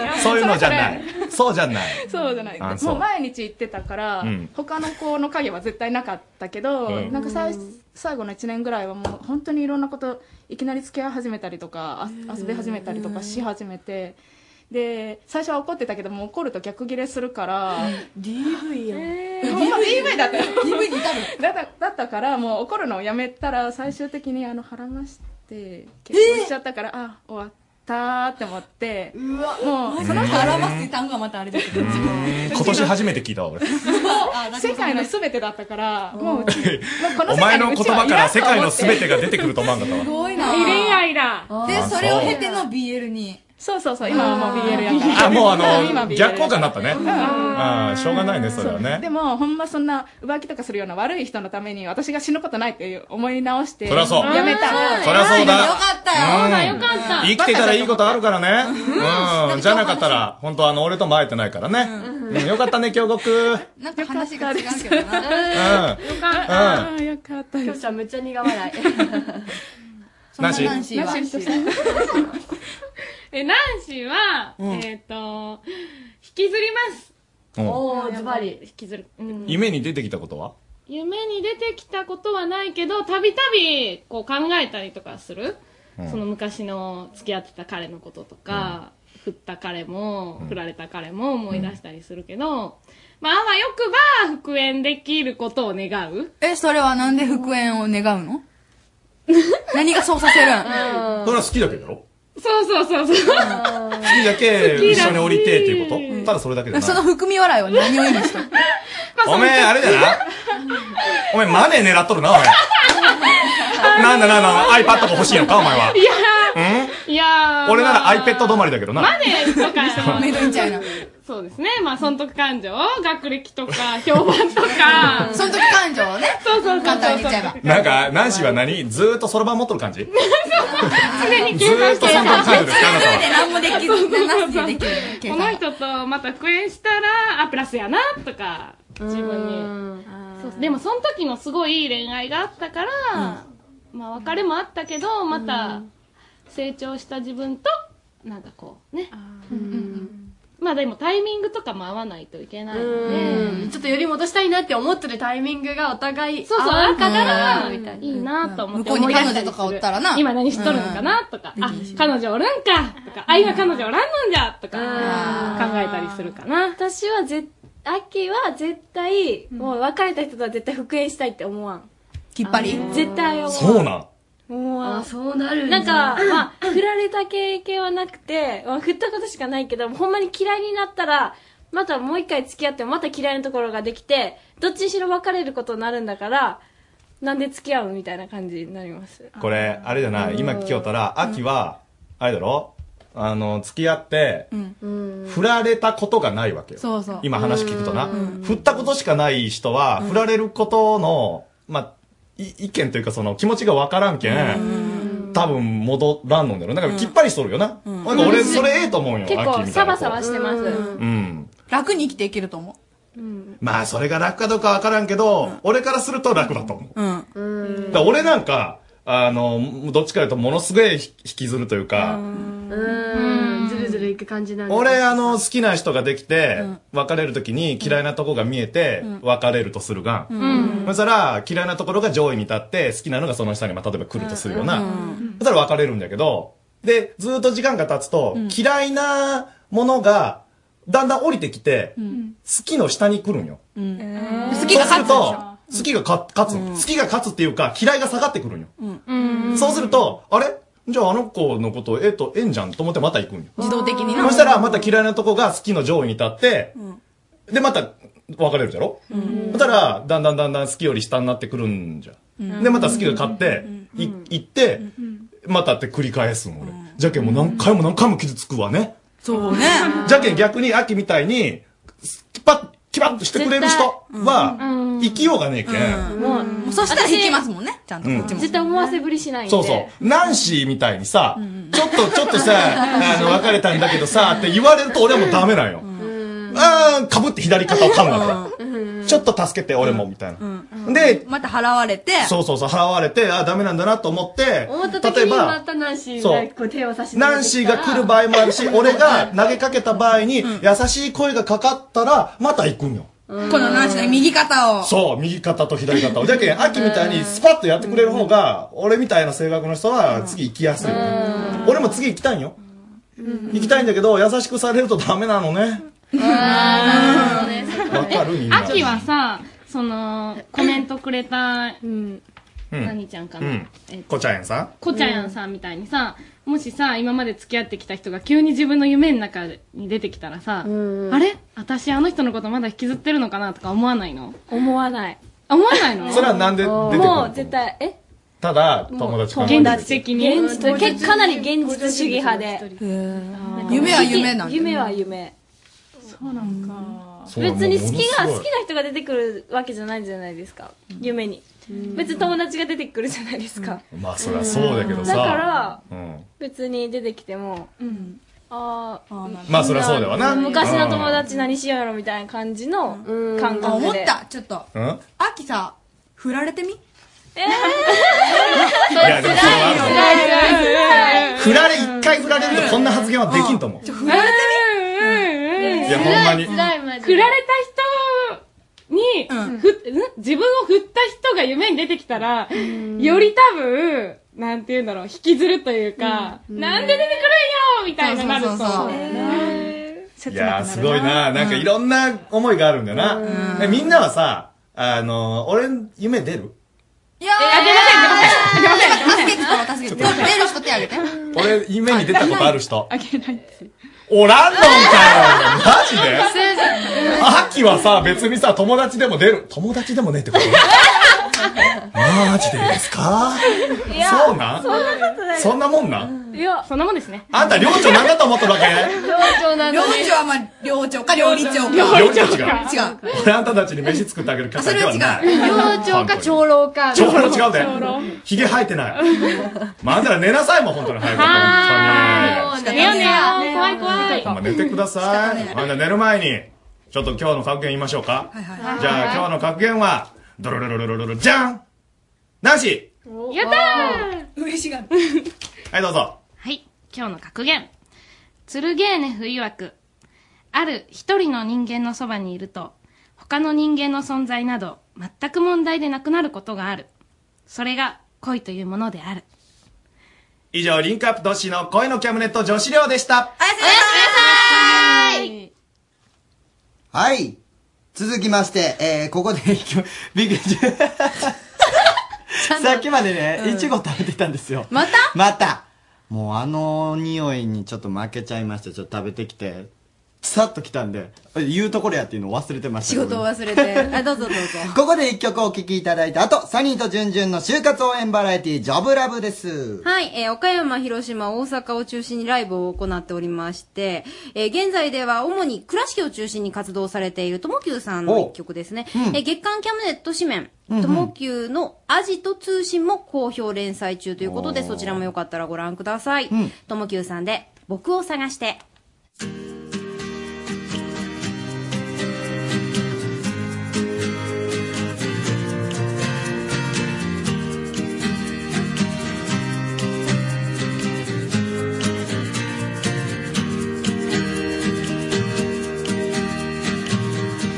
[SPEAKER 19] り
[SPEAKER 9] な。そういうのじゃない。そうじゃない。
[SPEAKER 19] そうじゃない
[SPEAKER 9] あそう
[SPEAKER 19] もう毎日行ってたから、
[SPEAKER 9] うん
[SPEAKER 19] 他の子の影は絶対なかったけど、
[SPEAKER 9] うん
[SPEAKER 19] なんかさい最後の1年ぐらいはもう本当にいろんなこといきなり付き合い始めたりとかあ遊び始めたりとかし始めてで最初は怒ってたけどもう怒ると逆ギレするから DV やん、えー、ほんま DV だった DV にだった だったからもう怒るのをやめたら最終的にあの腹まして結婚しちゃったから、あ終わったーって思ってう
[SPEAKER 21] わ
[SPEAKER 19] もうその
[SPEAKER 21] マジ
[SPEAKER 19] 人
[SPEAKER 21] で表すって単語はまた あれですけど
[SPEAKER 9] 今年初めて聞いたわ、俺。
[SPEAKER 19] 世界のすべてだったから、もううち、もうこ
[SPEAKER 9] お前の言葉から世界の全てが出てくると思わんかったわ。
[SPEAKER 21] ごいな
[SPEAKER 19] 恋愛
[SPEAKER 21] だでそれを経ての BL に
[SPEAKER 19] そうそうそう今はもう BL やから
[SPEAKER 9] あ、もうあ
[SPEAKER 19] 今
[SPEAKER 9] の、
[SPEAKER 19] BL
[SPEAKER 9] 逆効果になったね。
[SPEAKER 19] うん
[SPEAKER 9] ああ、しょうがないね、それは
[SPEAKER 19] で
[SPEAKER 9] ね。
[SPEAKER 19] もほんまそんな浮気とかするような悪い人のために私が死ぬことないっていう思い直して
[SPEAKER 9] そりゃそう
[SPEAKER 19] やめた
[SPEAKER 9] そりゃそうだ。
[SPEAKER 19] そうだ
[SPEAKER 9] うん
[SPEAKER 19] よかった
[SPEAKER 9] 生きてたらいいことあるからね。うん。じゃなかったら、本当あの、俺とも会えてないからね。
[SPEAKER 21] うん
[SPEAKER 9] うんよかったね、京極。
[SPEAKER 21] なんか話が違うけどな
[SPEAKER 9] うん
[SPEAKER 20] よかっ
[SPEAKER 9] う
[SPEAKER 20] た。
[SPEAKER 9] ん
[SPEAKER 19] よかった。
[SPEAKER 20] きょうちゃんめっちゃ苦笑 い。
[SPEAKER 9] ナンシー
[SPEAKER 20] ナンシーは
[SPEAKER 18] ナンシーとして え、ナンシーは、えっと、引きずります。
[SPEAKER 9] うん
[SPEAKER 20] おー、ズバリ、引きずる。うん
[SPEAKER 9] 夢に出てきたことは
[SPEAKER 18] 夢に出てきたことはないけど、たびたび、こう考えたりとかする。
[SPEAKER 9] うん
[SPEAKER 18] その昔の付き合ってた彼のこととか、振った彼も、振られた彼も思い出したりするけど、まあ、あわよくば、復縁できることを願う。
[SPEAKER 21] えそれはなんで復縁を願うの何がそうさせるん
[SPEAKER 9] それは好きだけどろ
[SPEAKER 18] そうそうそうそう。
[SPEAKER 9] 好きだけ一緒に降りてっていうことただそれだけだな
[SPEAKER 21] その含み笑いは何を意味したの
[SPEAKER 9] おめえあれだなおめえマネー狙っとるなお前なんだなんだ iPad が欲しいのかお前はい
[SPEAKER 18] や
[SPEAKER 9] う
[SPEAKER 18] ー、いやー。
[SPEAKER 9] ん俺なら
[SPEAKER 18] まあ
[SPEAKER 9] iPad 止まりだけどな
[SPEAKER 18] マネとか
[SPEAKER 21] メイドインチャイナ
[SPEAKER 18] そうですねまあ損得感情学歴とか評判とか
[SPEAKER 21] 損得感情をね
[SPEAKER 18] そうそうそうそう
[SPEAKER 21] 簡単に言っちゃえば
[SPEAKER 9] なんかナンシーは何ずーっとそろばん持っとる 感じ
[SPEAKER 18] 常に計算して
[SPEAKER 9] ずーっと損得感情ですかあなたは
[SPEAKER 21] で何もできずなしでできる計
[SPEAKER 18] こ
[SPEAKER 21] 算
[SPEAKER 18] の人とまた復縁したらあプラスやなとか自分にそうでもその時のすごいいい恋愛があったから、まあ別れもあったけどまた成長した自分となんかこうねまあでもタイミングとかも合わないといけないの
[SPEAKER 20] うん
[SPEAKER 18] で
[SPEAKER 20] ちょっとより戻したいなって思ってるタイミングがお互い
[SPEAKER 18] そうそう
[SPEAKER 20] 合わんかった
[SPEAKER 18] う
[SPEAKER 20] ら
[SPEAKER 18] ん
[SPEAKER 20] みたいない
[SPEAKER 18] いなと思っ
[SPEAKER 20] 向
[SPEAKER 18] て
[SPEAKER 20] こうに
[SPEAKER 18] 思い出したり
[SPEAKER 20] 彼女とかお
[SPEAKER 18] する
[SPEAKER 20] ったらな
[SPEAKER 18] 今何しとるのかなとか、あ彼女おるんかとかあ今彼女おらんのんじゃとか考えたりするかな
[SPEAKER 1] 私はぜ秋は絶対、もう別れた人とは絶対復縁したいって思わんきっぱり絶対思わん
[SPEAKER 12] そうなん
[SPEAKER 1] 思わん
[SPEAKER 20] そうなるんだ
[SPEAKER 1] なんか、まあ、振られた経験はなくて、まあ、振ったことしかないけど、ほんまに嫌いになったら、またもう一回付き合ってもまた嫌いなところができて、どっちにしろ別れることになるんだから、なんで付き合うみたいな感じになります。
[SPEAKER 9] これ、あれじゃない、今聞きよったら、秋は、あれだろあの、付き合って、
[SPEAKER 1] うん。
[SPEAKER 9] 振られたことがないわけよ。
[SPEAKER 1] そうそう
[SPEAKER 9] 今話聞くとな。振ったことしかない人は、振られることの、まあ、い意見というかその気持ちがわからんけん、多分戻らんのんだろ。なんかきっぱりしとるよな。なんか俺、それええと思うよ、
[SPEAKER 1] 結
[SPEAKER 9] 秋みたいな
[SPEAKER 1] 構
[SPEAKER 9] 子。
[SPEAKER 1] サバサバしてます。
[SPEAKER 9] うん。
[SPEAKER 1] 楽に生きていけると思うん。
[SPEAKER 9] まあ、それが楽かどうかわからんけど、俺からすると楽だと思う。
[SPEAKER 1] うん。
[SPEAKER 9] だから俺なんか、あの、どっちかというとものすごい引き引きずるというか、
[SPEAKER 20] うんずるずるいく感じなんだ
[SPEAKER 9] 俺、あの、好きな人ができて、別れるときに嫌いなとこが見えて、別れるとするが、
[SPEAKER 20] うん
[SPEAKER 9] そしたら、嫌いなところが上位に立って、好きなのがその下に、まあ、例えば来るとするような、
[SPEAKER 20] うん
[SPEAKER 9] そしたら別れるんだけど、で、ずっと時間が経つと、嫌いなものが、だんだん降りてきて、好きの下に来るんよ。
[SPEAKER 21] 好きが勝つでしょ
[SPEAKER 9] そうすると、好きがか勝つの、好きが勝つっていうか、嫌いが下がってくるんよ。
[SPEAKER 21] うん
[SPEAKER 9] そうすると、あれじゃああの子のこと、えっと、ええんじゃんと思ってまた行くんよ。
[SPEAKER 21] 自動的にな
[SPEAKER 9] そしたら、また嫌いなとこが好きの上位に立って、で、また別れるじゃろそしたら、だんだんだんだん好きより下になってくるんじゃ。で、また好きが勝って、い行って、またって繰り返すん、俺。じゃけんもう何回も何回も傷つくわね。
[SPEAKER 21] そうね
[SPEAKER 9] じゃけん逆に秋みたいに、キパッ、キパッとしてくれる人は、生きようがねえけん。
[SPEAKER 1] もう、
[SPEAKER 21] そしたら引きます
[SPEAKER 1] もんね、ちゃん
[SPEAKER 9] とこっちも
[SPEAKER 1] 絶対思わせぶりしないんで。
[SPEAKER 9] そうそう。ナンシーみたいにさ、ちょっと、ちょっと さ、あの、別れたんだけどさ、って言われると俺はもうダメなんよ。あーん、かぶって左肩を噛むわけ。ちょっと助けて、俺も、みたいな。で、
[SPEAKER 21] また払われて、
[SPEAKER 9] そうそうそう、払われて、あーダメなんだなと思って
[SPEAKER 20] 思った、時
[SPEAKER 9] 例え
[SPEAKER 20] にま
[SPEAKER 9] ば、
[SPEAKER 20] たナンシー
[SPEAKER 9] そう
[SPEAKER 20] がこう手を差し伸べてきたら
[SPEAKER 9] ナンシーが来る場合もあるし、俺が投げかけた場合に、優しい声がかかったら、また行くんよ。
[SPEAKER 21] この何しの右肩を。
[SPEAKER 9] そう、右肩と左肩を。じゃけん、秋みたいにスパッとやってくれる方が、俺みたいな性格の人は次行きやすい。俺も次行きたいんよ。行きたいんだけど、優しくされるとダメなのね。
[SPEAKER 18] あー
[SPEAKER 9] わかるみんな
[SPEAKER 18] 秋はさ、その、コメントくれた、何ちゃんかな。
[SPEAKER 9] うん
[SPEAKER 18] えっと
[SPEAKER 9] こちゃやんさん
[SPEAKER 18] こちゃやんさんみたいにさ、もしさ、今まで付き合ってきた人が急に自分の夢の中に出てきたらさ、あれ私あの人のことまだ引きずってるのかなとか思わないの
[SPEAKER 1] 思わない。
[SPEAKER 18] 思わない の
[SPEAKER 9] それはなんで出てくる
[SPEAKER 1] もう
[SPEAKER 9] の
[SPEAKER 1] 絶対、え
[SPEAKER 9] ただ、友達関係
[SPEAKER 1] 現実
[SPEAKER 18] 的
[SPEAKER 1] に
[SPEAKER 18] 現実
[SPEAKER 1] 結かなり現実主義派で
[SPEAKER 21] 夢は夢なんだね
[SPEAKER 1] 夢は夢そうなんか別に好きが好きな人が出てくるわけじゃないじゃないですか夢に別に友達が出てくるじゃないですか
[SPEAKER 9] まあ、そりゃそうだけど
[SPEAKER 1] だ
[SPEAKER 9] さ。
[SPEAKER 1] から
[SPEAKER 9] うん。
[SPEAKER 1] 別に出てきてもああ
[SPEAKER 9] まあそりゃそうだわな
[SPEAKER 1] 昔の友達何しようやろみたいな感じの
[SPEAKER 21] あ
[SPEAKER 1] 感覚で
[SPEAKER 21] 思った、ちょっと。
[SPEAKER 9] うん
[SPEAKER 21] 秋さ、振られてみ
[SPEAKER 1] えー
[SPEAKER 9] いやでもそれは
[SPEAKER 21] 辛い
[SPEAKER 9] あるよ
[SPEAKER 21] よ。
[SPEAKER 9] 振られ、一回振られるとこんな発言はできんと思う。
[SPEAKER 18] 振られてみ
[SPEAKER 9] いやほんまに辛
[SPEAKER 18] 振られた人に、ふん自分を振った人が夢に出てきたら、より多分、なんて言うんだろう、引きずるというか、なんで出てくるんよみたいになると。
[SPEAKER 21] そうそうそうそう
[SPEAKER 9] いやーすごいな。なんかいろんな思いがあるんだよな。でみんなはさ、あのー、俺、夢出る
[SPEAKER 21] いやー、
[SPEAKER 18] あ出ません出ません
[SPEAKER 21] 助けてたわ、助けてたわ。出る人手挙げて。
[SPEAKER 9] 俺、夢に出たことある人。おらんのんかよマジで秋はさ、別にさ、友達でも出る。友達でもねってことマジでですか
[SPEAKER 18] いや
[SPEAKER 9] そうなん
[SPEAKER 18] そんなことない
[SPEAKER 9] そんなもんなん
[SPEAKER 18] いや、そんなもんですね。
[SPEAKER 9] あんた、寮長なんだと思ったわけ
[SPEAKER 18] 長な
[SPEAKER 21] 領長はまあ、領長か料理長か。
[SPEAKER 9] 料理長か
[SPEAKER 21] 違う。
[SPEAKER 9] 俺あんたたちに飯作ってあげる係ではない。
[SPEAKER 20] 領長か長老か
[SPEAKER 9] 長老違うで。ひげ生えてない。まあ、あんたら寝なさいもん、本当に早く。
[SPEAKER 18] は
[SPEAKER 9] 本
[SPEAKER 18] ー
[SPEAKER 9] 当
[SPEAKER 18] い。
[SPEAKER 9] に
[SPEAKER 18] 寝よう寝よう。怖い怖い。
[SPEAKER 9] まあ、寝てください。まあ、じゃあ寝る前に、ちょっと今日の格言言いましょうか。じゃあ今日の格言は、ドロロロロロロロ、じゃんなし
[SPEAKER 18] やったー
[SPEAKER 21] 嬉しがる。
[SPEAKER 9] はい、どうぞ。
[SPEAKER 18] はい、今日の格言。剣ね冬枠。ある一人の人間のそばにいると、他の人間の存在など、全く問題でなくなることがある。それが恋というものである。
[SPEAKER 9] 以上、リンクアップ都市の声のキャムネット女子寮でした。
[SPEAKER 2] はい。続きまして、えー、ここで、いき びっくりしさっきまでね、いちご食べてたんですよ。
[SPEAKER 23] また
[SPEAKER 2] またもうあの匂いにちょっと負けちゃいました。ちょっと食べてきて、さっと来たんで、言うところやっていうのを忘れてました。
[SPEAKER 23] 仕事を忘れて。あ、どうぞどうぞ。
[SPEAKER 2] ここで一曲お聴きいただいた後、サニーとジュンジュンの就活応援バラエティジョブラブです。
[SPEAKER 3] はい、えー岡山、広島、大阪を中心にライブを行っておりまして、えー現在では主に倉敷を中心に活動されているともきゅうさんの一曲ですね。えー月刊キャムネット紙面、
[SPEAKER 4] うんうん
[SPEAKER 3] ともきゅうのアジト通信も好評連載中ということで、そちらもよかったらご覧ください。ともきゅうさんで、僕を探して。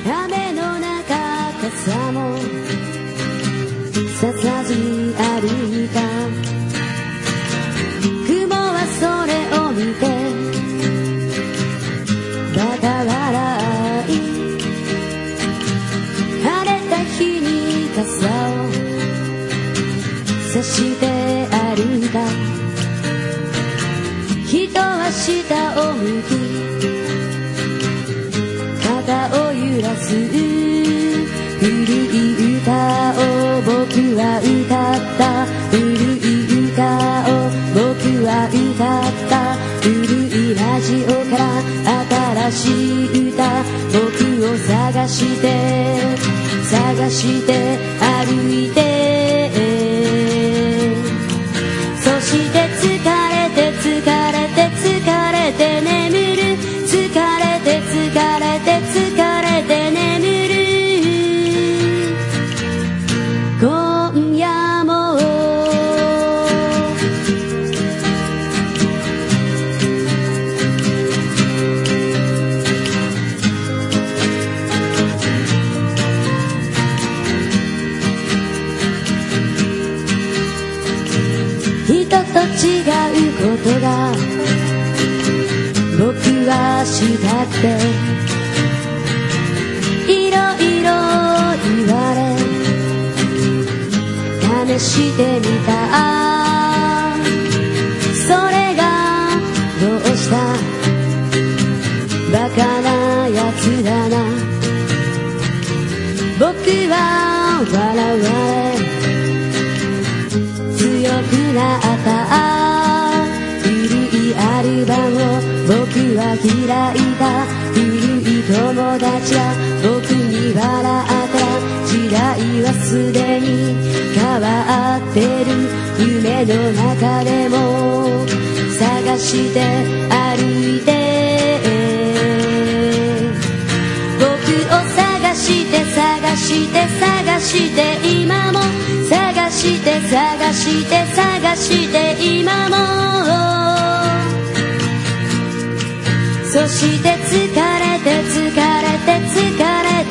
[SPEAKER 22] 雨の中傘もささずに歩いた雲はそれを見てまた笑い晴れた日に傘をさして歩いた人は下を向き肩を揺らす古い歌を僕は歌った古い歌を僕は歌った古いラジオから新しい歌僕を探して探して歩いてそして疲れて疲れて疲れて眠る疲れて疲れて疲れて眠る今夜も人と違うことが僕はしたくていろいろ言われ試してみたそれがどうしたバカなやつだな僕は笑われ強くなった古いアルバムを僕は開いた古い友達や僕に笑った時代はすでに変わってる夢の中でも探して歩いて僕を探して探して探して今も探して探して探して今もそして疲れて疲れて疲れて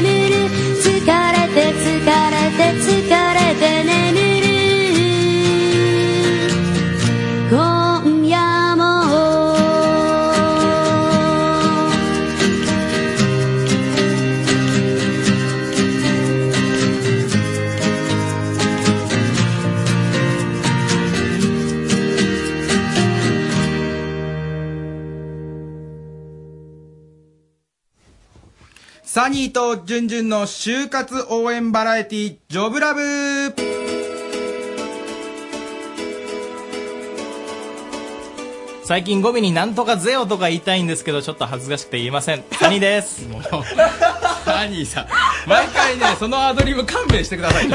[SPEAKER 22] 眠る疲れて疲れて疲れて眠る今夜も
[SPEAKER 24] サニーとジュンジュンの就活応援バラエティジョブラブ
[SPEAKER 13] 最近語尾になんとかぜよとか言いたいんですけど、ちょっと恥ずかしくて言えません。サニーです。もう、
[SPEAKER 25] サニーさん、毎回ね、そのアドリブ勘弁してくださいね。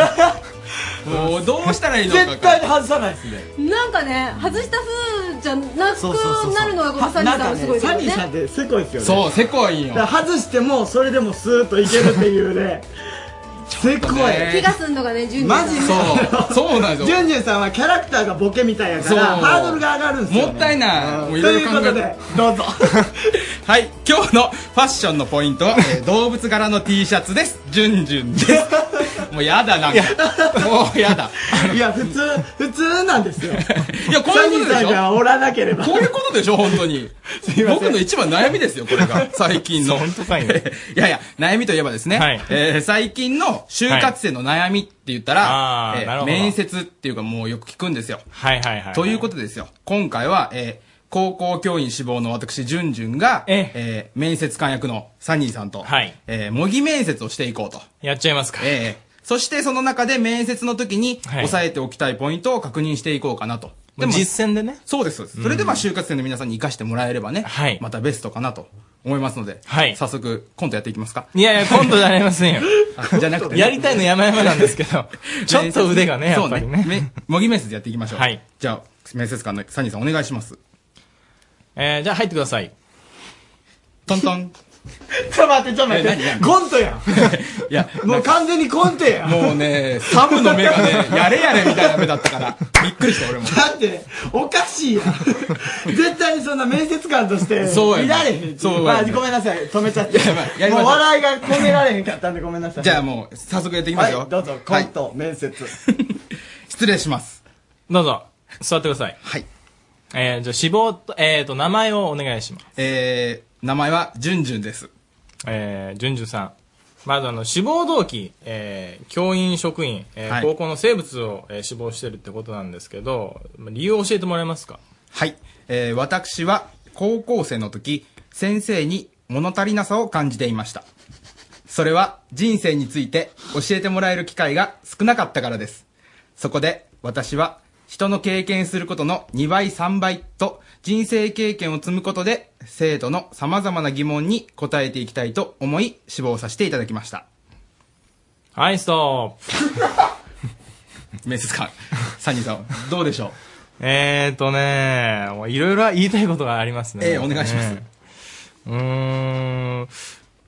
[SPEAKER 25] もう、どうしたらいいのか。絶対に外さないですね。
[SPEAKER 23] なんかね、外した風じゃな
[SPEAKER 25] そうそうそうそう
[SPEAKER 23] くなるのがこのサニーさんはすごいです
[SPEAKER 2] サ
[SPEAKER 23] よ
[SPEAKER 2] ニーさん
[SPEAKER 23] ね。
[SPEAKER 2] ってせこいですよね。
[SPEAKER 25] そうせこいよ
[SPEAKER 2] だから外しても、それでもスーッといけるっていうね。
[SPEAKER 5] すっごい
[SPEAKER 3] 怪我すんのがね、順
[SPEAKER 5] マジ
[SPEAKER 25] そうそうなんですよ
[SPEAKER 5] ジュンジュンさんはキャラクターがボケみたいやから
[SPEAKER 25] そう
[SPEAKER 5] ハードルが上がるんですよ、ね、
[SPEAKER 25] もったいない
[SPEAKER 5] うん
[SPEAKER 25] も
[SPEAKER 5] と
[SPEAKER 25] ういろい
[SPEAKER 5] いう
[SPEAKER 25] ろ
[SPEAKER 5] こ
[SPEAKER 25] 考え
[SPEAKER 5] とでどうぞ
[SPEAKER 25] はい今日のファッションのポイントは、えー動物柄の T シャツですジュンジュンですもうやだなんかもうやだ
[SPEAKER 5] いや普通普通なんですよ
[SPEAKER 25] いやこういうことで
[SPEAKER 5] サニーさ
[SPEAKER 25] し
[SPEAKER 5] んが
[SPEAKER 25] ょ
[SPEAKER 5] おらなければ
[SPEAKER 25] こういうことでしょ本当 に僕の一番悩みですよこれが最近の本当かいや いや悩みといえばですね、えー最近の就活生の悩みって言ったら、
[SPEAKER 13] はいあー
[SPEAKER 25] えー
[SPEAKER 13] なるほど
[SPEAKER 25] 面接っていうかもうよく聞くんですよ
[SPEAKER 13] はいはいはい。
[SPEAKER 25] ということですよ。今回は、えー高校教員志望の私、ジュンジュンが、えー面接官役のサニーさんと、えー模擬面接をしていこうと。
[SPEAKER 13] やっちゃいますか。
[SPEAKER 25] えーそしてその中で面接の時に、
[SPEAKER 13] い
[SPEAKER 25] 押さえておきたいポイントを確認していこうかなと。でも実
[SPEAKER 13] 践でね。
[SPEAKER 25] そうです、そうです。それでまあ、就活生の皆さんに活かしてもらえればね、またベストかなと思いますので、早速、コントやっていきますか。
[SPEAKER 13] いやいや、今度じゃありませんよ。
[SPEAKER 25] あじゃなくて、、
[SPEAKER 13] やりたいの山々なんですけど ちょっと腕がね、やっぱりね。
[SPEAKER 25] そうね。め模擬面接やっていきましょう。はい。じゃあ、面接官のサニーさんお願いします。
[SPEAKER 13] えー、じゃあ入ってください。
[SPEAKER 25] トントン。
[SPEAKER 5] ちょっと待ってちょっと待っ
[SPEAKER 25] え何
[SPEAKER 5] て
[SPEAKER 25] 何
[SPEAKER 5] コントやん
[SPEAKER 25] いや、
[SPEAKER 5] もう完全にコントやん
[SPEAKER 25] もうね、サブの目がね、やれやれみたいな目だったから、びっくりした俺も。
[SPEAKER 5] だっておかしいやん絶対にそんな面接官として
[SPEAKER 25] そうやね
[SPEAKER 5] いられへん
[SPEAKER 25] そう
[SPEAKER 5] ま
[SPEAKER 25] や
[SPEAKER 5] あ、
[SPEAKER 25] ね
[SPEAKER 5] ごめんなさい止めちゃって
[SPEAKER 25] やりましょう
[SPEAKER 5] もう笑いが込められへんかったんでごめんなさい
[SPEAKER 25] じゃあもう、早速やっていきますよ。
[SPEAKER 5] はいどうぞコント、面接。
[SPEAKER 25] 失礼します。
[SPEAKER 13] どうぞ、座ってください。
[SPEAKER 25] はい。
[SPEAKER 13] えー、じゃあ、志望と、えーと、名前をお願いします。
[SPEAKER 25] えー、名前は、じゅんじゅんです。
[SPEAKER 13] えー、じゅんじゅんさん。まずあの、志望動機、えー、教員職員、えー
[SPEAKER 25] はい
[SPEAKER 13] 高校の生物を、えー志望してるってことなんですけど、まあ理由を教えてもらえますか
[SPEAKER 25] はい。えー、私は、高校生の時、先生に物足りなさを感じていました。それは、人生について教えてもらえる機会が少なかったからです。そこで、私は、人の経験することの2倍3倍と人生経験を積むことで生徒の様々な疑問に答えていきたいと思い志望させていただきました。
[SPEAKER 13] はい、ストッ
[SPEAKER 25] プ面接官、サニーさん、どうでしょう
[SPEAKER 13] えーとねもういろいろ言いたいことがありますね。
[SPEAKER 25] ええお願いします
[SPEAKER 13] ねうーん。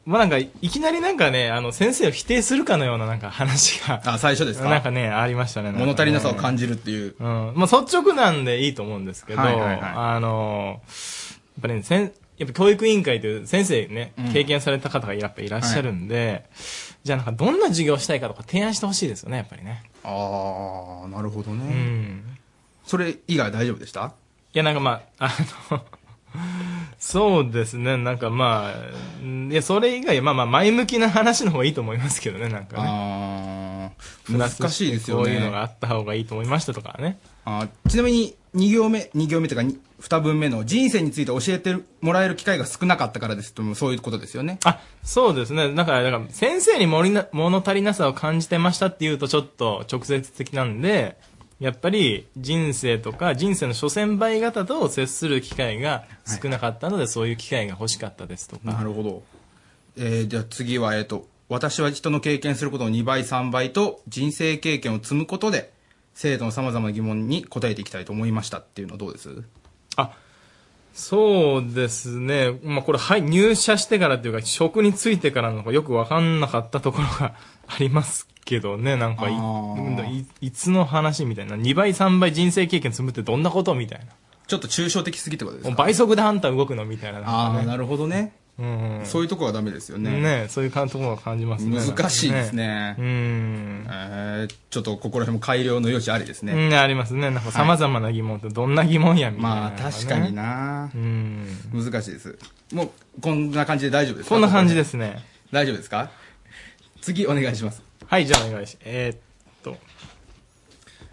[SPEAKER 13] まあなんか、いきなりなんかね、あの、先生を否定するかのようななんか話が。
[SPEAKER 25] あ、最初ですか
[SPEAKER 13] なんかね、ありましたね。なんかね
[SPEAKER 25] 物足りなさを感じるっていう。
[SPEAKER 13] うん。まあ、率直なんでいいと思うんですけど、
[SPEAKER 25] はいはいはい
[SPEAKER 13] あのーやっぱね、せん、やっぱ教育委員会という先生ね
[SPEAKER 25] うん、
[SPEAKER 13] 経験された方がやっぱいらっしゃるんで、じゃあなんかどんな授業をしたいかとか提案してほしいですよね、やっぱりね。
[SPEAKER 25] ああ、なるほどね。
[SPEAKER 13] うん。
[SPEAKER 25] それ以外大丈夫でした
[SPEAKER 13] いや、なんかまあ、あの、そうですね、なんかまあ、んいや、それ以外、まあまあ、前向きな話の方がいいと思いますけどね、なんか
[SPEAKER 25] ね。
[SPEAKER 13] プラスて
[SPEAKER 25] 難しいですよね
[SPEAKER 13] こういうのがあった方がいいと思いましたとかね。
[SPEAKER 25] あーちなみに2行目、2行目というか2文目の人生について教えてもらえる機会が少なかったからですともそういうことですよね。
[SPEAKER 13] あ、そうですね。だから、だから先生にもりな物足りなさを感じてましたっていうとちょっと直接的なんで、やっぱり人生とか人生の所詮倍方と接する機会が少なかったので、そういう機会が欲しかったですとか。
[SPEAKER 25] なるほど。えーじゃあ次は、えっ、と、私は人の経験することの2倍3倍と人生経験を積むことで生徒の様々な疑問に答えていきたいと思いましたっていうのはどうです
[SPEAKER 13] そうですね。まあ、これ、はい、入社してからっていうか、職に就いてからのがよくわかんなかったところが ありますけどね、なんかい
[SPEAKER 25] あー
[SPEAKER 13] い、いつの話みたいな。2倍、3倍人生経験積むってどんなことみたいな。
[SPEAKER 25] ちょっと抽象的すぎってことですか
[SPEAKER 13] もう倍速でハンター動くのみたいななんか
[SPEAKER 25] あ
[SPEAKER 13] ね、
[SPEAKER 25] あ、なるほどね。
[SPEAKER 13] うん
[SPEAKER 25] そういうとこはダメですよね。
[SPEAKER 13] ねそういうかところを感じますね。
[SPEAKER 25] 難しいです
[SPEAKER 13] なんかう
[SPEAKER 25] ね。
[SPEAKER 13] ん。
[SPEAKER 25] えーちょっとここら辺も改良の余地ありですね。
[SPEAKER 13] ね。うん、ありますね。なんか様々な疑問ってどんな疑問やみたいなのがね、
[SPEAKER 25] まあ確かにな
[SPEAKER 13] うん。
[SPEAKER 25] 難しいです。もう、こんな感じで大丈夫ですか。
[SPEAKER 13] こんな感じですすね。
[SPEAKER 25] 大丈夫ですか次お願いします。
[SPEAKER 13] はい、じゃあお願いします。えーっと。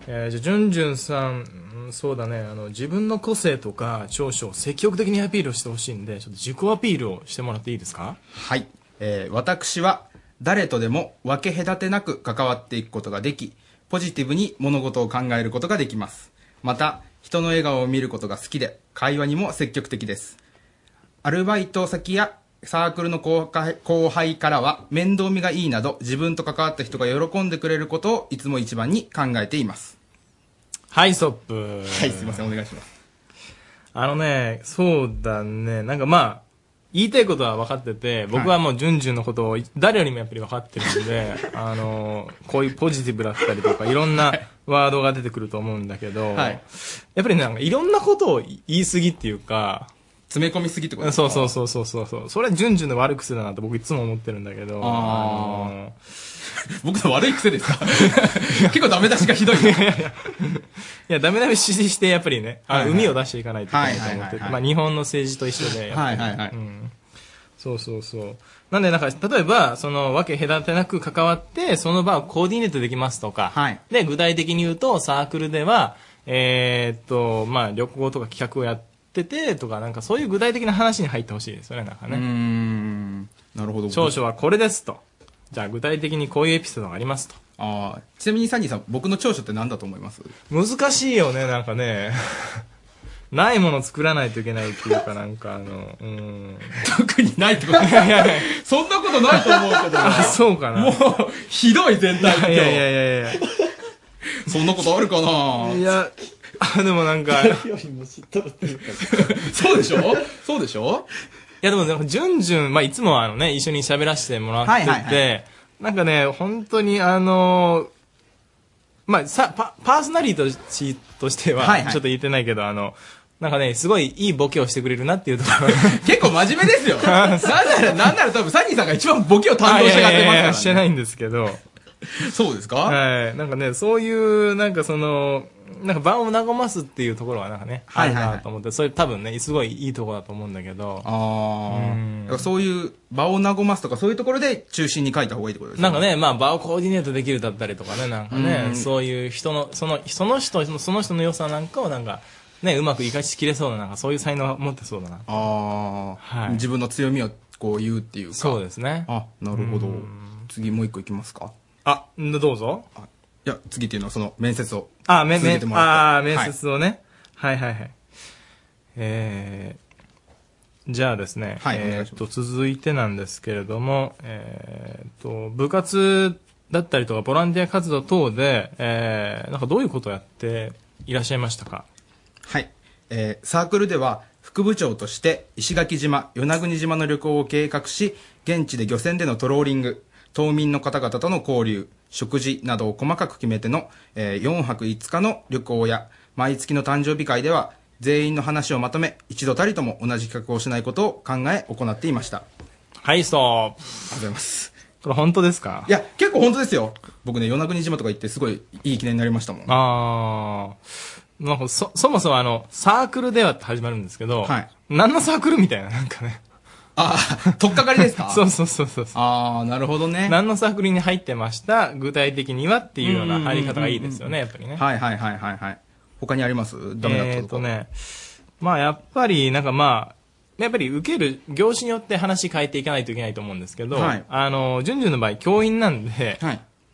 [SPEAKER 13] えーじゃあ、じゅんじゅんさん、うんそうだね、あの、自分の個性とか長所を積極的にアピールしてほしいんで、ちょっと自己アピールをしてもらっていいですか
[SPEAKER 25] はい。えー私は誰とでも分け隔てなく関わっていくことができ、ポジティブに物事を考えることができます。また、人の笑顔を見ることが好きで、会話にも積極的です。アルバイト先やサークルの後輩後輩からは面倒見がいいなど自分と関わった人が喜んでくれることをいつも一番に考えています。、
[SPEAKER 13] はい、ストップ。はい
[SPEAKER 25] すいません、お願いします。
[SPEAKER 13] あのね、そうだね、なんかまあ、言いたいことは分かってて、僕はもうジュンジュンのことを誰よりもやっぱり分かってるん で、あの、こういうポジティブだったりとか、いろんなワードが出てくると思うんだけど、
[SPEAKER 25] はい
[SPEAKER 13] やっぱりなんかいろんなことを言い過ぎっていうか、
[SPEAKER 25] 詰め込みすぎってことです
[SPEAKER 13] そう
[SPEAKER 25] か
[SPEAKER 13] そうそうそうそうそう。それはジュンジュンの悪くするなと僕いつも思ってるんだけど、
[SPEAKER 25] あ
[SPEAKER 13] の
[SPEAKER 25] 僕の悪い癖ですか 結構ダメ出しがひどい。
[SPEAKER 13] いや、ダメダメ指示して、やっぱりね、あ
[SPEAKER 25] はい
[SPEAKER 13] の
[SPEAKER 25] はい
[SPEAKER 13] 海を出していかないといけないと思っ
[SPEAKER 25] はいはい
[SPEAKER 13] て
[SPEAKER 25] はい
[SPEAKER 13] て、
[SPEAKER 25] はい
[SPEAKER 13] まあ日本の政治と一緒で、やっぱり
[SPEAKER 25] はいはいはい
[SPEAKER 13] うんそうそうそう。なんで、なんか、例えば、その、わけ隔てなく関わって、その場をコーディネートできますとか、で、具体的に言うと、サークルでは、えーっと、まあ、旅行とか企画をやってて、とか、なんかそういう具体的な話に入ってほしいですよね、なんかね。
[SPEAKER 25] うーん。なるほど。
[SPEAKER 13] 長所はこれですと。じゃあ具体的にこういうエピソードがありますと。
[SPEAKER 25] ああ。ちなみにサニーさん、僕の長所って何だと思います
[SPEAKER 13] 難しいよね、なんかね。 ないもの作らないといけないっていうか、なんかあの、うん。
[SPEAKER 25] 特にないってこ
[SPEAKER 13] い
[SPEAKER 25] と
[SPEAKER 13] やいやいや
[SPEAKER 25] そんなことないと思うけど。
[SPEAKER 13] あ、そうかな。
[SPEAKER 25] もう、ひどい全体今日
[SPEAKER 13] いやいやいやいやい
[SPEAKER 25] そんなことあるか
[SPEAKER 13] や。
[SPEAKER 25] ない
[SPEAKER 13] や、あ、でもなんか。
[SPEAKER 25] そうでしょそうでしょ
[SPEAKER 13] いやでもなんか、じゅんじゅん、まあ、いつもあのね、一緒に喋らせてもらってて、
[SPEAKER 25] はいはいは
[SPEAKER 13] なんかね、本当にあのまあ、さ、パ、パーソナリティとしては、
[SPEAKER 25] はいはい
[SPEAKER 13] ちょっと言ってないけど、あの、なんかね、すごいいいボケをしてくれるなっていうところ。
[SPEAKER 25] 結構真面目 ですよ。なんなら、なんなら多分サニーさんが一番ボケを担当してやって
[SPEAKER 13] いやいやいや
[SPEAKER 25] ま
[SPEAKER 13] し
[SPEAKER 25] す
[SPEAKER 13] て
[SPEAKER 25] からね。
[SPEAKER 13] ないんですけど。
[SPEAKER 25] そうですか
[SPEAKER 13] はい。なんかね、そういう、なんかその、なんか場を和ますっていうところはなんかね、
[SPEAKER 25] はいはいはい
[SPEAKER 13] あるなと思って、それ多分ね、すごいいいところだと思うんだけど。う
[SPEAKER 25] あ
[SPEAKER 13] ん
[SPEAKER 25] あ。だからそういう場を和ますとかそういうところで中心に書いた方がいいってことです
[SPEAKER 13] なんかね、まあ場をコーディネートできるだったりとかね、なんか
[SPEAKER 25] う
[SPEAKER 13] ね、
[SPEAKER 25] ん
[SPEAKER 13] そういう人の、その、その人の、その人の良さなんかをなんか、ね、うまく活かしきれそうな、なんかそういう才能を持ってそうだな。
[SPEAKER 25] ああ、
[SPEAKER 13] はい
[SPEAKER 25] 自分の強みをこう言うっていうか。
[SPEAKER 13] そうですね。
[SPEAKER 25] あ、なるほど。次もう一個いきますか。
[SPEAKER 13] あ、どうぞ。
[SPEAKER 25] いや、次っていうのはその面接を。
[SPEAKER 13] あ、め、
[SPEAKER 25] 続
[SPEAKER 13] め
[SPEAKER 25] けて、もら
[SPEAKER 13] あ
[SPEAKER 25] っ
[SPEAKER 13] ー
[SPEAKER 25] て
[SPEAKER 13] 面。接をね、はい。はいはいえー、じゃあですね、
[SPEAKER 25] はいお願
[SPEAKER 13] え
[SPEAKER 25] いし
[SPEAKER 13] ーっと、続いてなんですけれども、えーっと、部活だったりとか、ボランティア活動等で、えー、なんかどういうことをやっていらっしゃいましたか
[SPEAKER 25] はい。えーサークルでは副部長として石垣島、与那国島の旅行を計画し、現地で漁船でのトローリング、島民の方々との交流、食事などを細かく決めての、え4泊5日の旅行や、毎月の誕生日会では、全員の話をまとめ、一度たりとも同じ企画をしないことを考え、行っていました。
[SPEAKER 13] はい、ストップ。あり
[SPEAKER 25] がとうございます。
[SPEAKER 13] これ本当ですか
[SPEAKER 25] いや、結構本当ですよ。僕ね、与那国島とか行ってすごいいい記念になりましたもん。
[SPEAKER 13] あー、なんかそ、そもそもあの、サークルではって始まるんですけど、
[SPEAKER 25] はい
[SPEAKER 13] 何のサークルみたいな、なんかね。
[SPEAKER 25] とっかかりですか
[SPEAKER 13] そうそうそうそう。
[SPEAKER 25] ああ、なるほどね。
[SPEAKER 13] 何のサークルに入ってました具体的にはっていうような入り方がいいですよね、
[SPEAKER 25] う
[SPEAKER 13] や
[SPEAKER 25] ん
[SPEAKER 13] っぱりね。
[SPEAKER 25] はいはいはいはいはい。他にありますダメだった
[SPEAKER 13] えー
[SPEAKER 25] と
[SPEAKER 13] っ
[SPEAKER 25] か。
[SPEAKER 13] とね、まあやっぱり、なんかまあ、やっぱり受ける業種によって話変えていかないといけないと思うんですけど、
[SPEAKER 25] はい
[SPEAKER 13] あの、ジュンジュンの場合教員なんで、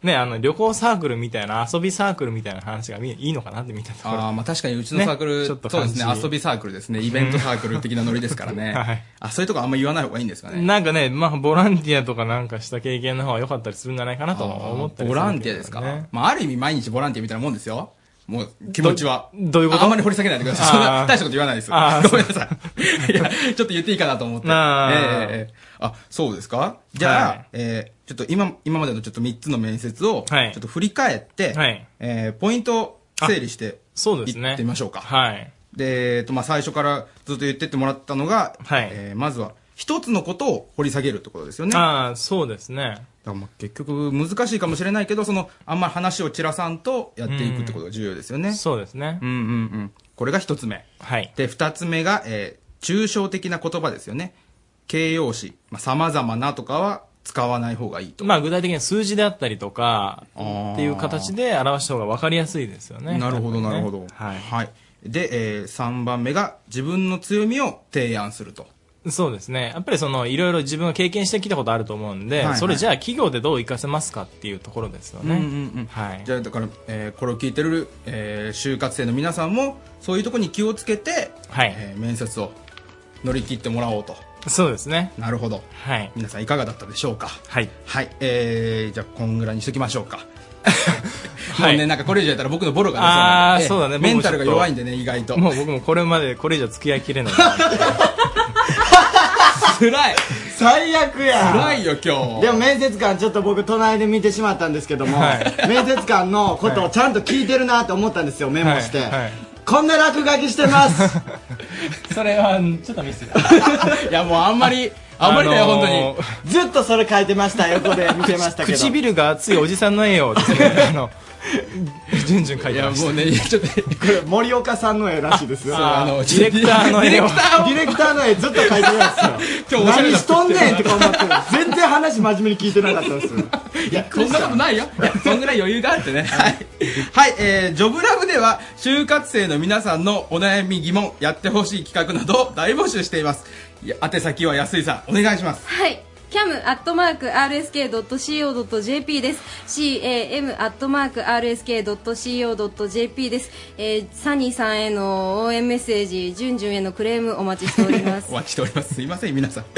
[SPEAKER 13] ね、あの、旅行サークルみたいな、遊びサークルみたいな話がみいいのかなってみたいなところ。
[SPEAKER 25] ああ、まあ確かにうちのサークル、
[SPEAKER 13] ねちょっと
[SPEAKER 25] そうですね、
[SPEAKER 13] 感じ
[SPEAKER 25] 遊びサークルですね、イベントサークル的なノリですからね。
[SPEAKER 13] はい
[SPEAKER 25] あ、そういうとこあんま言わない方がいいんですかね。
[SPEAKER 13] なんかね、まあ、ボランティアとかなんかした経験の方が良かったりするんじゃないかなと思ったり
[SPEAKER 25] ボランティアですか、まあある意味毎日ボランティアみたいなもんですよ。もう気持ちは。
[SPEAKER 13] どどういうこと
[SPEAKER 25] あんまり掘り下げないでください。
[SPEAKER 13] あー
[SPEAKER 25] そんな大したこと言わないです。ご
[SPEAKER 13] あー
[SPEAKER 25] めんなさい。いや、ちょっと言っていいかなと思って。え
[SPEAKER 13] あー
[SPEAKER 25] えええあ、そうですかじゃあ、
[SPEAKER 13] は
[SPEAKER 25] えーちょっと今、今までのちょっと3つの面接を、ちょ
[SPEAKER 13] は
[SPEAKER 25] っ
[SPEAKER 13] い
[SPEAKER 25] と振り返って、
[SPEAKER 13] はい
[SPEAKER 25] えーポイントを整理して、
[SPEAKER 13] そうですね。
[SPEAKER 25] 行ってみましょうか。
[SPEAKER 13] はい。
[SPEAKER 25] で、えっと、まあ、最初からずっと言ってってもらったのが、えーまずは、一つのことを掘り下げるってことですよね。
[SPEAKER 13] ああ、そうですね。
[SPEAKER 25] だからまあ結局難しいかもしれないけど、その、あんまり話を散らさんとやっていくってことが重要ですよね。
[SPEAKER 13] そうですね。
[SPEAKER 25] うんうんうん。これが一つ目。
[SPEAKER 13] はい。
[SPEAKER 25] で、二つ目が、えー抽象的な言葉ですよね。形容詞、まあ、様々なとかは使わない方がいいと。
[SPEAKER 13] まあ具体的には数字であったりとか、
[SPEAKER 25] っ
[SPEAKER 13] っていう形で表した方が分かりやすいですよね。
[SPEAKER 25] なるほど、
[SPEAKER 13] やっぱ
[SPEAKER 25] な
[SPEAKER 13] りね
[SPEAKER 25] るほど。はい。で、えー、三番目が、自分の強みを提案すると。
[SPEAKER 13] そうですね。やっぱりその、いろいろ自分が経験してきたことあると思うんで、
[SPEAKER 25] はいはい
[SPEAKER 13] それじゃあ企業でどう活かせますかっていうところですよね。
[SPEAKER 25] うんうんうんじゃあだから、えーこれを聞いてる、えー就活生の皆さんもそういうとこに気をつけて、えー面接を乗り切ってもらおうと
[SPEAKER 13] そうですね
[SPEAKER 25] なるほど、
[SPEAKER 13] はい、
[SPEAKER 25] 皆さんいかがだったでしょうか
[SPEAKER 13] はい、
[SPEAKER 25] はいえー、じゃあこんぐらいにしときましょうか
[SPEAKER 13] い
[SPEAKER 25] もうねなんかこれ以上やったら僕のボロが出
[SPEAKER 13] ああ、
[SPEAKER 25] そ
[SPEAKER 13] そうう
[SPEAKER 25] な
[SPEAKER 13] だ
[SPEAKER 25] ん
[SPEAKER 13] ね。
[SPEAKER 14] え
[SPEAKER 13] 僕も
[SPEAKER 14] え
[SPEAKER 25] メンタルが弱いんで
[SPEAKER 13] ちょっ
[SPEAKER 25] ね意外と
[SPEAKER 13] もう僕もこれまで、これ以上付き合いきれない。
[SPEAKER 25] 辛い
[SPEAKER 5] 最悪や
[SPEAKER 25] 辛いよ今日
[SPEAKER 2] でも面接官ちょっと僕隣で見てしまったんですけども、
[SPEAKER 25] はい
[SPEAKER 2] 面接官のことをちゃんと聞いてるなと思ったんですよメモして、
[SPEAKER 25] はいはい
[SPEAKER 2] こんな落書きしてます
[SPEAKER 13] それはちょっとミス
[SPEAKER 25] いやもうあんまりあんまりだよ本当に
[SPEAKER 2] にずっとそれ書いてました横で見てましたけど
[SPEAKER 13] 唇が熱いおじさんの絵をですねあの順々書いてました
[SPEAKER 25] いやもう ねちょっとこ
[SPEAKER 2] れ森岡さんの絵らしいですよ
[SPEAKER 13] ああのディレクターの絵を
[SPEAKER 2] ディレクターの絵ずっと描いてたんです よ
[SPEAKER 25] 今日おしゃれ
[SPEAKER 2] 何
[SPEAKER 25] な
[SPEAKER 2] しとんねんって思って全然話真面目に聞いてなかったんですよいや
[SPEAKER 25] そんなこと ないよ。いやそんぐらい余裕があってね。 はい。はい、えー、ジョブラブでは、就活生の皆さんのお悩み疑問、やってほしい企画などを大募集しています。いや宛先は安井さん、お願いします。
[SPEAKER 3] はい。cam.rsk.co.jp です。cam.rsk.co.jp です。えー、サニーさんへの応援メッセージ、ジュンジュンへのクレームお待ちしております。
[SPEAKER 25] お待ちしております。すいません、皆さん。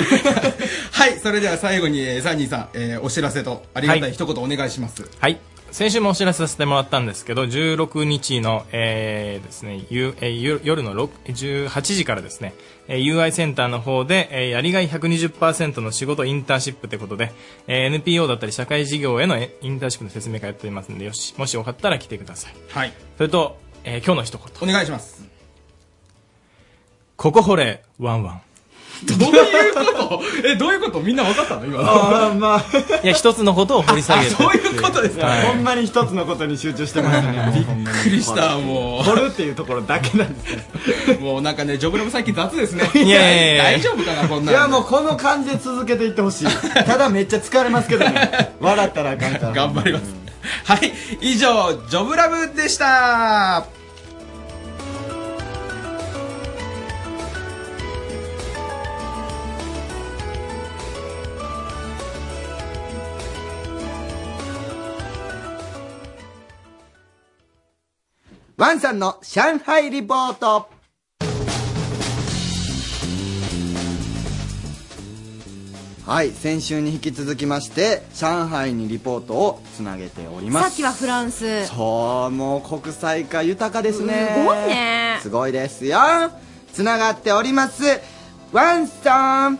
[SPEAKER 25] はい、それでは最後に、えー、サニーさん、えー、お知らせと、ありがたい一言お願いします。
[SPEAKER 13] はい。先週もお知らせさせてもらったんですけど、16日の、えーですね、ゆえーゆ夜の6 18時からですね、えー UI センターの方で、えーやりがい120%の仕事インターンシップということで、えー NPO だったり社会事業へのえインターンシップの説明会やっておりますので、よし、もしよかったら来てください。
[SPEAKER 25] はい。
[SPEAKER 13] それと、えー今日の一言。
[SPEAKER 25] お願いします。
[SPEAKER 13] ここ掘れ、ワンワン。
[SPEAKER 25] どういうこと え、どういうことみんな分かったの今の。
[SPEAKER 2] ああまあ
[SPEAKER 13] いや、一つのことを掘り下げて。そういう
[SPEAKER 25] ことです
[SPEAKER 2] ほんまに一つのことに集中してましたねびっ
[SPEAKER 25] びっくりしたもう
[SPEAKER 2] 掘るっていうところだけなんです
[SPEAKER 25] もうなんかねジョブラブ最近雑ですね
[SPEAKER 2] いやいやいや
[SPEAKER 25] 大丈夫かなこんない
[SPEAKER 2] やもうこの感じで続けていってほしいただめっちゃ疲れますけ どね笑ったらあかんから
[SPEAKER 25] 頑張りますはい以上ジョブラブでした
[SPEAKER 2] ワンさんの上海リポート。はい、先週に引き続きまして、上海にリポートをつなげてお りま
[SPEAKER 3] さ
[SPEAKER 2] す。
[SPEAKER 3] っきはフランス。
[SPEAKER 2] そう、もう国際化豊かですね。
[SPEAKER 3] すごいね
[SPEAKER 2] すごいですよ。つながっております。ワンさん。
[SPEAKER 3] は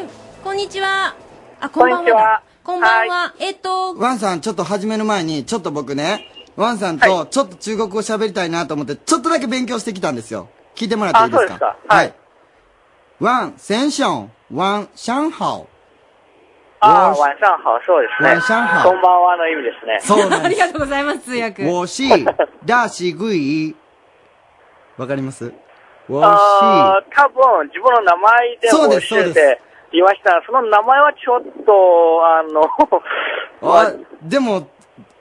[SPEAKER 3] ーい。こんにちは。あ、こ
[SPEAKER 2] こ
[SPEAKER 3] ん
[SPEAKER 2] ん
[SPEAKER 3] ばん
[SPEAKER 2] に
[SPEAKER 3] は
[SPEAKER 2] ちは
[SPEAKER 3] だ。こんばんは。えっと、
[SPEAKER 2] ワンさん、ちょっと始める前に、ちょっと僕ね、ワンさんとちょっと中国語喋りたいなと思って、ちょっとだけ勉強してきたんですよ。聞いてもらっていいですか
[SPEAKER 12] あそうです
[SPEAKER 2] かはい。ワン、センション、ワン、シャンハオ。
[SPEAKER 12] あ
[SPEAKER 2] 我
[SPEAKER 12] ー、晚上好、そうですね。
[SPEAKER 2] 晚上好
[SPEAKER 12] こんばんはの意味ですね。
[SPEAKER 2] そうなん
[SPEAKER 3] あ
[SPEAKER 2] で
[SPEAKER 3] り
[SPEAKER 2] す。
[SPEAKER 3] がとうございます、通訳。
[SPEAKER 2] 我是、 ダーシグイ。わかります我
[SPEAKER 12] あー多分自分の名前で
[SPEAKER 2] そう
[SPEAKER 12] も
[SPEAKER 2] です
[SPEAKER 12] 教え
[SPEAKER 2] そうで
[SPEAKER 12] ていました。その名前はちょっと、あの、
[SPEAKER 2] 是。 あ、でも、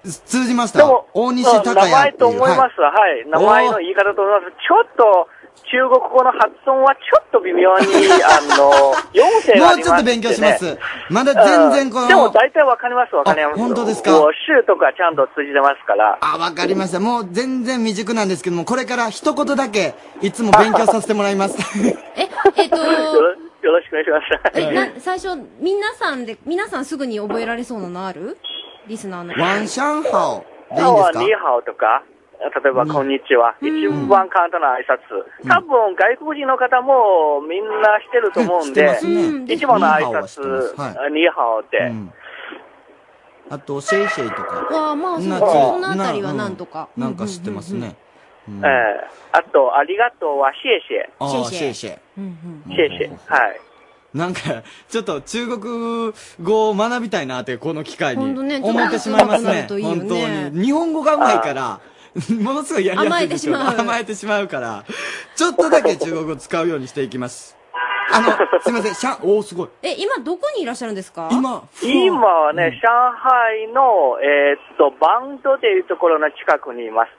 [SPEAKER 2] 通じました。大西
[SPEAKER 12] うん名
[SPEAKER 2] 隆也っ
[SPEAKER 12] 前
[SPEAKER 2] ていう。
[SPEAKER 12] と思います。はい。名前の言い方と思います。ちょっと、中国語の発音はちょっと微妙に、 あの、4声があ
[SPEAKER 2] も
[SPEAKER 12] りまして、ね、
[SPEAKER 2] うちょっと勉強します。まだ全然こ
[SPEAKER 12] う
[SPEAKER 2] の。
[SPEAKER 12] んでも大体わかります、わかります。
[SPEAKER 2] 本当ですか
[SPEAKER 12] もう州とかちゃんと通じてますから。
[SPEAKER 2] あ、わかりました。もう全然未熟なんですけども、これから一言だけ、いつも勉強させてもらいます。
[SPEAKER 3] えっと、
[SPEAKER 12] よろしくお願いします。
[SPEAKER 3] え、な、最初、皆さんで、皆さんすぐに覚えられそうなのあるリスナーの。
[SPEAKER 2] ワンシャンハオでいいんで
[SPEAKER 12] 今日
[SPEAKER 2] す
[SPEAKER 12] は
[SPEAKER 2] か
[SPEAKER 12] ニーハオとか、例えばこんにちは。一番簡単な挨拶。多分外国人の方もみんなしてると思うん
[SPEAKER 2] うん
[SPEAKER 12] で
[SPEAKER 2] してますね、
[SPEAKER 12] 一番の挨拶
[SPEAKER 2] ニーハオはしてますは、
[SPEAKER 12] ニーハオって。
[SPEAKER 2] あと、シェイシェイとか。
[SPEAKER 3] わあ、まあ、そ
[SPEAKER 2] な
[SPEAKER 3] の、
[SPEAKER 2] んか
[SPEAKER 3] そのあたりはなんとか。
[SPEAKER 2] なん か知ってますね。
[SPEAKER 12] ええあと、ありがとうはシェシェ。
[SPEAKER 2] あーシェイシェイ。
[SPEAKER 12] シェシェ。はい。
[SPEAKER 2] なんか、ちょっと中国語を学びたいなって、この機会に。
[SPEAKER 3] 本当ね
[SPEAKER 2] 思ってしまいますね。
[SPEAKER 3] ちょっと上手くなる
[SPEAKER 2] 本
[SPEAKER 3] といいよね
[SPEAKER 2] 当に。日本語がうまいから、ものすごいやりやすいんですよ。
[SPEAKER 3] 甘えてしまう
[SPEAKER 2] 甘えてしまうから、ちょっとだけ中国語使うようにしていきます。あの、すいません、シャン、おー、すごい。
[SPEAKER 3] え、今どこにいらっしゃるんですか
[SPEAKER 2] 今、
[SPEAKER 12] 今はね、上海の、えーっと、バンドでいうところの近くにいます。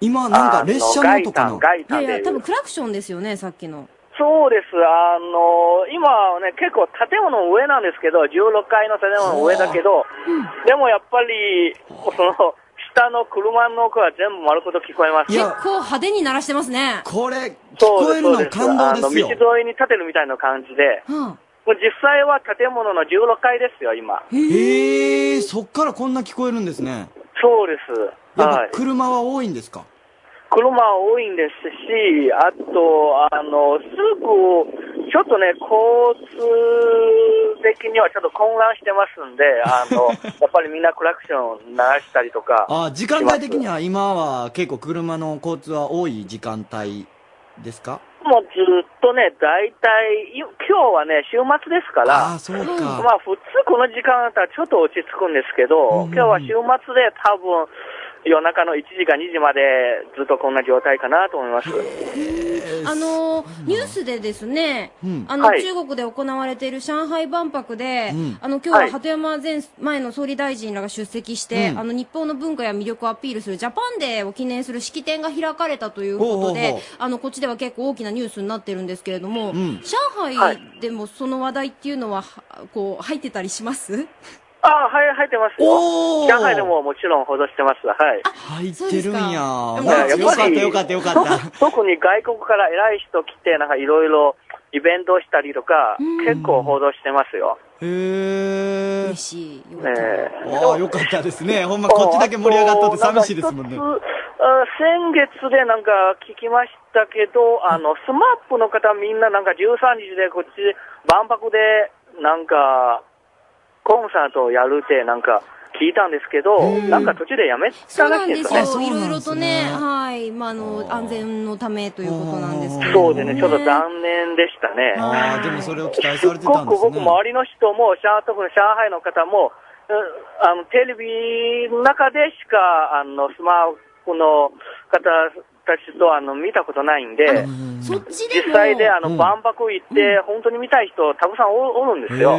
[SPEAKER 2] 今、なんか列車の音かな。
[SPEAKER 12] ガイタン、ガイタン
[SPEAKER 3] い
[SPEAKER 12] で
[SPEAKER 3] やい
[SPEAKER 12] い
[SPEAKER 3] や、
[SPEAKER 12] う
[SPEAKER 3] 多分クラクションですよね、さっきの。
[SPEAKER 12] そうです。あの、今はね、結構建物の上なんですけど、16階の建物の上だけど、でもやっぱり、その、下の車の音は全部丸ごと聞こえます。
[SPEAKER 3] 結構派手に鳴らしてますね。
[SPEAKER 2] これ、
[SPEAKER 12] そうです
[SPEAKER 3] 聞こえるの
[SPEAKER 12] そう
[SPEAKER 3] 感動ですよ
[SPEAKER 12] あの、道沿いに建てるみたいな感じで、
[SPEAKER 3] は
[SPEAKER 12] もう実際は建物の16階ですよ、今。
[SPEAKER 2] へえー、そっからこんな聞こえるんですね。
[SPEAKER 12] そうです。
[SPEAKER 2] やっ
[SPEAKER 12] は
[SPEAKER 2] ぱ車は多いんですか
[SPEAKER 12] 車多いんですし、あと、あの、すぐ、ちょっとね、交通的にはちょっと混乱してますんで、あの、やっぱりみんなクラクション流したりとか。
[SPEAKER 2] あ時間帯的には今は結構車の交通は多い時間帯ですか
[SPEAKER 12] もうずっとね、大体、い今日はね、週末ですから、
[SPEAKER 2] あそうか
[SPEAKER 12] まあ普通この時間だったらちょっと落ち着くんですけど、今日は週末で多分、夜中の1時か2時までずっとこんな状態かなと思います。
[SPEAKER 3] あのーニュースでですね、
[SPEAKER 12] うん
[SPEAKER 3] あの、
[SPEAKER 12] はい
[SPEAKER 3] 中国で行われている上海万博で、
[SPEAKER 12] うん
[SPEAKER 3] あの今日
[SPEAKER 12] は
[SPEAKER 3] はい鳩山前,、前の総理大臣らが出席して、
[SPEAKER 4] うん
[SPEAKER 3] あの日本の文化や魅力をアピールするジャパンデーを記念する式典が開かれたということ
[SPEAKER 4] ほう
[SPEAKER 3] で
[SPEAKER 4] ほうほう
[SPEAKER 3] あのこっちでは結構大きなニュースになってるんですけれども、
[SPEAKER 4] うん
[SPEAKER 3] 上
[SPEAKER 12] は
[SPEAKER 3] 海でもその話題っていうのははこう入ってたりします
[SPEAKER 12] あはい、入ってます
[SPEAKER 2] よ。
[SPEAKER 12] 上海でももちろん報道してます。はい。
[SPEAKER 2] 入ってるんや。
[SPEAKER 12] そうですか
[SPEAKER 2] よかったよかったよかった。
[SPEAKER 12] 特に外国から偉い人来て、なんかいろいろイベントしたりとか、結構報道してますよ。
[SPEAKER 2] へえ。
[SPEAKER 3] 嬉しい。
[SPEAKER 12] ねえ
[SPEAKER 2] ああ、よかったですね。ほんま、こっちだけ盛り上がったって寂しいですもんね。
[SPEAKER 12] あ先月でなんか聞きましたけど、あの、スマップの方みんななんか13日でこっち万博でなんかコンサートをやるってなんか聞いたんですけど、なんか途中でやめ
[SPEAKER 3] そ
[SPEAKER 12] た
[SPEAKER 3] う
[SPEAKER 12] ら
[SPEAKER 3] な
[SPEAKER 12] し
[SPEAKER 3] ん
[SPEAKER 12] い
[SPEAKER 3] で
[SPEAKER 12] ですすよね。
[SPEAKER 3] よ。いろいろとね、はい、まあ、あの、安全のためということなんですけれども。
[SPEAKER 12] そうでね、ちょっと残念でしたね。
[SPEAKER 2] ああ、でもそれを期待
[SPEAKER 12] す
[SPEAKER 2] さ
[SPEAKER 12] っ
[SPEAKER 2] れて
[SPEAKER 12] ご
[SPEAKER 2] たん
[SPEAKER 12] く
[SPEAKER 2] です
[SPEAKER 12] 僕、
[SPEAKER 2] ね。
[SPEAKER 12] 周りの人も、上特に上海の方も、うんあのテレビの中でしかあのスマホの方たちとあの見たことないんで、実際であの、万博行って、本当に見たい人、たくさんおおるんですよ。
[SPEAKER 3] あ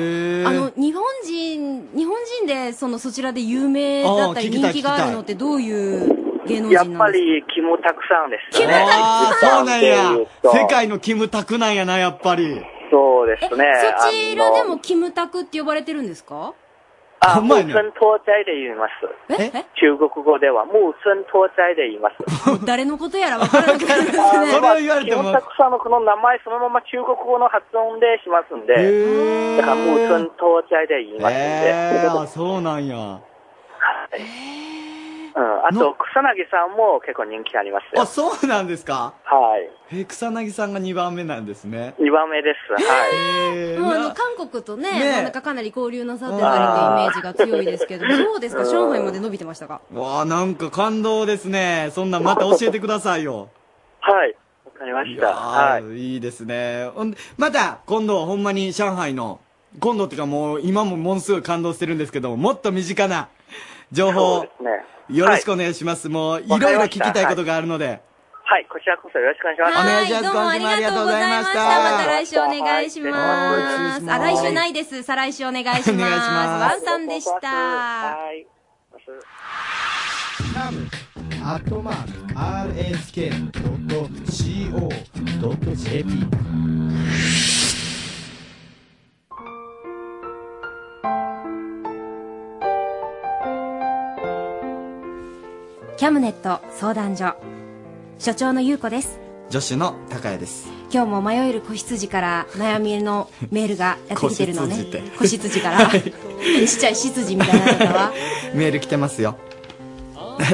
[SPEAKER 3] の、日本人、日本人で、その、そちらで有名だったり、
[SPEAKER 12] あー聞きた
[SPEAKER 3] 人
[SPEAKER 12] い
[SPEAKER 3] 気があるのってどういう芸能
[SPEAKER 12] やっ
[SPEAKER 3] 人な
[SPEAKER 12] ぱ
[SPEAKER 3] んです
[SPEAKER 12] り、キムタクさんですね。
[SPEAKER 2] ああ、そうなんや
[SPEAKER 12] キム。
[SPEAKER 2] 世界のキムタクなんやな、やっぱり。
[SPEAKER 12] そうですね。
[SPEAKER 3] かそちらで
[SPEAKER 12] あの
[SPEAKER 3] も、キムタクって呼ばれてるんですか
[SPEAKER 12] あ、無村東在で言います。中国語では、無村東在で言います。。
[SPEAKER 3] もう誰のことやらわからなくなるんですね
[SPEAKER 12] キムタクさんのこの名前そのまま中国語の発音でしますんで、だからもう寸当在で言いますん
[SPEAKER 2] ええ、
[SPEAKER 12] で。
[SPEAKER 2] あそうなんや。
[SPEAKER 12] うん、あと、草薙さんも結構人気ありますよ
[SPEAKER 2] あ、。そうなんですか
[SPEAKER 12] はい。
[SPEAKER 2] え、草薙さんが2番目なんですね。
[SPEAKER 12] 2番目です。はい。
[SPEAKER 2] え
[SPEAKER 3] もうあの韓国とね、
[SPEAKER 2] ね
[SPEAKER 3] まあなんかかなり交流なさってたりというイメージが強いですけど、
[SPEAKER 2] あー
[SPEAKER 3] そうですか、上海まで伸びてましたか。
[SPEAKER 2] わあ、なんか感動ですね。そんなんまた教えてくださいよ。
[SPEAKER 12] はい。わかりました。
[SPEAKER 2] はい。いいですね。ほんでまた、今度、ほんまに上海の、今度っていうかもう、今もものすごい感動してるんですけども、もっと身近な情報を、
[SPEAKER 12] ね。
[SPEAKER 2] よろしくお願いします。もう、いろいろ聞きたいことがあるので。
[SPEAKER 12] はい、こちらこそよろしくお願いします。
[SPEAKER 2] お願いします。今週もありがとうございました。
[SPEAKER 3] また来週お願いします。あ、来週ないです。再来週お願いします。
[SPEAKER 2] お願いします
[SPEAKER 3] ワンさんでした。
[SPEAKER 7] アットマーク RSK.CO.JP
[SPEAKER 3] キャムネット相談所。所長のゆうこです。
[SPEAKER 2] 助手の高谷です。
[SPEAKER 3] 今日も迷える子羊から悩みのメールがやってきてるの ね
[SPEAKER 2] 子羊って。
[SPEAKER 3] 子羊から。ちっちゃい羊みたいなのがは。
[SPEAKER 2] メール来てますよ。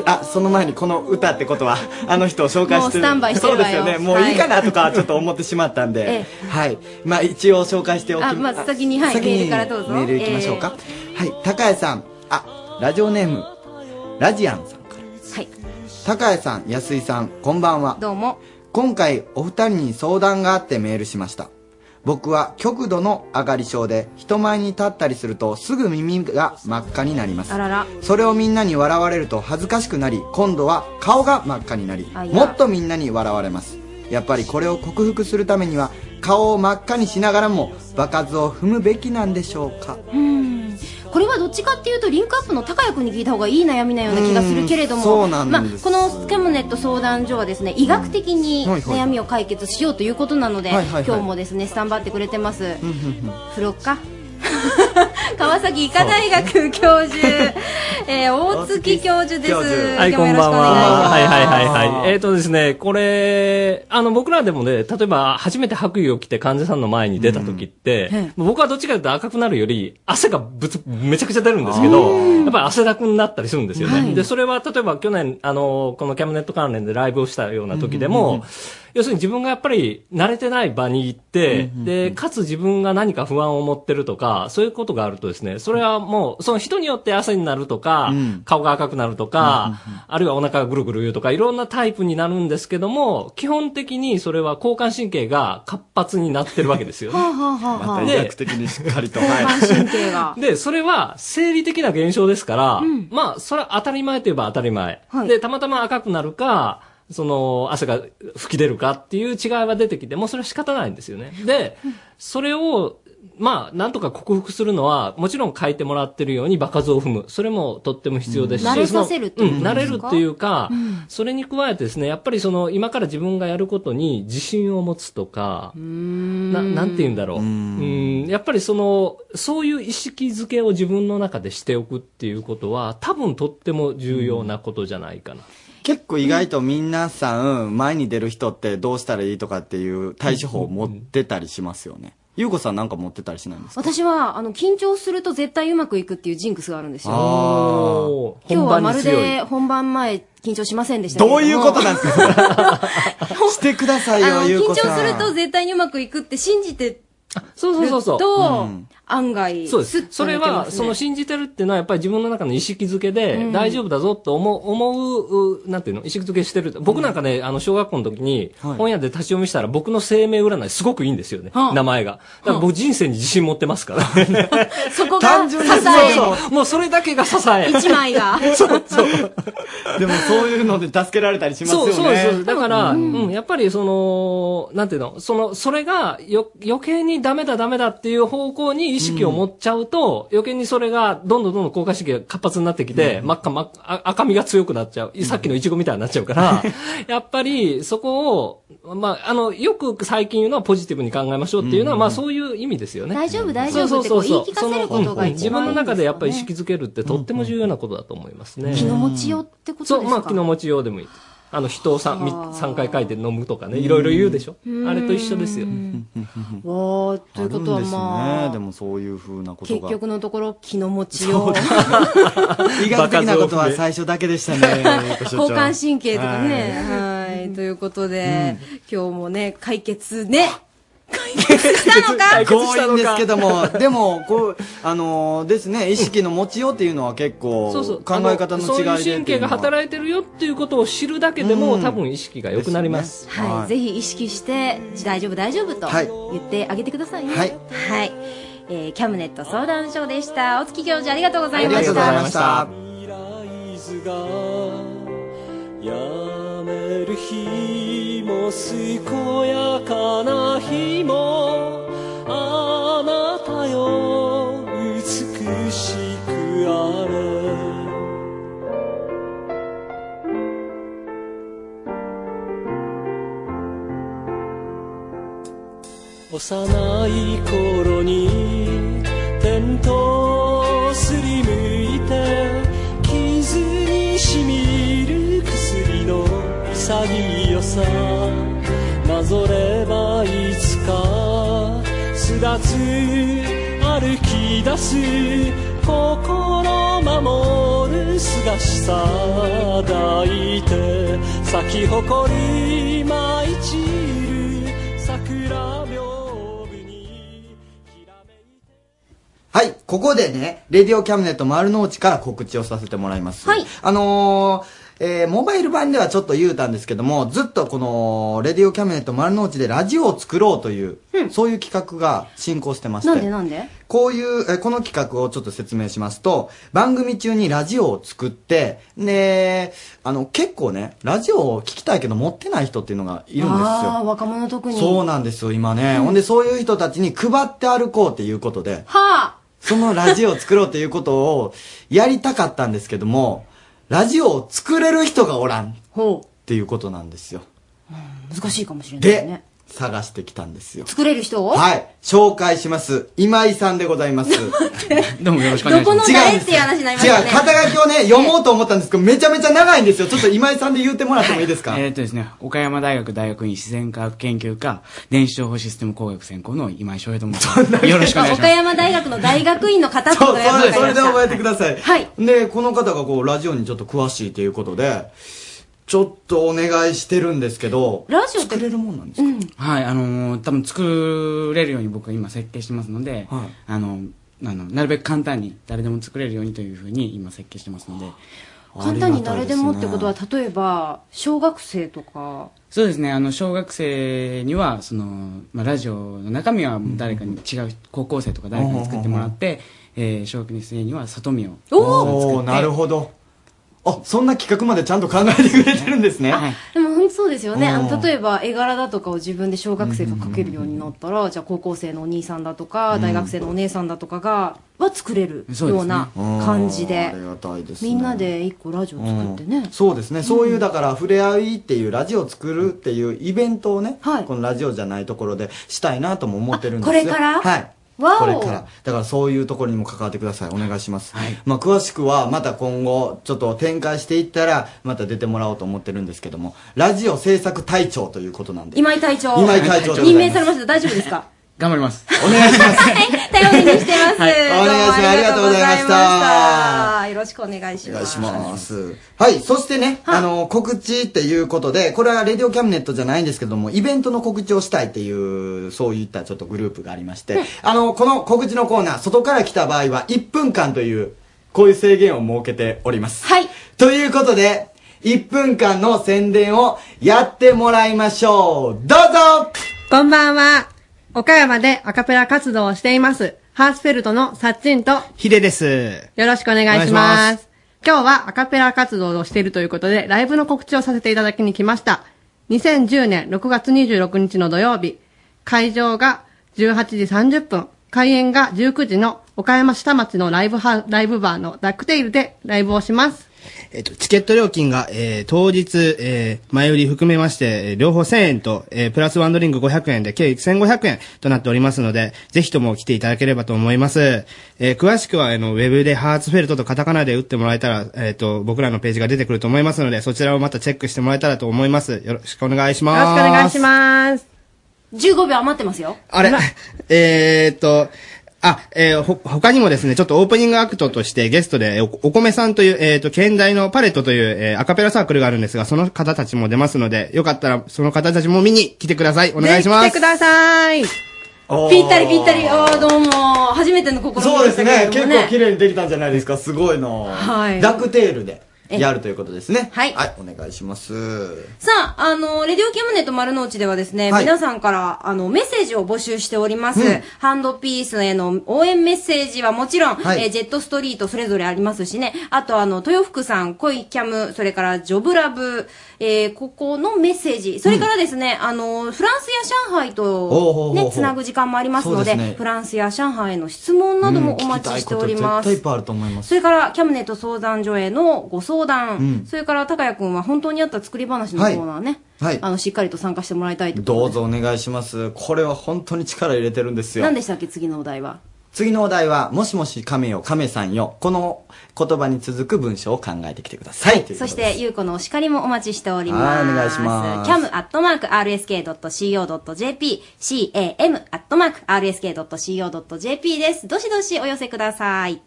[SPEAKER 2] あ、その前にこの歌ってことは、あの人を紹介してる。
[SPEAKER 3] もうスタンバイしてるわよ
[SPEAKER 2] そうですよね。もういいかなとか、ちょっと思ってしまったんで。はい。まあ一応紹介しておき
[SPEAKER 3] あ、まず先に、はい、メールからどうぞ。
[SPEAKER 2] メールいきましょうか、はい高谷さんあラジオネームラジアンさんから
[SPEAKER 3] はい
[SPEAKER 2] 高谷さん安井さんこんばんは
[SPEAKER 3] どうも
[SPEAKER 2] 今回お二人に相談があってメールしました僕は極度の上がり症で人前に立ったりするとすぐ耳が真っ赤になります
[SPEAKER 3] あらら。
[SPEAKER 2] それをみんなに笑われると恥ずかしくなり今度は顔が真っ赤になり
[SPEAKER 3] あいや
[SPEAKER 2] もっとみんなに笑われますやっぱりこれを克服するためには顔を真っ赤にしながらも場数を踏むべきなんでしょうか
[SPEAKER 3] うんこれはどっちかっていうとリンクアップの高谷君に聞いた方がいい悩みなような気がするけれども
[SPEAKER 2] うんそうなんです
[SPEAKER 3] まあ、このスキャムネット相談所はですね医学的に
[SPEAKER 2] はいはい
[SPEAKER 3] 悩みを解決しようということなので、
[SPEAKER 2] はいはいはい
[SPEAKER 3] 今日もですねスタンバってくれてます、
[SPEAKER 2] うんうんうん
[SPEAKER 3] 振ろっか 川崎医科大学教授、えー大月教授です。
[SPEAKER 6] はい、
[SPEAKER 3] 今日
[SPEAKER 6] こ
[SPEAKER 3] もよ
[SPEAKER 6] ん
[SPEAKER 3] ろ
[SPEAKER 6] ば
[SPEAKER 3] しくお願いし
[SPEAKER 6] ん
[SPEAKER 3] ま
[SPEAKER 6] は。
[SPEAKER 3] す
[SPEAKER 6] はいはいはいはい。えっ、とですね、これ、あの、僕らでもね、例えば、初めて白衣を着て患者さんの前に出た時って、もう僕はどっちかというと赤くなるより、汗がぶつ、めちゃくちゃ出るんですけど、やっぱり汗だくになったりするんですよね。で、それは、例えば去年、あの、このキャムネット関連でライブをしたような時でも、要するに自分がやっぱり慣れてない場に行って、で、かつ自分が何か不安を持ってるとか、そういうことがあるとですね、それはもう、その人によって汗になるとか、顔が赤くなるとか、あるいはお腹がぐるぐる言うとか、いろんなタイプになるんですけども、基本的にそれは交感神経が活発になってるわけで すよね。
[SPEAKER 4] はあはあはあはあ
[SPEAKER 6] で
[SPEAKER 4] で
[SPEAKER 6] 的にしっか りと。
[SPEAKER 4] 神経が
[SPEAKER 6] で、それは生理的な現象ですから、
[SPEAKER 4] うん
[SPEAKER 6] まあ、それは当たり前といえば当たり前。で、たまたま赤くなるか、その、汗が吹き出るかっていう違いは出てきて、もうそれは仕方ないんですよね。で、それを、まあ、なんとか克服するのは、もちろん書いてもらってるように場数を踏む。それもとっても必要ですし。
[SPEAKER 4] うん慣れさせるっていう
[SPEAKER 6] そのうん
[SPEAKER 4] こと
[SPEAKER 6] 慣
[SPEAKER 4] で
[SPEAKER 6] れ
[SPEAKER 4] すか
[SPEAKER 6] るっていうか、
[SPEAKER 4] うん
[SPEAKER 6] それに加えてですね、やっぱりその、今から自分がやることに自信を持つとか、ななんて言うんだろう。うんやっぱりその、そういう意識づけを自分の中でしておくっていうことは、多分とっても重要なことじゃないかな。
[SPEAKER 2] 結構意外と皆さん、前に出る人ってどうしたらいいとかっていう対処法を持ってたりしますよね。ゆうこさんなんか持ってたりしないんですか
[SPEAKER 3] 私は、あの、緊張すると絶対うまくいくっていうジンクスがあるんですよ。
[SPEAKER 2] あー
[SPEAKER 3] 今日はまる
[SPEAKER 2] 本番に強い
[SPEAKER 3] で本番前緊張しませんでしたけ
[SPEAKER 2] ど
[SPEAKER 3] も
[SPEAKER 2] ういうことなんですか してください
[SPEAKER 3] あ
[SPEAKER 2] よ、
[SPEAKER 3] の、
[SPEAKER 2] ゆう
[SPEAKER 3] 緊
[SPEAKER 2] こ
[SPEAKER 3] 張
[SPEAKER 2] さん。
[SPEAKER 3] すると絶対にうまくいくって信じて、
[SPEAKER 6] そうそうそうそうう
[SPEAKER 3] と
[SPEAKER 6] ん、
[SPEAKER 3] 案外、
[SPEAKER 6] そうです
[SPEAKER 3] っと抜けます
[SPEAKER 6] それは、その信じてるっていうのは、やっぱり自分の中の意識づけで、
[SPEAKER 3] うん
[SPEAKER 6] 大丈夫だぞと思う、思うう、なんていうの、意識づけしてる。僕なんかね、あの、小学校の時に、本屋で立ち読みしたら、僕の生命占いすごくいいんですよね、
[SPEAKER 4] はあ
[SPEAKER 6] 名前が。だから僕人生に自信持ってますから。
[SPEAKER 3] そ
[SPEAKER 4] が
[SPEAKER 3] こ
[SPEAKER 6] 単
[SPEAKER 4] 支
[SPEAKER 6] 純に
[SPEAKER 4] え
[SPEAKER 6] そうそうもうそれだけが支え。
[SPEAKER 4] 一枚が
[SPEAKER 6] そうそう。
[SPEAKER 2] でもそういうので助けられたりしますよね。
[SPEAKER 6] そうそうですそうですだから、うん、やっぱりその、なんていうの、その、それがよ、余計にダメだダメだっていう方向に意識を持っちゃうと、余計にそれがどんどんどんどん交感神経が活発になってきて、真っ赤真っ赤、あ赤みが強くなっちゃう。さっきのイチゴみたいになっちゃうから、 やっぱりそこを、まあ、あの、よく最近言うのはポジティブに考えましょうっていうのは、まあそういう意味ですよね。
[SPEAKER 3] 大丈夫大丈夫ってこう言い聞かせることが一
[SPEAKER 6] 自
[SPEAKER 3] 番
[SPEAKER 6] 分
[SPEAKER 3] いい
[SPEAKER 6] の
[SPEAKER 3] んですかね
[SPEAKER 6] 中でやっぱり意識づけるってとっても重要なことだと思いますね。
[SPEAKER 3] 気の持ちようってことです
[SPEAKER 6] そ
[SPEAKER 3] か
[SPEAKER 6] う、まあ、気の持ちようでもいい。あの、人を三、み三回書いて飲むとかね、いろいろ言うでしょ
[SPEAKER 3] う。ん
[SPEAKER 6] あれと一緒ですよ。
[SPEAKER 3] わーということはま
[SPEAKER 2] ね、でもそういうふうなこと
[SPEAKER 3] 結
[SPEAKER 2] が。
[SPEAKER 3] 局のところ気の持ちよう。
[SPEAKER 2] 医学的なことは最初だけでした ね。
[SPEAKER 3] 交感神経とかね。
[SPEAKER 2] はい
[SPEAKER 3] はい。ということで、今日もね、解決ね。解決したの か
[SPEAKER 2] 強引ですけど も、でも、こう、あのーですね、意識の持ちようっていうのは結構、
[SPEAKER 6] そうそう。
[SPEAKER 2] 考え方の違いで
[SPEAKER 6] あそういう神
[SPEAKER 2] ってい
[SPEAKER 6] 経
[SPEAKER 2] うの
[SPEAKER 6] が
[SPEAKER 2] は
[SPEAKER 6] 働いてるよっていうことを知るだけでも、
[SPEAKER 2] うん
[SPEAKER 6] 多分意識が良くなります。
[SPEAKER 3] はい、ぜひ意識して大丈夫大丈夫と
[SPEAKER 6] はい
[SPEAKER 3] 言ってあげてくださいね。。
[SPEAKER 6] はい
[SPEAKER 3] えーキャムネット相談所でした。お月教授ありがとうございました。
[SPEAKER 2] た
[SPEAKER 8] 水がやめる日も健やかな日もあなたよ美しくあれ幼い頃に転倒すりむいて傷にしみる薬の潔さなぞればいつか巣立つ歩き出す心守るすがしさ抱いて咲き誇り舞い散る桜明
[SPEAKER 2] はい、ここでね、レディオキャムネット丸の内から告知をさせてもらいます。はい。あのー、えー、モバイル版ではちょっと言うたんですけども、ずっとこの、レディオキャムネット丸の内でラジオを作ろうという、そういう企画が進行してまして。
[SPEAKER 3] なんでなんで
[SPEAKER 2] こういう、えこの企画をちょっと説明しますと、番組中にラジオを作って、で、あの、結構ね、ラジオを聞きたいけど持ってない人っていうのがいるんですよ。
[SPEAKER 3] ああ、若者特に。
[SPEAKER 2] そう
[SPEAKER 3] は
[SPEAKER 2] なんですよ、今ね。
[SPEAKER 3] うん
[SPEAKER 2] ほんで、そういう人たちに配って歩こうっていうことで、
[SPEAKER 3] あ。
[SPEAKER 2] そのラジオを作ろうっていうことをやりたかったんですけども、ラジオを作れる人がおらん
[SPEAKER 3] ほ
[SPEAKER 2] っていうことなんですよ。
[SPEAKER 3] う。難しいかもしれない
[SPEAKER 2] で、
[SPEAKER 3] ね。
[SPEAKER 2] 探してきたんですよ。
[SPEAKER 3] 作れる人を
[SPEAKER 2] はい。紹介します。今井さんでございます。 どうもよろし
[SPEAKER 3] くお願いしますどこの誰っていう話になりました
[SPEAKER 2] 違
[SPEAKER 3] ね
[SPEAKER 2] う、肩書きをね、読もうと思ったんですけど、めちゃめちゃ長いんですよ。ちょっと今井さんで言ってもらってもいいですか
[SPEAKER 26] えーっとですね、岡山大学大学院自然科学研究科、電子情報システム工学専攻の今井翔平と申します。よろしくお願いしま
[SPEAKER 27] 岡
[SPEAKER 26] す。
[SPEAKER 27] 山大学の大学院の方ってことがよくわ
[SPEAKER 2] そ
[SPEAKER 27] かり
[SPEAKER 2] れ
[SPEAKER 27] ました
[SPEAKER 2] それで覚えてください。はい。で、この方がこう、ラジオにちょっと詳しいということで、ちょっとお願いしてるんですけど、
[SPEAKER 27] ラジオって
[SPEAKER 2] 作れるもんなんです
[SPEAKER 27] か、うん、
[SPEAKER 26] はい、あのー多分作れるように僕は今設計してますので、あのあの、なるべく簡単に誰でも作れるようにというふうに今設計してますので。
[SPEAKER 3] 簡単に誰でもってこと
[SPEAKER 26] は
[SPEAKER 3] は、例えば、小学生とか、
[SPEAKER 26] そうですね、あの、小学生には、その、まあ、ラジオの中身は誰かに、違う高校生とか誰かに作ってもらって、えー、小学生には里見を作って。
[SPEAKER 2] おーなるほど。あ、そんな企画までちゃんと考えてくれてるんですね。
[SPEAKER 3] でも、うん、そうですよね。あ
[SPEAKER 2] う
[SPEAKER 3] の
[SPEAKER 2] ん
[SPEAKER 3] 例えば、絵柄だとかを自分で小学生が描けるようになったら、じゃあ、高校生のお兄さんだとか、
[SPEAKER 2] うん
[SPEAKER 3] 大学生のお姉さんだとかが、は作れ
[SPEAKER 2] そう
[SPEAKER 3] る
[SPEAKER 2] ですね
[SPEAKER 3] ような感じで
[SPEAKER 2] あり、がたいですね。
[SPEAKER 3] みんなで一個ラジオ作ってね。
[SPEAKER 2] そうですね、そういうだから触れ合いっていうラジオを作るっていうイベントをね、このラジオじゃないところでしたいなとも思ってるんです
[SPEAKER 3] これから
[SPEAKER 2] はい
[SPEAKER 3] わお
[SPEAKER 2] これからだからそういうところにも関わってくださいお願いします、まあ、詳しくはまた今後ちょっと展開していったらまた出てもらおうと思ってるんですけどもラジオ制作隊長ということなんで
[SPEAKER 3] 今井隊長。
[SPEAKER 2] 今井隊長でございます
[SPEAKER 3] 任命されました。大丈夫ですか
[SPEAKER 26] 頑張ります。
[SPEAKER 3] 頼りにしてます。
[SPEAKER 2] はいお願いします
[SPEAKER 3] ども
[SPEAKER 2] ありがとうございました
[SPEAKER 3] ありがとうございましたよろしくお願いし
[SPEAKER 2] お
[SPEAKER 3] ま
[SPEAKER 2] 願い
[SPEAKER 3] す。
[SPEAKER 2] します。はい。そしてね、あの、告知っていうことで、これはレディオキャムネットじゃないんですけども、イベントの告知をしたいっていう、そういったちょっとグループがありまして、あの、この告知のコーナー、外から来た場合は1分間という、こういう制限を設けております。
[SPEAKER 3] はい。
[SPEAKER 2] ということで、1分間の宣伝をやってもらいましょう。どうぞ
[SPEAKER 28] こんばんは。岡山でアカペラ活動をしています。ハースフェルトのサッチンと
[SPEAKER 7] ヒデです。
[SPEAKER 28] よろしくお願いします。今日はアカペラ活動をしているということで、ライブの告知をさせていただきに来ました。2010年6月26日の土曜日、会場が18時30分、開演が19時の岡山下町のライブハウライブバーのダックテイルでライブをします。
[SPEAKER 7] えっと、チケット料金が、えー当日、えー前売り含めまして、えー両方1000円と、えープラスワンドリンク500円で、計1500円となっておりますので、ぜひとも来ていただければと思います。えー詳しくは、あの、ウェブでハーツフェルトとカタカナで打ってもらえたら、えっ、と、僕らのページが出てくると思いますので、そちらをまたチェックしてもらえたらと思います。よろしくお願いします。
[SPEAKER 28] よろしくお願いします。
[SPEAKER 3] 15秒余ってますよ。
[SPEAKER 7] あれえーっと、あ、えー、ほ、他にもですね、ちょっとオープニングアクトとしてゲストで、えーおお米さんという、えーっと、県大のパレットという、えーアカペラサークルがあるんですが、その方たちも出ますので、よかったら、その方たちも見に来てください。お願いします。
[SPEAKER 28] ね来てください。
[SPEAKER 3] ぴったりぴったり。ああ、どうも。初めての試
[SPEAKER 2] そう
[SPEAKER 3] み
[SPEAKER 2] で
[SPEAKER 3] で
[SPEAKER 2] す
[SPEAKER 3] したけ
[SPEAKER 2] ね。結
[SPEAKER 3] れども
[SPEAKER 2] 構
[SPEAKER 3] ね。
[SPEAKER 2] 綺麗にできたんじゃないですか。すごいの。
[SPEAKER 3] はい
[SPEAKER 2] ダックテールでやるということですね。
[SPEAKER 3] はい
[SPEAKER 2] はい、お願いします。
[SPEAKER 3] さあ、あの、レディオキャムネット丸の内ではですね、
[SPEAKER 2] はい
[SPEAKER 3] 皆さんから、あの、メッセージを募集しております。
[SPEAKER 2] うん
[SPEAKER 3] ハンドピースへの応援メッセージはもちろん、
[SPEAKER 5] はい
[SPEAKER 3] えージェットストリートそれぞれありますしね、あと、あの、豊福さん、恋キャム、それからジョブラブ、えーここのメッセージ、それからですね、あの、フランスや上海
[SPEAKER 2] ほうほうほ
[SPEAKER 3] と、
[SPEAKER 2] うほ
[SPEAKER 3] ね、
[SPEAKER 2] う
[SPEAKER 3] つなぐ時間もありますので、
[SPEAKER 2] そうですね
[SPEAKER 3] フランスや上海への質問なども
[SPEAKER 2] うん
[SPEAKER 3] お待ちしており
[SPEAKER 2] 聞きた
[SPEAKER 3] ま
[SPEAKER 2] いこと絶対い
[SPEAKER 3] す
[SPEAKER 2] っ。ぱいあると思います。
[SPEAKER 3] それから、キャムネット相談所へのご相談、
[SPEAKER 2] うん
[SPEAKER 3] それから、高谷くんは本当にあった作り話のコーナーね、
[SPEAKER 2] はい。
[SPEAKER 3] あの、しっかりと参加してもらいたいと。
[SPEAKER 2] どうぞお願いします。これは本当に力入れてるんですよ。
[SPEAKER 3] 何でしたっけ、次のお題は。
[SPEAKER 2] 次のお題は、もしもし亀よ、亀さんよ。この言葉に続く文章を考えてきてください。ということ
[SPEAKER 3] そ
[SPEAKER 2] で
[SPEAKER 3] して、ゆうこのお叱りもお待ちしております。
[SPEAKER 2] はいお願いします
[SPEAKER 3] キャムアットマーク RSK.CO.JP、CAM アットマーク RSK.CO.JP です。どしどしお寄せください。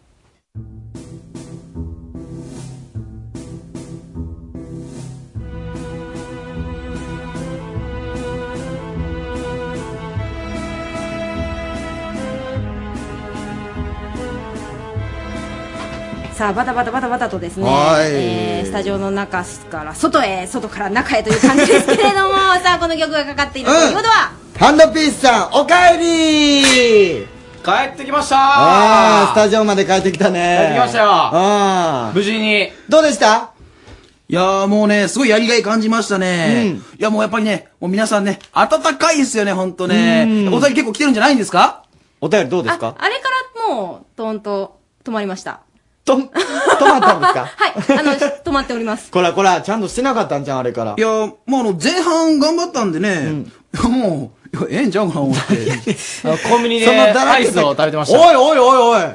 [SPEAKER 3] さあバタバタバタバタとですね、
[SPEAKER 5] はい
[SPEAKER 3] えースタジオの中から外へ外から中へという感じですけれ どもさあこの曲がかかっているということは、
[SPEAKER 2] ハンドピースさん、おかえり
[SPEAKER 29] 帰ってきました
[SPEAKER 2] ああ、スタジオまで帰ってきたね。
[SPEAKER 29] 帰ってきましたよ
[SPEAKER 2] ああ。
[SPEAKER 29] 無事に。
[SPEAKER 2] どうでした
[SPEAKER 29] いやーもうね、すごいやりがい感じましたね。いやもうやっぱりね、もう皆さんね、暖かいですよね、ほんとね。お便り結構来てるんじゃないんですか
[SPEAKER 2] お便りどうです
[SPEAKER 3] あれからもうトンと止まりました
[SPEAKER 2] と止まったんです か
[SPEAKER 3] はいあの止まっております
[SPEAKER 2] こらこら、ちゃんとしてなかったんじゃん、あれから。
[SPEAKER 29] いや、まあ、あの、前半頑張ったんでね、もう、ええんちゃうかな、思って。
[SPEAKER 1] コンビニで
[SPEAKER 29] そんなだら
[SPEAKER 1] ア
[SPEAKER 29] け
[SPEAKER 1] イ
[SPEAKER 29] た
[SPEAKER 1] スを食べてました。
[SPEAKER 2] おいおいおいおい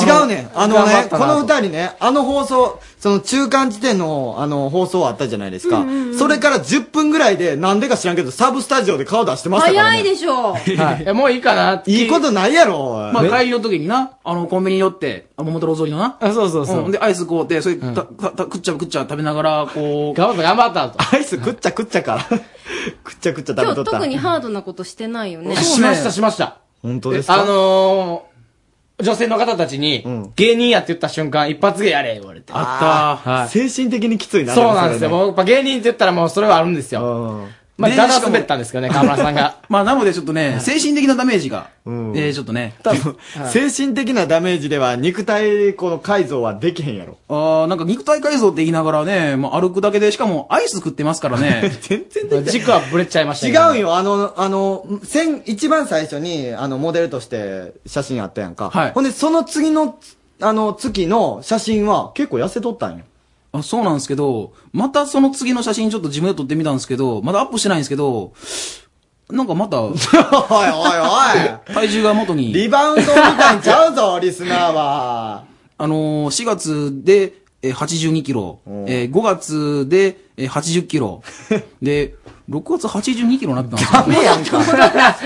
[SPEAKER 2] 違うねん。あ
[SPEAKER 1] あの
[SPEAKER 2] の
[SPEAKER 1] 頑張
[SPEAKER 2] ね
[SPEAKER 1] っ、た
[SPEAKER 2] こ
[SPEAKER 1] なと
[SPEAKER 2] の歌にね、あの放送、その中間地点の、あの、放送あったじゃないですか。
[SPEAKER 3] うんうんうん
[SPEAKER 2] それから10分ぐらいで、なんでか知らんけど、サブスタジオで顔出してましたから、
[SPEAKER 3] 早
[SPEAKER 2] ね。
[SPEAKER 3] いで しょう。
[SPEAKER 2] はい
[SPEAKER 1] や、もういいかな。
[SPEAKER 2] いいことないやろ、おい
[SPEAKER 29] まあ、帰りの時にな、あの、コンビニ寄って、あ桃太郎通りのな。あ、そうそう
[SPEAKER 1] そうん
[SPEAKER 29] で、アイスこうて、それ、た、た、た食っちゃう食っちゃう食べながら、こう。
[SPEAKER 1] 頑張った、頑張った
[SPEAKER 29] と。
[SPEAKER 2] アイス食っちゃ食っちゃ から。食っちゃ食っちゃ
[SPEAKER 3] 今
[SPEAKER 2] 食べと
[SPEAKER 3] 日
[SPEAKER 2] った。
[SPEAKER 3] 特にハードなことしてないよね。
[SPEAKER 1] しました、しました。
[SPEAKER 2] 本当
[SPEAKER 1] ですかあのー、女性の方たちに、芸人やって言った瞬間、一発芸やれ、言われて。
[SPEAKER 2] あった、精神的にきついな。
[SPEAKER 1] そうなんですよ。
[SPEAKER 2] でも
[SPEAKER 1] もうやっぱ芸人って言ったらもうそれはあるんですよ。まあ、
[SPEAKER 29] で
[SPEAKER 1] だだ
[SPEAKER 29] しかも
[SPEAKER 1] 滑ったんですけどね、河村さん が。
[SPEAKER 29] まあ、なのでちょっとね、精神的なダメージが。
[SPEAKER 2] うん
[SPEAKER 29] えーちょっとね。
[SPEAKER 2] 多分、精神的なダメージでは、肉体、この改造はできへんやろ。
[SPEAKER 29] ああ、なんか肉体改造って言いながらね、まあ、歩くだけで、しかもアイス食ってますからね。
[SPEAKER 2] 全 然できない
[SPEAKER 1] 軸はブレちゃいましたけど
[SPEAKER 2] 違うよ、あの、あの、先、一番最初に、あの、モデルとして写真あったやんか。ほんで、その次の、あの、月の写真は結構痩せとったんよ。
[SPEAKER 29] あそうなんですけど、またその次の写真ちょっと自分で撮ってみたんですけど、まだアップしてないんですけど、なんかまた、
[SPEAKER 2] おいおいおい
[SPEAKER 29] 体重が元に。
[SPEAKER 2] リバウンドみたいんちゃ うぞ、リスナーは。
[SPEAKER 29] あのー、4月でえー82キロ、えー5月でえー80キ ロ、で、6月82キロになったんですよ。ダ
[SPEAKER 2] メやんか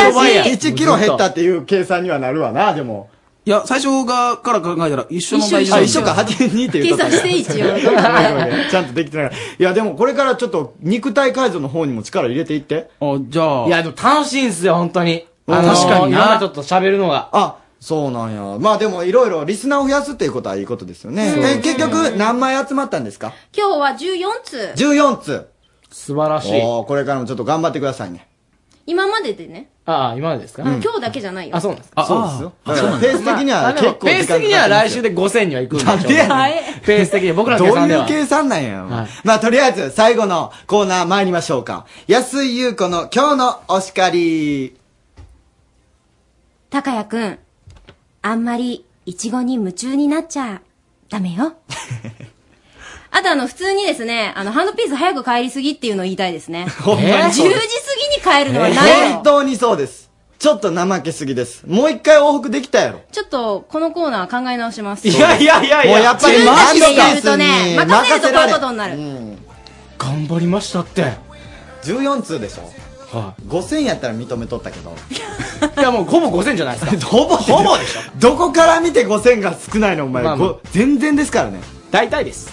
[SPEAKER 29] 横 ばいやん
[SPEAKER 2] 1キロ減ったっていう計算にはなるわな、でも。
[SPEAKER 29] いや、最初が、から考えたら一緒の
[SPEAKER 2] 一緒
[SPEAKER 29] 体重
[SPEAKER 2] あ一緒か、82って言うとった
[SPEAKER 29] 計算して一応
[SPEAKER 2] ごめんごめんごめんちゃんとできてないから。いや、でもこれからちょっと肉体改造の方にも力入れていって。
[SPEAKER 29] あ、じゃあ
[SPEAKER 1] いや、でも楽しいんですよ、本当に。
[SPEAKER 2] うん
[SPEAKER 1] あのー
[SPEAKER 2] 確かにな
[SPEAKER 1] 今ちょっと喋るのが。
[SPEAKER 2] あ、そうなんや。まあでもいろいろリスナーを増やすっていうことはいいことですよね。
[SPEAKER 3] そう
[SPEAKER 2] え結局何枚集まったんですか
[SPEAKER 3] 今日は14通。
[SPEAKER 2] ?14 通。
[SPEAKER 1] 素晴ら
[SPEAKER 3] しい
[SPEAKER 2] おーこれからもちょっと頑張ってくださいね。
[SPEAKER 3] 今まででね。
[SPEAKER 1] ああ、今までですか
[SPEAKER 3] あ今日だけじゃないよ。
[SPEAKER 1] あ、そうなんです
[SPEAKER 2] あ
[SPEAKER 1] か。
[SPEAKER 2] そうですよあだからペース的には
[SPEAKER 1] まあ
[SPEAKER 2] 結構
[SPEAKER 1] ペース的には
[SPEAKER 2] 時間かかってますよ
[SPEAKER 1] 来週で5000には行くんでしょうね
[SPEAKER 2] なんでや ね
[SPEAKER 1] ペース的に、僕らの
[SPEAKER 2] どう
[SPEAKER 1] 計算で
[SPEAKER 2] い
[SPEAKER 1] は。
[SPEAKER 2] う計算なんや、まあとりあえず最後のコーナー参りましょうか。安井優子の今日のお叱り。
[SPEAKER 21] 高谷くん、あんまりイチゴに夢中になっちゃダメ よ。
[SPEAKER 3] あとあの、普通にですね、あの、ハンドピース早く帰りすぎっていうのを言いたいですね。
[SPEAKER 2] ほんま
[SPEAKER 3] 10
[SPEAKER 2] に
[SPEAKER 3] 時
[SPEAKER 2] そう
[SPEAKER 3] 過ぎ
[SPEAKER 2] で
[SPEAKER 3] に
[SPEAKER 2] す
[SPEAKER 3] 帰るのはないよ。
[SPEAKER 2] 本当にそうです。ちょっと怠けすぎです。もう一回往復できたやろ。
[SPEAKER 3] ちょっと、このコーナー考え直します。
[SPEAKER 2] いやいやいやいや
[SPEAKER 3] も
[SPEAKER 2] も
[SPEAKER 3] う
[SPEAKER 2] うやっぱり
[SPEAKER 3] 自分たちで言うとね、
[SPEAKER 2] マ
[SPEAKER 3] 任
[SPEAKER 2] ジ
[SPEAKER 3] せ
[SPEAKER 2] で
[SPEAKER 3] るとこういうことになる。
[SPEAKER 1] 頑張りましたって。
[SPEAKER 2] 14通でしょ。
[SPEAKER 1] はい
[SPEAKER 2] 5000やったら認めとったけど。
[SPEAKER 1] いや、もうほぼ5000じゃないですか。
[SPEAKER 2] ほぼほぼで しょどこから見て5000が少ないのお前、
[SPEAKER 1] まあまあ
[SPEAKER 2] ご全然ですからね
[SPEAKER 1] 大体です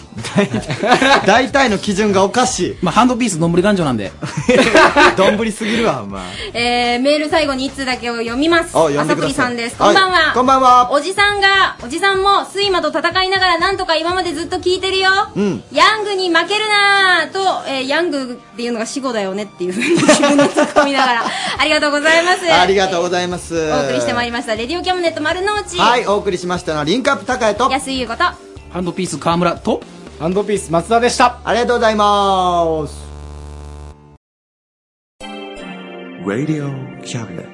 [SPEAKER 2] 大体の基準がおかしい
[SPEAKER 29] まあ、ハンドピースどんぶり頑丈なんで。
[SPEAKER 2] どんぶりすぎるわ、お 前。
[SPEAKER 3] えー、メール最後に1通だけを読みます。
[SPEAKER 29] あ読んでくださ
[SPEAKER 3] 朝
[SPEAKER 29] い
[SPEAKER 3] 栗さんです。こ
[SPEAKER 29] は
[SPEAKER 3] ん
[SPEAKER 29] い
[SPEAKER 3] ばんは。
[SPEAKER 29] こんばん
[SPEAKER 2] は。
[SPEAKER 3] おじさんが、おじさんも、睡魔と戦いながらなんとか今までずっと聞いてるよ。
[SPEAKER 2] うん
[SPEAKER 3] ヤングに負けるなーと、えー、ヤングっていうのが死語だよねっていうふうに 自分で突っ込みながら、ありがとうございます。
[SPEAKER 2] ありがとうございます。
[SPEAKER 3] えーお送りしてまいりました。レディオキャムネット丸の内。
[SPEAKER 2] はい、お送りしましたのは、リンクアップ高江と、
[SPEAKER 3] 安井優子と、
[SPEAKER 29] ハンドピース河村と、
[SPEAKER 1] ハンドピース松田でした。
[SPEAKER 2] ありがとうございます。
[SPEAKER 30] Radio Cabinet.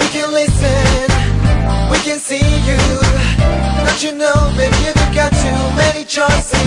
[SPEAKER 16] We can listen, we can see you. Don't you know, baby, you got too many choices.